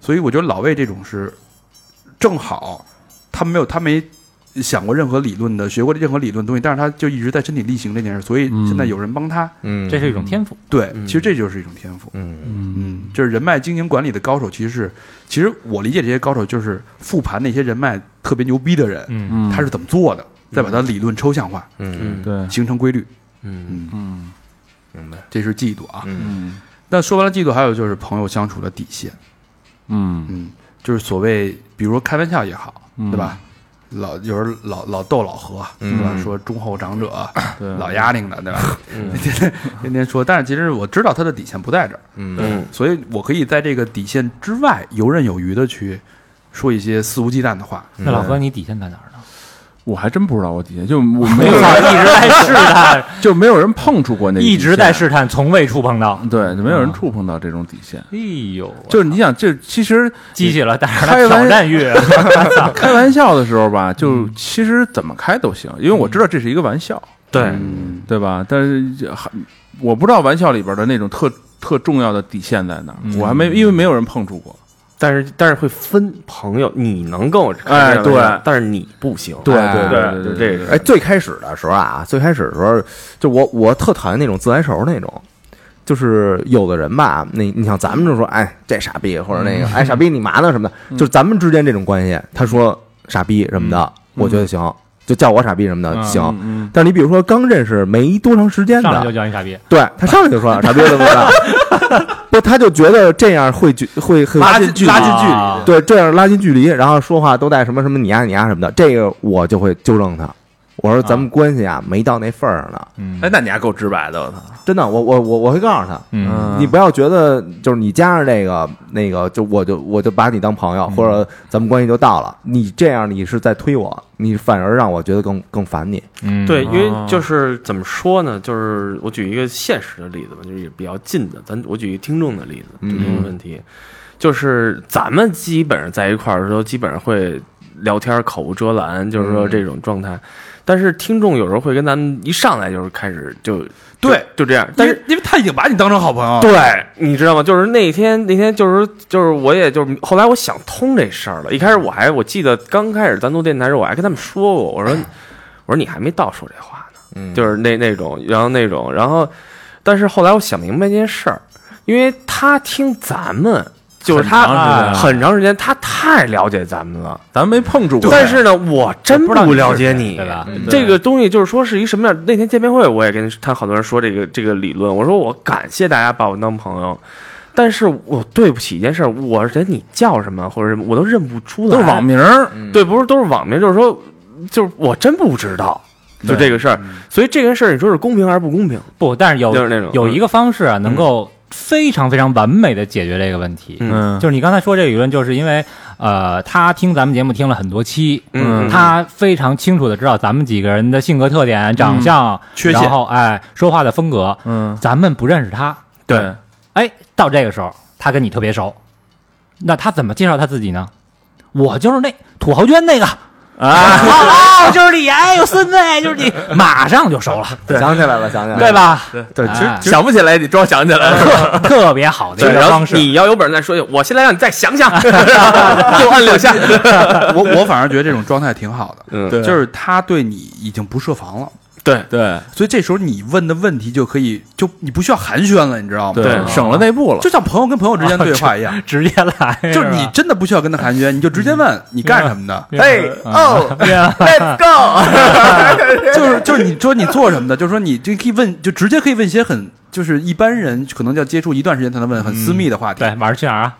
所以我觉得老魏这种是正好，他没有他没想过任何理论的，学过任何理论的东西，但是他就一直在身体力行这件事，所以现在有人帮他。
嗯，
这是一种天赋。
对，
嗯
其实这就是一种天赋。
嗯
嗯
嗯，就是人脉经营管理的高手，其实是其实我理解这些高手就是复盘那些人脉特别牛逼的人，
嗯，
嗯，
他是怎么做的，再把他理论抽象化，
嗯
嗯
对，
形成规律。
嗯
嗯，
嗯
明白
这是嫉妒啊。
嗯
嗯
那说完了嫉妒，还有就是朋友相处的底线。
嗯
嗯，就是所谓，比如说开玩笑也好，
嗯
对吧？老有人老老逗老何，
嗯
对吧？说忠厚长者，
对
老丫挺的，对吧？
嗯
天天说，但是其实我知道他的底线不在这儿，
嗯
嗯
所以我可以在这个底线之外游刃有余的去说一些肆无忌惮的话。
嗯
那老哥，你底线在哪儿呢？
我还真不知道我底下 就我没有
我操，一直在试探，
就没有人碰触过那个底线，
一直在试啊探，从未触碰到。
对，就没有人触碰到这种底线。
哎呦，
就是你想，这其实
激起了大家
开
的
玩
挑战欲。
开玩笑的时候吧，
嗯
就其实怎么开都行，因为我知道这是一个玩笑，
对
对吧？但是还我不知道玩笑里边的那种特特重要的底线在哪儿，我还没因为没有人碰触过。
但是但是会分朋友，你能跟我开
哎
这样的玩笑
对
但是你不行，
对
对
对
对
对
这个
哎，最开始的时候啊，最开始的时候，就我我特讨厌那种自来熟那种，就是有的人吧，那你像咱们就说，哎，这傻逼或者那个，哎，傻逼你嘛呢什么的，就是咱们之间这种关系，他说傻逼什么的，我觉得行，就叫我傻逼什么的行。
嗯，
但是你比如说刚认识没多长时间
上来就
的，
叫你傻逼，
对他上来就说傻逼怎么的， 不，他就觉得这样会觉会会
拉近拉近距
啊
离，
对，这样拉近距离，然后说话都带什么什么你呀、你呀、什么的，这个我就会纠正他。我说咱们关系啊没到那份儿上呢，
哎，那你还够直白的，我操！
真的，我我我我会告诉他，
嗯，
你不要觉得就是你加上这个那个，就我就我就把你当朋友，或者咱们关系就到了，你这样你是在推我，你反而让我觉得更更烦你。
嗯
对，因为就是怎么说呢？就是我举一个现实的例子吧，就是也比较近的。咱我举一个听众的
嗯
例子，就这个问题，就是咱们基本上在一块儿的时候，基本上会聊天口无遮拦，就是
嗯
说这种状态。但是听众有时候会跟咱们一上来就是开始就
对
就就这样，但
但
是
是因为他已经把你当成好朋
啊
友了，
对，你知道吗？就是那天，那天就是就是，我也就是后来我想通这事儿了。一开始我还我记得刚开始咱做电台时候，我还跟他们说过，我说我说你还没到说这话呢，就是那那种，然后那种，然后，但是后来我想明白一件事儿，因为他听咱们。就是
很长时间
他啊
了
很长时间，他太了解咱们了。
咱没碰触过。
但是呢，我真
不知道你是
了解
谁
你，
对吧？
这个东西就是说是一什么样？那天见面会我也跟他好多人说这个这个理论，我说我感谢大家把我当朋友，但是我对不起一件事儿，我人你叫什么或者什么我都认不出来，
都是网名儿，
对，不是都是网名，就是说就是我真不知道，就这个事儿，所以这件事儿你说是公平还是不公平？
不，但是有
就是那种嗯
有一
个
个方式啊，能够非常非常完美的解决这个问题。
嗯
就是你刚才说这个理论，就是因为呃，他听咱们节目听了很多期，
嗯
他非常清楚的知道咱们几个人的性格特点、长相、
缺陷
然后哎，说话的风格，
嗯，
咱们不认识他，
对，
哎，到这个时候他跟你特别熟，那他怎么介绍他自己呢？我就是那土豪捐那个。啊， 哦，就是你，哎呦，孙子，哎就是你，马上就熟了，
想起来了，想起来了，
对吧？
对，其实
哎
其实想不起来，你装想起来了，
特 特别好的
对，
一个
然后
方式。
你要有本事再说一句，我现在让你再想想， 又按两下，
我 我 反而觉得这种状态挺好的，
嗯，
对
就是他对你已经不设防了，
对
对
所以这时候你问的问题就可以，就你不需要寒暄了，你知道吗？
对
省了内部了，
就像朋友跟朋友之间对话一 样，
直接来，
啊
就是你真的不需要跟他寒暄，你就直接问你干什么 的，
哎哦，Let's go，
就是就是你说你做什么的，就是说你这可以问，就直接可以问一些很就是一般人可能要接触一段时间才能问很私密的话题
对，晚上去哪儿啊？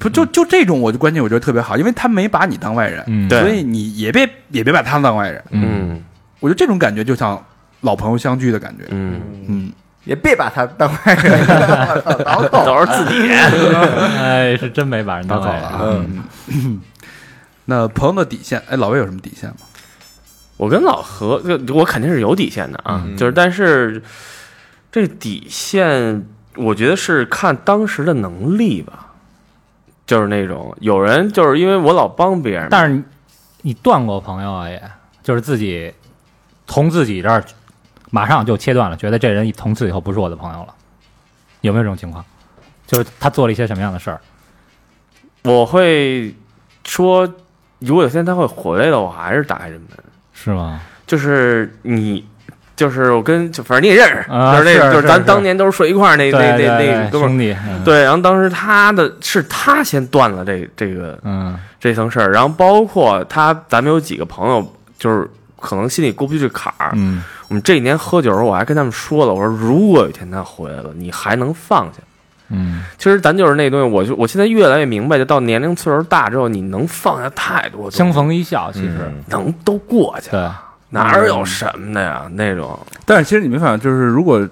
不就就这种我就关键我觉得特别好，因为他没把你当外人，
嗯
所以你也别也别把他当外人，
嗯
我觉得这种感觉就像老朋友相聚的感觉，
嗯。
嗯，
也别把他当外人，然后
都是自己。
哎，是真没把人
打
当
好
外
了
人。
啊。嗯那朋友的底线，哎，老魏有什么底线吗？
我跟老何，就我肯定是有底线的啊，就是但是这底线，我觉得是看当时的能力吧。就是那种有人就是因为我老帮别人，
但是你你断过朋友啊也，就是自己从自己这儿马上就切断了，觉得这人从此以后不是我的朋友了，有没有这种情况？就是他做了一些什么样的事儿？
我会说，如果有一天他会回来的话，我还是打开这门。
是吗？
就是你，就是我跟，就反正你也认识，
啊
就是那，
是
就是咱
是
当年都是睡一块儿那
对
那
对
那那
对，
哥们儿。
兄弟，嗯
对，然后当时他的是他先断了这这个
嗯，
这层事儿，然后包括他，咱们有几个朋友，就是可能心里过不去这坎儿。
嗯，
我们这一年喝酒的时候，我还跟他们说了，我说如果有一天他回来了，你还能放下？
嗯，
其实咱就是那东西，我就我现在越来越明白，就到年龄岁数大之后，你能放下太多东西，
相逢一笑，其实、
能都过去，
对，
哪有什么的呀？那种
但是其实你没发现，就是如果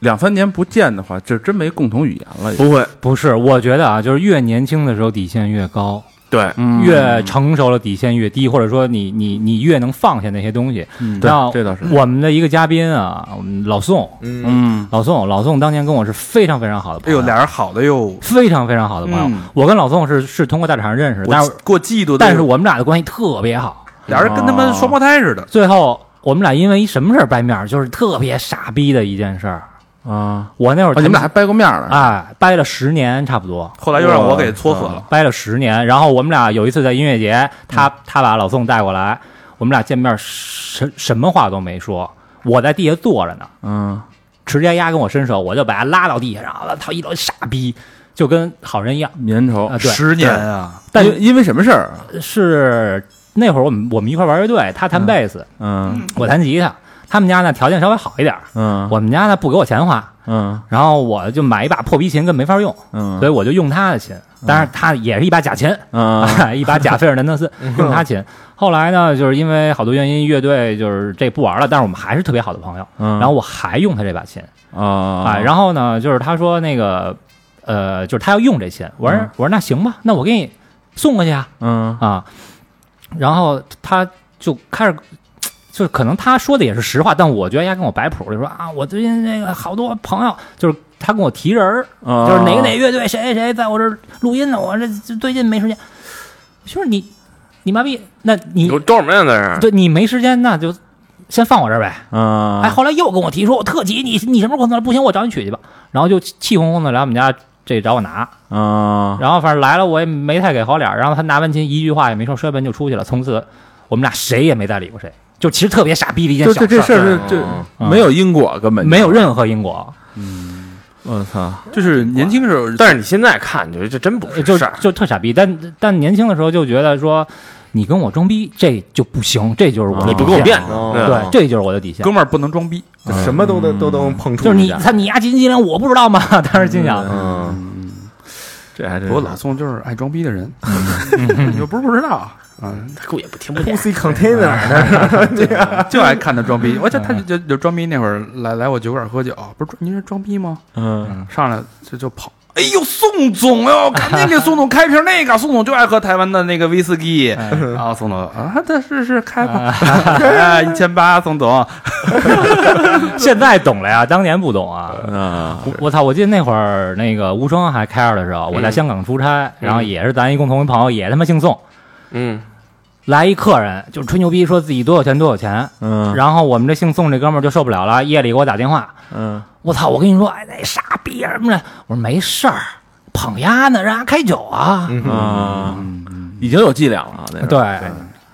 两三年不见的话，这真没共同语言了。
不会，
不是，我觉得啊，就是越年轻的时候底线越高，
对，
嗯
越成熟了底线越低，或者说你你你越能放下那些东西。
嗯对
那
这倒是
我们的一个嘉宾啊，我们老宋，
嗯，
老宋，老宋当年跟我是非常非常好的
哎
朋友，
呦，俩人好的哟，
非常非常好的朋友。
嗯
我跟老宋是是通过大厂认识，但
我啊
是
过嫉妒的，
但是我们俩的关系特别好。
俩人跟他们双胞胎似的，
最后我们俩因为一什么事儿掰面儿，就是特别傻逼的一件事儿。
啊，
我那会
哦
儿
你们俩还掰过面了？
哎掰了十年差不多，
后来又让我给撮合了，
掰了十年。然后我们俩有一次在音乐节，他他把老宋带过来，我们俩见面什什么话都没说，我在地下坐着呢，
嗯，
直接丫跟我伸手，我就把他拉到地上，然后他一头傻逼，就跟好人一样
粘稠
啊。。对，
十年啊，
但
因因为什么事儿啊？
是那会儿我们我们一块玩乐队，他弹贝斯，
嗯
我弹吉他。他们家呢条件稍微好一点，
嗯
我们家呢不给我钱花，
嗯
然后我就买一把破皮琴，更没法用，所
嗯
以我就用他的琴。当然，他也是一把假琴，
嗯，
啊一把假菲尔南德斯用他琴。后来呢，就是因为好多原因，乐队就是这不玩了，但是我们还是特别好的朋友。
嗯
然后我还用他这把琴
啊
啊，然后呢，就是他说那个，呃，就是他要用这琴，我说
嗯
我说那行吧，那我给你送过去啊
嗯
啊，然后他就开始。就是可能他说的也是实话，但我觉得丫跟我摆谱，就说啊，我最近那个好多朋友，就是他跟我提人儿，
啊
就是哪个哪个乐队谁谁谁在我这儿录音呢，我这最近没时间。就是你，你妈逼，那你
有装什么呀？那是
对你没时间，那就先放我这儿呗。
啊
哎，，后来又跟我提说，我特急，你你什么时候工作？不行，我找你取去吧。然后就气哄哄的来我们家这找我拿，
啊，
然后反正来了我也没太给好脸儿。然后他拿完琴一句话也没说，摔门就出去了。从此我们俩谁也没再理过谁，就其实特别傻逼的一件
就
小
这这事
事
儿是就
嗯
没有因果，根本就
没有任何因果，
我操，
就是年轻时候，
但是你现在看，你觉得这真不
呃
是啊
就
事儿。
就特傻逼。但但年轻的时候就觉得说，你跟我装逼这就不行，这就是我的
嗯你
底
不
线，
跟我辩
哦
着，
对，这就是我的底线
哥。们儿不能装逼，
就什么都能都能碰触
就是
一
你
下，
他你压金鸡零，我不知道吗？ 当时心想，
嗯，
这还真
不
是
过老宋就是爱装逼的人，你 又不是不知道，
我也不听不
p u
见。
s y container 呢？
就爱看他装逼。我操，他就就装逼那会儿来来我酒馆喝酒，不是您是装逼吗？
嗯，
嗯，上来就就跑。哎呦，宋总哟，赶紧给宋总开瓶那个，宋总就爱喝台湾的那个威士忌。
哎
然后宋总啊，这是是开吧，哎，一千八，宋总。
现在懂了呀，当年不懂啊。
嗯
啊，
我我操！我记得那会儿那个无声还开着的时候，我在香港出差，然后也是咱一共同一朋友，也他妈姓宋，
嗯，
来一客人就吹牛逼说自己多有钱多有钱，
嗯
然后我们这姓宋这哥们儿就受不了了，夜里给我打电话，
嗯，
我操！我跟你说，哎，那傻逼什么的，我说没事儿，捧丫呢，让人开酒啊，
啊，
嗯
已经有伎俩了，那
对，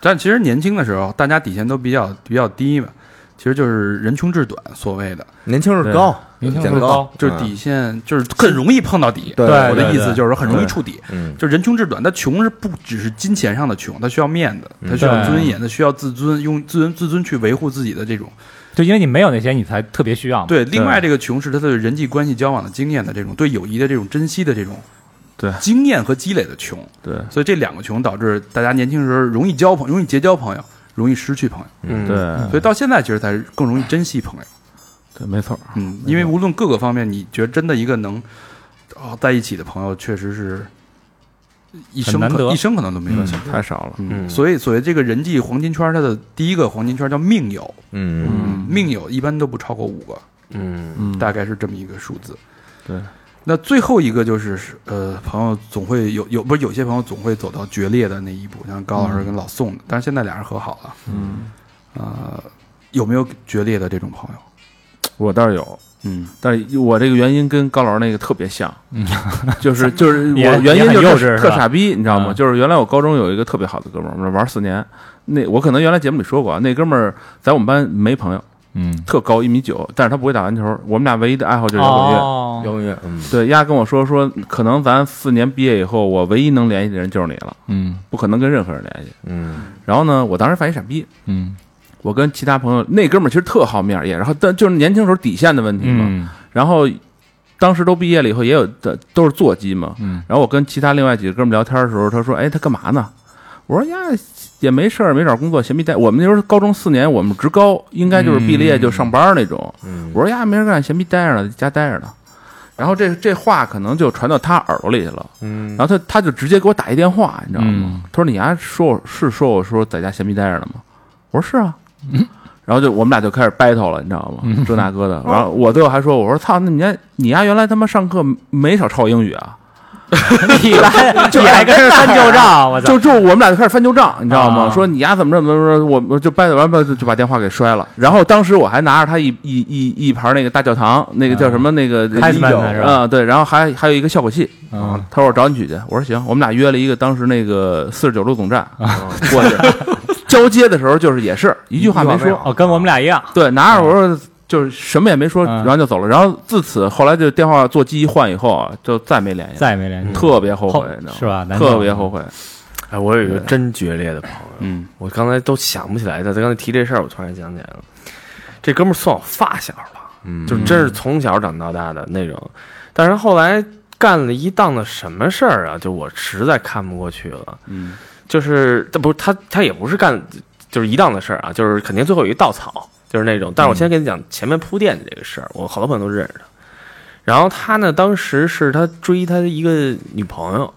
但其实年轻的时候，大家底线都比较比较低嘛，其实就是人穷志短，所谓的
年轻人高，
明星
见
是
高
高，
就是底线，就是很容易碰到底。
嗯对
我的意思就是很容易触底。
嗯
就人穷志短，他穷是不只是金钱上的穷，他需要面子，
嗯
他需要尊严，他需要自尊，用自尊自尊去维护自己的这种。
就因为你没有那些，你才特别需要嘛。
对，另外这个穷是他对人际关系交往的经验的这种，对友谊的这种珍惜的这种，
对
经验和积累的穷。
对
所以这两个穷导致大家年轻时候容易交朋容易结交朋友，容易失去朋友。
嗯
对
所以到现在其实才更容易珍惜朋友。
对，没错，
嗯，因为无论各个方面，你觉得真的一个能啊、在一起的朋友，确实是一生
很难
可
得
一生可能都没有
嗯
见过。
太少了，
嗯
所以所谓这个人际黄金圈，它的第一个黄金圈叫命友，
嗯，
命友一般都不超过五个，
嗯
嗯，
大概是这么一个数字。
对，
那最后一个就是呃，朋友总会有有不是有些朋友总会走到决裂的那一步，像高老师跟老宋，但是现在俩人和好了，
嗯，
呃，有没有决裂的这种朋友？
我倒是有。
嗯，
但是我这个原因跟高老师那个特别像， 就是就是
嗯也
我原因就
也很幼
是
稚
特
是吧
傻逼，你知道吗？
嗯
就是原来我高中有一个特别好的哥们儿，我们玩四年，那我可能原来节目里说过啊，那哥们儿在我们班没朋友，
嗯，
特高一米九，但是他不会打篮球，我们俩唯一的爱好就是摇滚乐。
哦，
摇滚乐，嗯，
对，丫跟我说说，可能咱四年毕业以后，我唯一能联系的人就是你了，
嗯
不可能跟任何人联系。
嗯
然后呢，我当时发现傻逼，
嗯
我跟其他朋友那哥们儿其实特好面儿，也然后但就是年轻时候底线的问题嘛。
嗯
然后当时都毕业了以后，也有的都是座机嘛。
嗯
然后我跟其他另外几个哥们聊天的时候，他说：“哎，他干嘛呢？”我说：“呀，也没事儿，没找工作，闲逼待。我们那时候高中四年，我们职高，应该就是毕了业就上班那种。
嗯，
我说：“呀，没事儿干，闲逼待着呢，在家待着呢。”然后这这话可能就传到他耳朵里去了，
嗯
然后他他就直接给我打一电话，你知道吗
嗯？
他说：“你丫说我是说我说在家闲逼待着呢吗？”我说：“是啊。”
嗯
然后就我们俩就开始 battle 了，你知道吗？这那哥的。然后我最后还说：“我说操，那你家你丫原来他妈上课没少抄英语啊？”
你来你还跟人翻旧账，我操！
就就我们俩就开始翻旧账，你知道吗？
啊
说你丫怎么着怎么着，我我就掰扯完吧，就就把电话给摔了。然后当时我还拿着他一一一一盘那个大教堂那个叫什么那个
开始
酒
啊买的是吧
啊，对，然后还还有一个效果器。
嗯
啊他说我找你去去，我说行，我们俩约了一个当时那个四十九路总站过去。交接的时候就是也是一句话没说，
哦，跟我们俩一样，
对，拿着我说就是什么也没说，
嗯
然后就走了。然后自此后来就电话座机一换以后啊，就再没联系了，
再也没联系。
特别后悔，你知道
是吧？难
特
受
别后悔。
哎，我有一个真决裂的朋友，
嗯，
我刚才都想不起来他他刚才提这事儿，我突然想起来了，这哥们儿算我发小了，
嗯
就真是从小长到大的那种，但是后来干了一档子什么事儿啊，就我实在看不过去了，
嗯，
就是他不是他他也不是干就是一档子事儿啊，就是肯定最后有一稻草，就是那种，但是我先跟你讲前面铺垫的这个事儿，我好多朋友都认识他，然后他呢当时是他追他的一个女朋友。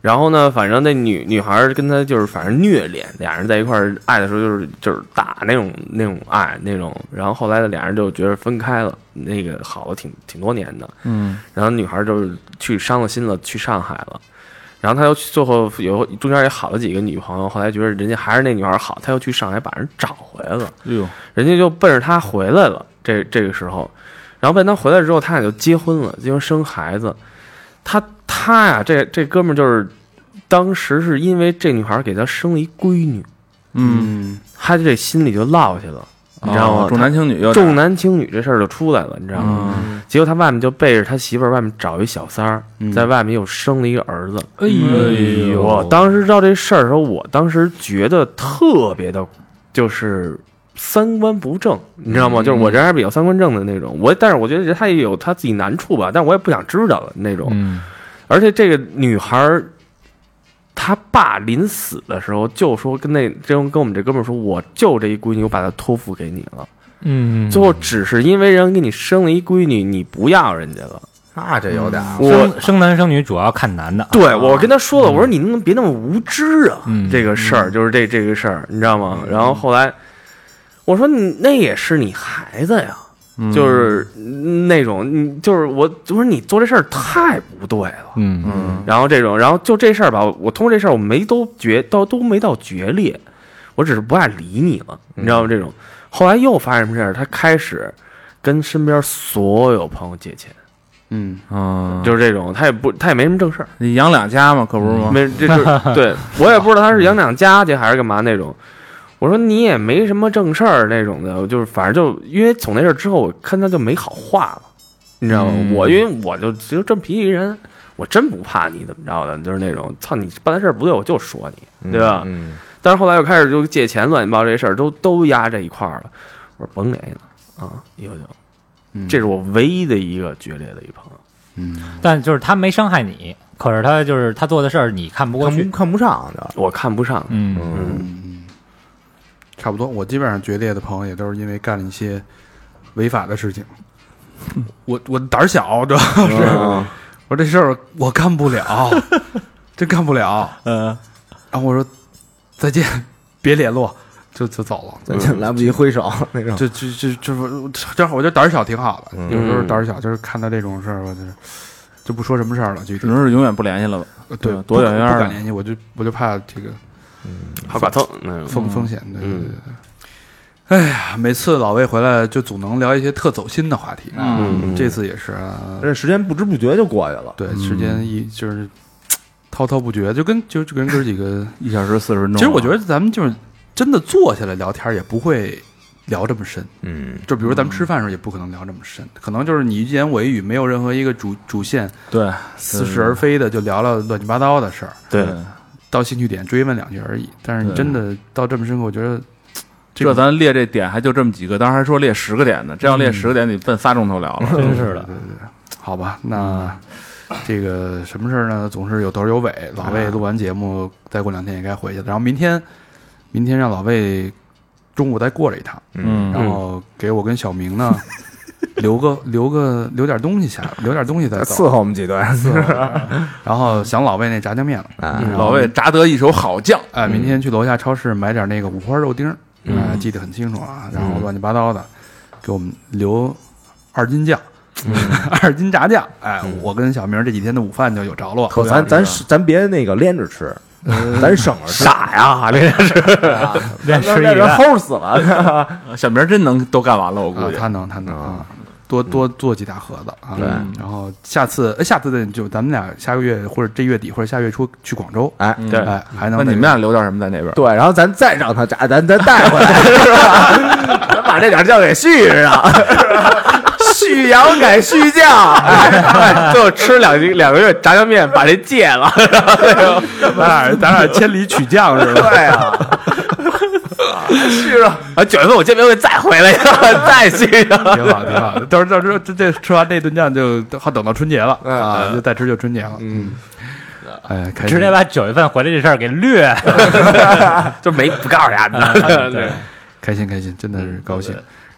然后呢，反正那女女孩儿跟他就是反正虐恋，俩人在一块儿爱的时候就是就是打那种那种爱那种。然后后来俩人就觉得分开了，那个好了挺挺多年的。
嗯
然后女孩儿就是去伤了心了，去上海了。然后他又去最后有中间也好了几个女朋友，后来觉得人家还是那女孩好，他又去上海把人找回来了，
哎呦，
人家就奔着他回来了。这这个时候，然后奔他回来之后，他俩就结婚了，结婚生孩子。他他呀、这这哥们儿就是当时是因为这女孩给他生了一闺女，
嗯，
他这心里就落下了，你知道吗？
啊
哦重男轻女嗯又
重男嗯轻女这事儿就出来了，你知道吗？
嗯
结果他外面就背着他媳妇儿外面找一小三儿，
嗯
在外面又生了一个儿子。
哎
呦
我当时知道这事儿的时候，我当时觉得特别的，就是三观不正，你知道吗？
嗯
就是我这人还是比较三观正的那种。我但是我觉得他也有他自己难处吧，但我也不想知道了那种。
嗯
而且这个女孩儿，她爸临死的时候就说跟那跟跟我们这哥们儿说，我就这一闺女，我把她托付给你了。
嗯，
最后只是因为人给你生了一闺女，你不要人家了。
那这有点
我
嗯生生男生女主要看男的，
对我跟他说了，我说你能不能别那么无知啊？
啊嗯
这个事儿就是这这个事儿，你知道吗？然后后来我说你那也是你孩子呀，
嗯
就是那种你就是我我说你做这事儿太不对了。
嗯
然后这种，然后就这事儿吧，我通过这事儿我没都决到都没到决裂，我只是不爱理你了，
嗯
你知道吗？这种后来又发生什么事儿？他开始跟身边所有朋友借钱，
嗯，
啊
嗯，
就是这种，他也不他也没什么正事儿，
你养两家嘛，可不是
啊
吗？
没这就是对我也不知道他是养两家去还是干嘛那种。我说你也没什么正事儿那种的，我就是反正就因为从那事儿之后，我看他就没好话了，你知道吗？我因为我就只有这么脾气人，我真不怕你怎么着的，就是那种操你办的事儿不对，我就说你，对吧？
嗯，
但是后来又开始就借钱乱七八糟这事儿都都压这一块儿了，我说甭给了啊，以后就，
嗯
这是我唯一的一个决裂的一朋友。
但就是他没伤害你，可是他就是他做的事儿你看不过
看
去
不，看不上的，
我看不上，
嗯
嗯，
差不多。我基本上决裂的朋友也都是因为干了一些违法的事情。
嗯
我我胆儿小，主要是、 我这事儿我干不 了，真干不了。嗯，然后我说再见，别联络，就就走了。
咱就来不及挥手那
嗯
种。
这这这这不正好，我觉得胆儿小挺好的。有时候胆儿小，就是看到这种事儿，我就是就不说什么事儿了，具
只
体
能是永远不联系了吧？
对
躲远远
不
儿
不
的
敢联系，我就我就怕这个
好寡蹭那种。
风风险。对对对
嗯
对。哎呀，每次老魏回来就总能聊一些特走心的话题。啊
嗯
这次也是啊，
这时间不知不觉就过去了，
对，时间一就是滔滔不绝，就跟就就跟哥几个。啊
一小时四十分钟。
其实我觉得咱们就是真的坐下来聊天，也不会聊这么深。
嗯，
就比如咱们吃饭的时候，也不可能聊这么深，嗯可能就是你一言我一语，没有任何一个主主线，
对，
似是而非的就聊聊乱七八糟的事儿，
对，
到兴趣点追问两句而已。但是你
对
真的到这么深刻，我觉得这
这咱列这点还就这么几个，当时还说列十个点呢，这要
嗯
列十个点，你奔仨钟头聊了。
真是的，
好吧，那这个什么事儿呢？总是有头有尾。老魏录完节目，再过两天也该回去了。然后明天，明天让老魏中午再过来一趟，
嗯，
然后给我跟小明呢留个留个留点东西下，留点东西再
伺
走。
候我们几顿，
然后想老魏那炸酱面了，
嗯
啊
老魏炸得一手好酱，
哎，明天去楼下超市买点那个五花肉丁儿，哎，记得很清楚啊。然后乱七八糟的，给我们留二斤酱， 二斤炸酱。哎，我跟小明这几天的午饭就有着落。
可咱咱是咱别那个连着吃，
嗯
咱省着吃，
傻呀，这个是
连
那
吃一
那人
个
齁死了。
嗯
小明真能都干完了，我估
啊，
计。
他能，他能啊，多多做几大盒子啊。对，然后下次，呃下次的就咱们俩下个月或者这月底或者下月初去广州，
哎，
嗯
对
哎，还能
那你们俩留点什么在那边？
对，然后咱再让他炸，咱咱带回来，是吧？咱把这点酱给续上，续羊改续酱，
就吃两两个月炸酱面，把这戒了。
咱俩哎咱俩千里取酱是吧？
对啊，
啊，九月份我见面会再回来 一趟，再去一趟。
挺好挺好。到时候到时候这这吃完这顿酱就好等到春节了啊，就再吃就春节了。嗯，哎，开心
直接把九月份回来这事儿给略了。
就没不告诉人家
啊
的。对，
开心开心，真的是高兴。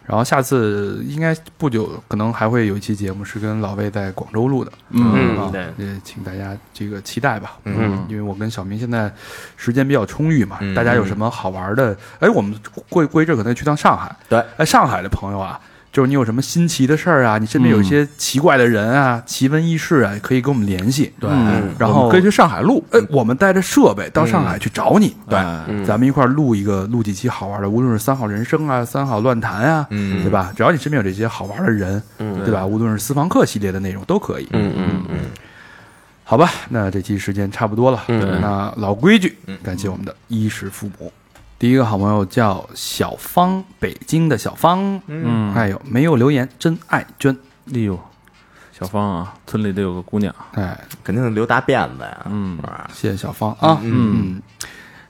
然后下次应该不久，可能还会有一期节目是跟老魏在广州录的，
嗯
啊
对
也请大家这个期待吧，嗯，因为我跟小明现在时间比较充裕嘛，大家有什么好玩的？哎，我们过过一阵儿可能去趟上海，
对，
哎，上海的朋友啊，就是你有什么新奇的事儿啊，你身边有一些奇怪的人啊、奇闻异事啊，可以跟我们联系。对，然
我
后
们可以去上海录，
哎，我们带着设备到上海去找你。对，
哎
嗯
咱们一块儿录一个，录几期好玩的，无论是三好人生啊、三好乱谈啊，
嗯
对吧？只要你身边有这些好玩的人，
嗯
对吧？无论是私房课系列的内容都可以。
嗯嗯嗯，
好吧，那这期时间差不多了。
嗯
那老规矩，感谢我们的衣食父母。第一个好朋友叫小芳，北京的小芳。嗯，哎呦，没有留言，真爱娟。
哎呦，小芳啊，村里得有个姑娘，
哎，
肯定留大辫子呀，
嗯
是，吧？
谢谢小芳啊。嗯，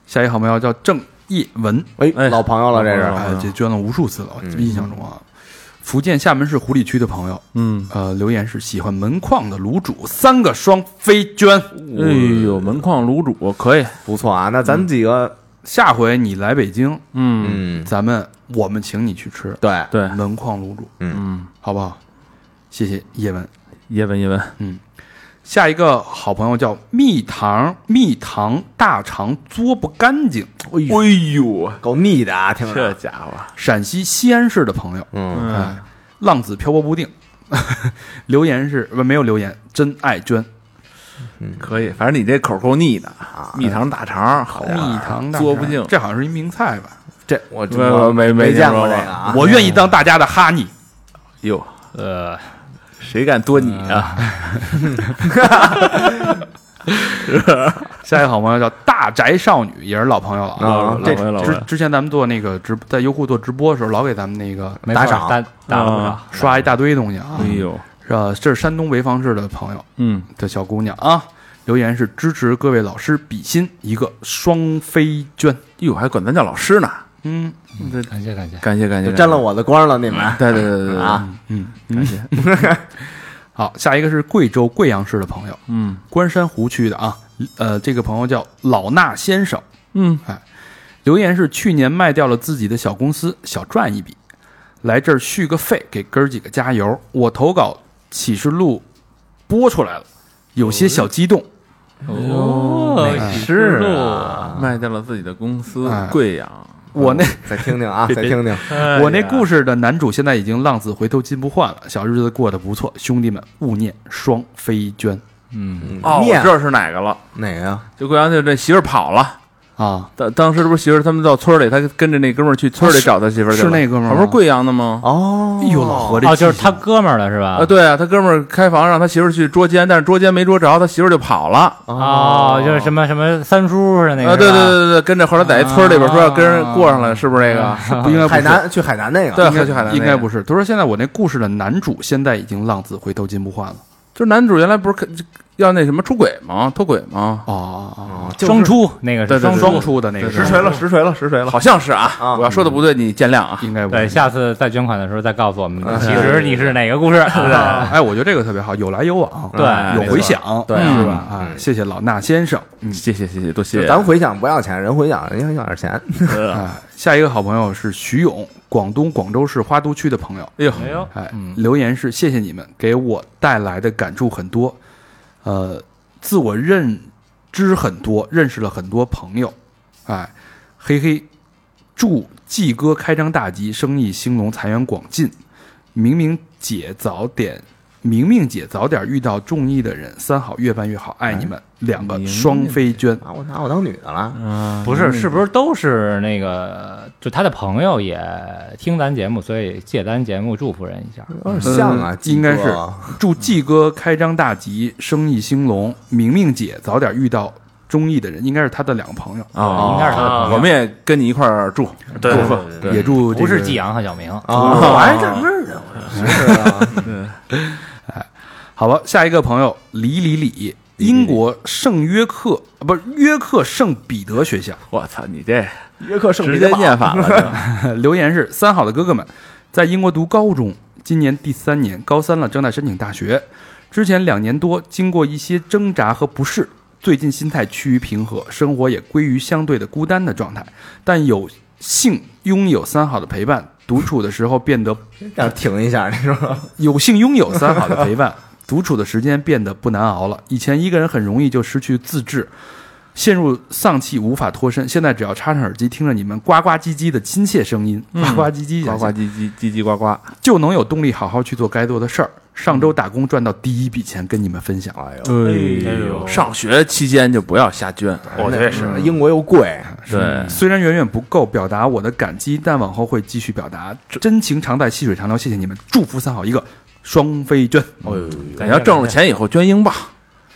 下一个好朋友叫郑叶文，
哎，老朋友了，这
老朋
是
友
哎，这捐了无数次了，我印象中啊。福建厦门市湖里区的朋友，
嗯，
呃，留言是喜欢门框的卤煮，三个双飞娟。
哎呦，门框卤煮可以，
不错啊。那咱几个，
下回你来北京，
嗯，
嗯，
咱们我们请你去吃
对，
对，
门框卤煮，
嗯，
好不好？谢谢叶文。
叶文叶文，
下一个好朋友叫蜜糖，蜜糖大肠嘬不干净，
哎呦，
够腻的啊，听
这
着，
家伙，
陕西西安市的朋友，
嗯，
嗯
哎，浪子漂泊不定， 留言是不没有留言，真爱娟，嗯
可以，反正你这口够腻的，蜜糖大肠，好
啊蜜
家伙
啊
糖大肠
哎嘬不净，
这好像是一名菜吧？
这我
没
我
没没
没
听
见
说
过这
过
个啊，
我愿意当大家的哈尼，
哟，
呃，
谁敢多你啊？
下一个好朋友叫大宅少女，也是老朋友了
啊
这
老朋友老朋友
之之前咱们做那个直在优酷做直播的时候，老给咱们那个
没错
打赏
打打了不少。
刷一大堆东西啊。
啊哎呦，
是吧？这是山东潍坊市的朋友
嗯，
的小姑娘啊，留言是支持各位老师比心一个双飞娟。
哟，还管咱叫老师呢，
嗯，
感谢感谢，
感谢感谢，
就沾了
感谢，
我的光了，你们
对对对对嗯对，
啊，
感谢，
好，下一个是贵州贵阳市的朋友，
嗯
关山湖区的啊，呃，这个朋友叫老衲先生，哎
嗯，
留言是去年卖掉了自己的小公司，小赚一笔，来这儿续个费，给哥儿几个加油。我投稿启示录播出来了，有些小激动。
哦
哎
是啊，卖掉了自己的公司
哎，
贵阳，
我那
再听听啊，再 听听，
哎
我那故事的男主现在已经浪子回头金不换了，小日子过得不错，兄弟们勿念双飞娟
嗯
哦，我
念
知道是哪个了，
哪个呀？
就贵阳就这媳妇儿跑了。
啊，
当当时不是媳妇儿他们到村儿里，他跟着那哥们儿去村儿里找他媳妇儿去了
是那哥们儿吗
他不是贵阳的吗？
哦，
哎呦老何这
哦，就是
记
他
性
哥们儿了是吧？
啊，对啊，他哥们儿开房让他媳妇儿去捉奸，但是捉奸没捉着，他媳妇儿就跑了。
哦，就是什么什么三叔似的那个。
啊，对对
是吧
对对对，跟着后来在一村里边说要跟人过上了，是不是那个？
不应该不
海
是
南去海南那个，
对，
应
去海南那个
该应该不是。他说现在我那故事的男主现在已经浪子回头金不换了。
就是男主原来不是要那什么出轨吗？脱轨吗？
哦哦
就是
双出那个
对
是
对对
双
哦，
出
双出的那个
实
是
锤
吧
了，实锤了，实锤了，好像是啊
啊。
我要说的不对，你见谅啊。
应该不
对，
是。
下次再捐款的时候再告诉我们，其实你是哪个故事？对
哎，我觉得这个特别好，有来有往，
对
嗯有
没
回
错
响，
对啊
是吧？啊，谢谢老衲先生。嗯
谢谢谢谢，多谢谢。
咱回想不要钱，人回想人家要点钱，
哎，下一个好朋友是徐勇，广东广州市花都区的朋友。
哎呦，
哎呦，
哎，留言是谢谢你们给我带来的感触很多，呃，自我认知很多，认识了很多朋友，哎，嘿嘿，祝季哥开张大吉，生意兴隆，财源广进。明明姐早点，明明姐早点遇到中意的人，三好越办越好，爱你们、两个双飞娟。
啊，我拿我当女的了，
不是，是不是都是那个？就他的朋友也听咱节目，所以借咱节目祝福人一下。
有点像啊
呃，应该
鸡
是
哥
祝季哥开张大吉，生意兴隆。明明姐早点遇到中意的人，应该是他的两个朋友。
啊，
应该是他的朋友
我们也跟你一块儿住，
对
祝福
对
也祝这
不是
个
季阳和小明，
啊，我还纳闷儿呢，
好吧，下一个朋友李李李，英国圣约克啊不是约克圣彼得学校，
我操，你这
我约克圣
直
彼
接
得堡
念反了，
留言是三好的哥哥们，在英国读高中，今年第三年，高三了，正在申请大学。之前两年多，经过一些挣扎和不适，最近心态趋于平和，生活也归于相对的孤单的状态。但有幸拥有三好的陪伴，独处的时候变得
让停一下，你说
有幸拥有三好的陪伴，独处的时间变得不难熬了。以前一个人很容易就失去自制，陷入丧气无法脱身。现在只要插上耳机，听着你们呱呱唧唧的亲切声音，呱呱唧唧，
呱呱唧唧唧唧呱呱，
就能有动力好好去做该做的事儿。上周打工赚到第一笔钱，跟你们分享。
哎呦，
呦
上学期间就不要瞎捐，
我觉得是，
嗯英国又贵，
对，
嗯
虽然远远不够表达我的感激，但往后会继续表达。真情常在，细水长流。谢谢你们，祝福三好一个双飞娟。
你要挣了钱以后捐英镑，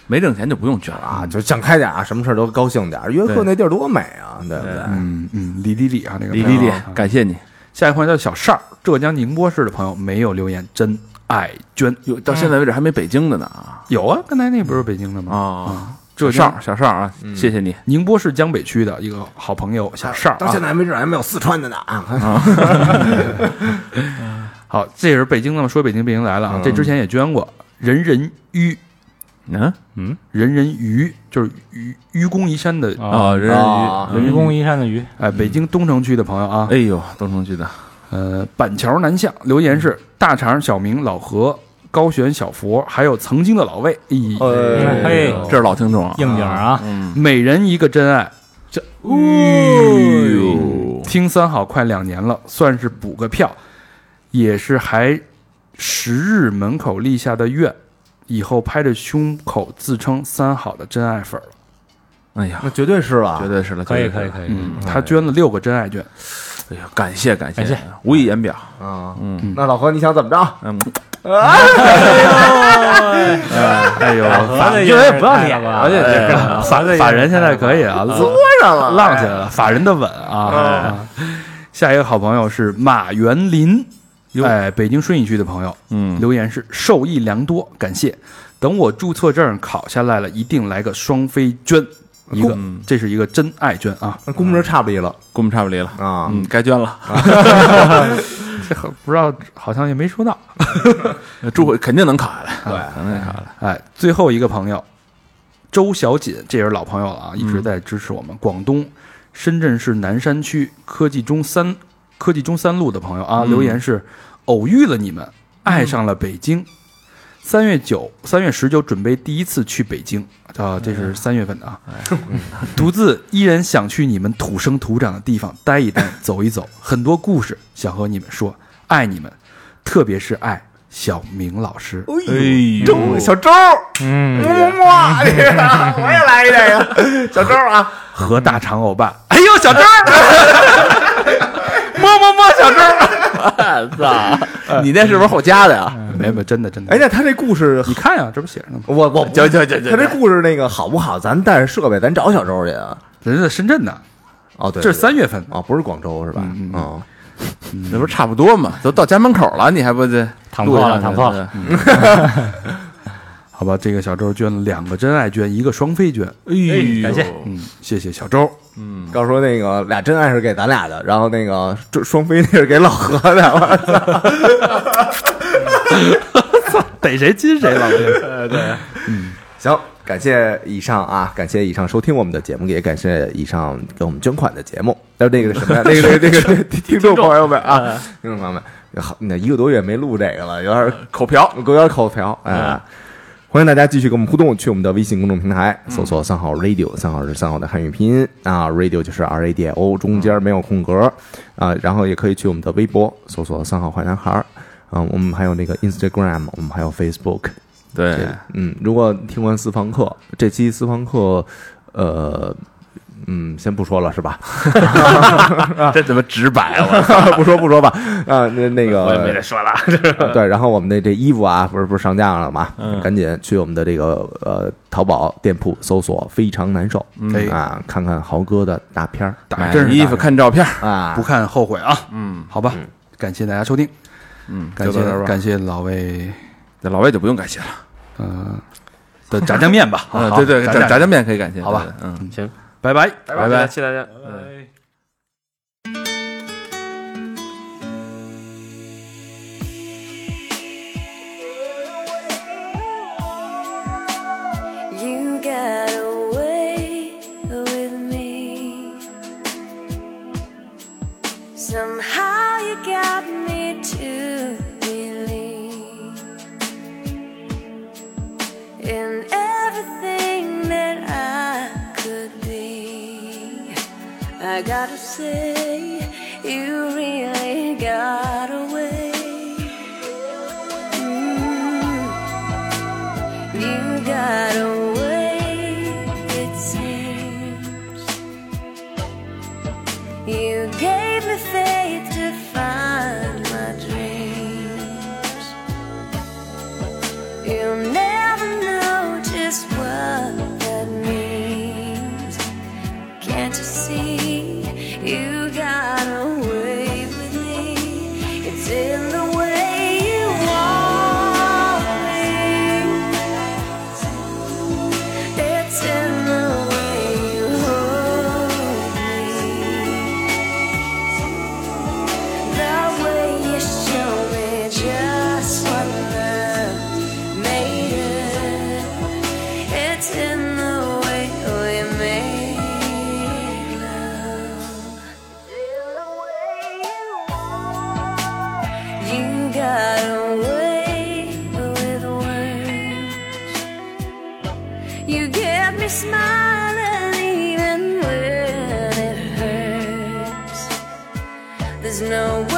没挣钱就不用捐了。
啊，就想开点啊，什么事儿都高兴点儿。约克那地儿多美啊，对不对？
嗯嗯，李李李啊，那个
李丽丽
啊，
感谢你。
下一朋友叫小邵儿，浙江宁波市的朋友没有留言，真爱娟
哟，到现在为止还没北京的呢啊！
有啊，刚才那不是北京的
嗯
吗？
啊，
浙
小
江
邵，小邵啊，谢谢你。
宁波市江北区的一个好朋友小邵儿
到现
啊。
在没准还没有四川的呢啊！
好，这也是北京的嘛，说北京，北京来了啊。这之前也捐过，人人淤，
嗯
人人愚，就是愚愚公移山的。
啊，
啊，人人
啊
鱼
愚公移山的愚，
哎，北京东城区的朋友啊，
哎呦，东城区的
呃，板桥南巷留言是大肠、小明、老何、高悬、小佛，还有曾经的老魏，咦，
呃
哎
嘿，
这是老听众啊，
应景啊，
每人一个真爱。
哎呦，
听三好快两年了，算是补个票，也是还时日门口立下的愿，以后拍着胸口自称三好的真爱粉了。
哎呀
那，绝对是了，
绝对是了，
可以
绝对
可
是
以
了
可以，
嗯，他捐了六个真爱券，
哎呀，感谢感谢
感谢，
无以言表。
啊。嗯，那老何你想怎么着？
嗯，
哎呦，
法
啊
这
人
也是
不要
太
脸
了
了，法人
法人现在可以啊，坐上了，哎浪起来了，法人的吻啊。下一个好朋友是马元林，哎，北京顺义区的朋友，
嗯
留言是受益良多，感谢。等我注册证考下来了，一定来个双飞捐，一个，这是一个真爱捐啊！
那估摸着差不离了
跟我嗯们差不离了，
啊。
嗯，该捐了，
这不知道，好像也没说到。
祝会肯定能考下来，
对
肯定能考下来。
哎，最后一个朋友，周小锦，这也是老朋友了啊，一直在支持我们。广东深圳市南山区科技中三科技中三路的朋友啊，留言是偶遇了你们，爱上了北京。三月九、三月十九准备第一次去北京啊，这是三月份的啊。独自依然想去你们土生土长的地方待一待、走一走，很多故事想和你们说，爱你们，特别是爱小明老师。
哎
周小周，
嗯，
么么么，你我也来一这个，小周啊，
和大长欧巴。哎呦，小周儿，么么么，小周 儿，
你那是不是后加的呀？
没有，真的真的。
哎，那他这故事，
你看啊呀，这不写着呢吗？
我我
行行行
他这
行，
故事那个好不好？咱带着设备，咱找小周去啊。
人在深圳呢，
哦，对，
这是三月份。
啊，不是广州是吧？
嗯嗯
嗯，
那不是差不多嘛，都到家门口了，你还不这
躺错了
路上
躺错了。
好吧，这个小周捐了两个真爱捐，一个双飞捐。
哎呦，
感谢
嗯，谢谢小周。
告诉说那个俩真爱是给咱俩的，然后那个这双飞那是给老何的，我 操
逮谁亲谁老天。
呃
嗯
行，感谢以上啊，感谢以上收听我们的节目，也感谢以上给我们捐款的节目。但是那个什么 呀，那个那个那个听众朋友们啊，听众朋友们，好，那一个多月没录这个了，有点呃口瓢，有点口瓢，哎。欢迎大家继续跟我们互动，去我们的微信公众平台搜索“三号 radio”，三号是三号的汉语拼音啊，radio 就是 R A D I O，中间没有空格啊。然后也可以去我们的微博搜索“三号坏男孩”，啊，我们还有那个 Instagram，我们还有 Facebook，
对
对，嗯，如果听完私房课，这期私房课，呃，嗯，先不说了是吧？
这怎么直白啊了？
不说不说吧，啊、那那
我也
个
没
啊
得说了。
对，然后我们的这衣服啊，不是不是上架了嘛，
嗯
赶紧去我们的这个呃淘宝店铺搜索“非常难受”
嗯
哎
啊，看看豪哥的大片儿
买
真是
衣服
打
看照片，
啊，
不看后悔啊。
嗯，
好吧，感谢大家收听。嗯，感
就到这儿
谢
吧
感谢老魏
这老魏就不用感谢了。
的炸酱面吧。
啊，
好
对对，
炸
炸炸
酱，
酱面可以感谢，
好吧
对，对嗯，
行，
拜拜。
拜拜
谢谢大家。嗯
You got away with me. Somehow you got me to believe in everything that I could be. I gotta say, you really got away. Mm, you got away, it seems. You gave me faith to find my dreams. You'll never know just what that means. Can't you see? You got away with me. It's in the way you walk me. It's in the way you hold me. The way you show me just what love made it. It's in the way we made love. You got away with words. You get me smiling even when it hurts. There's no way Oh, Oh,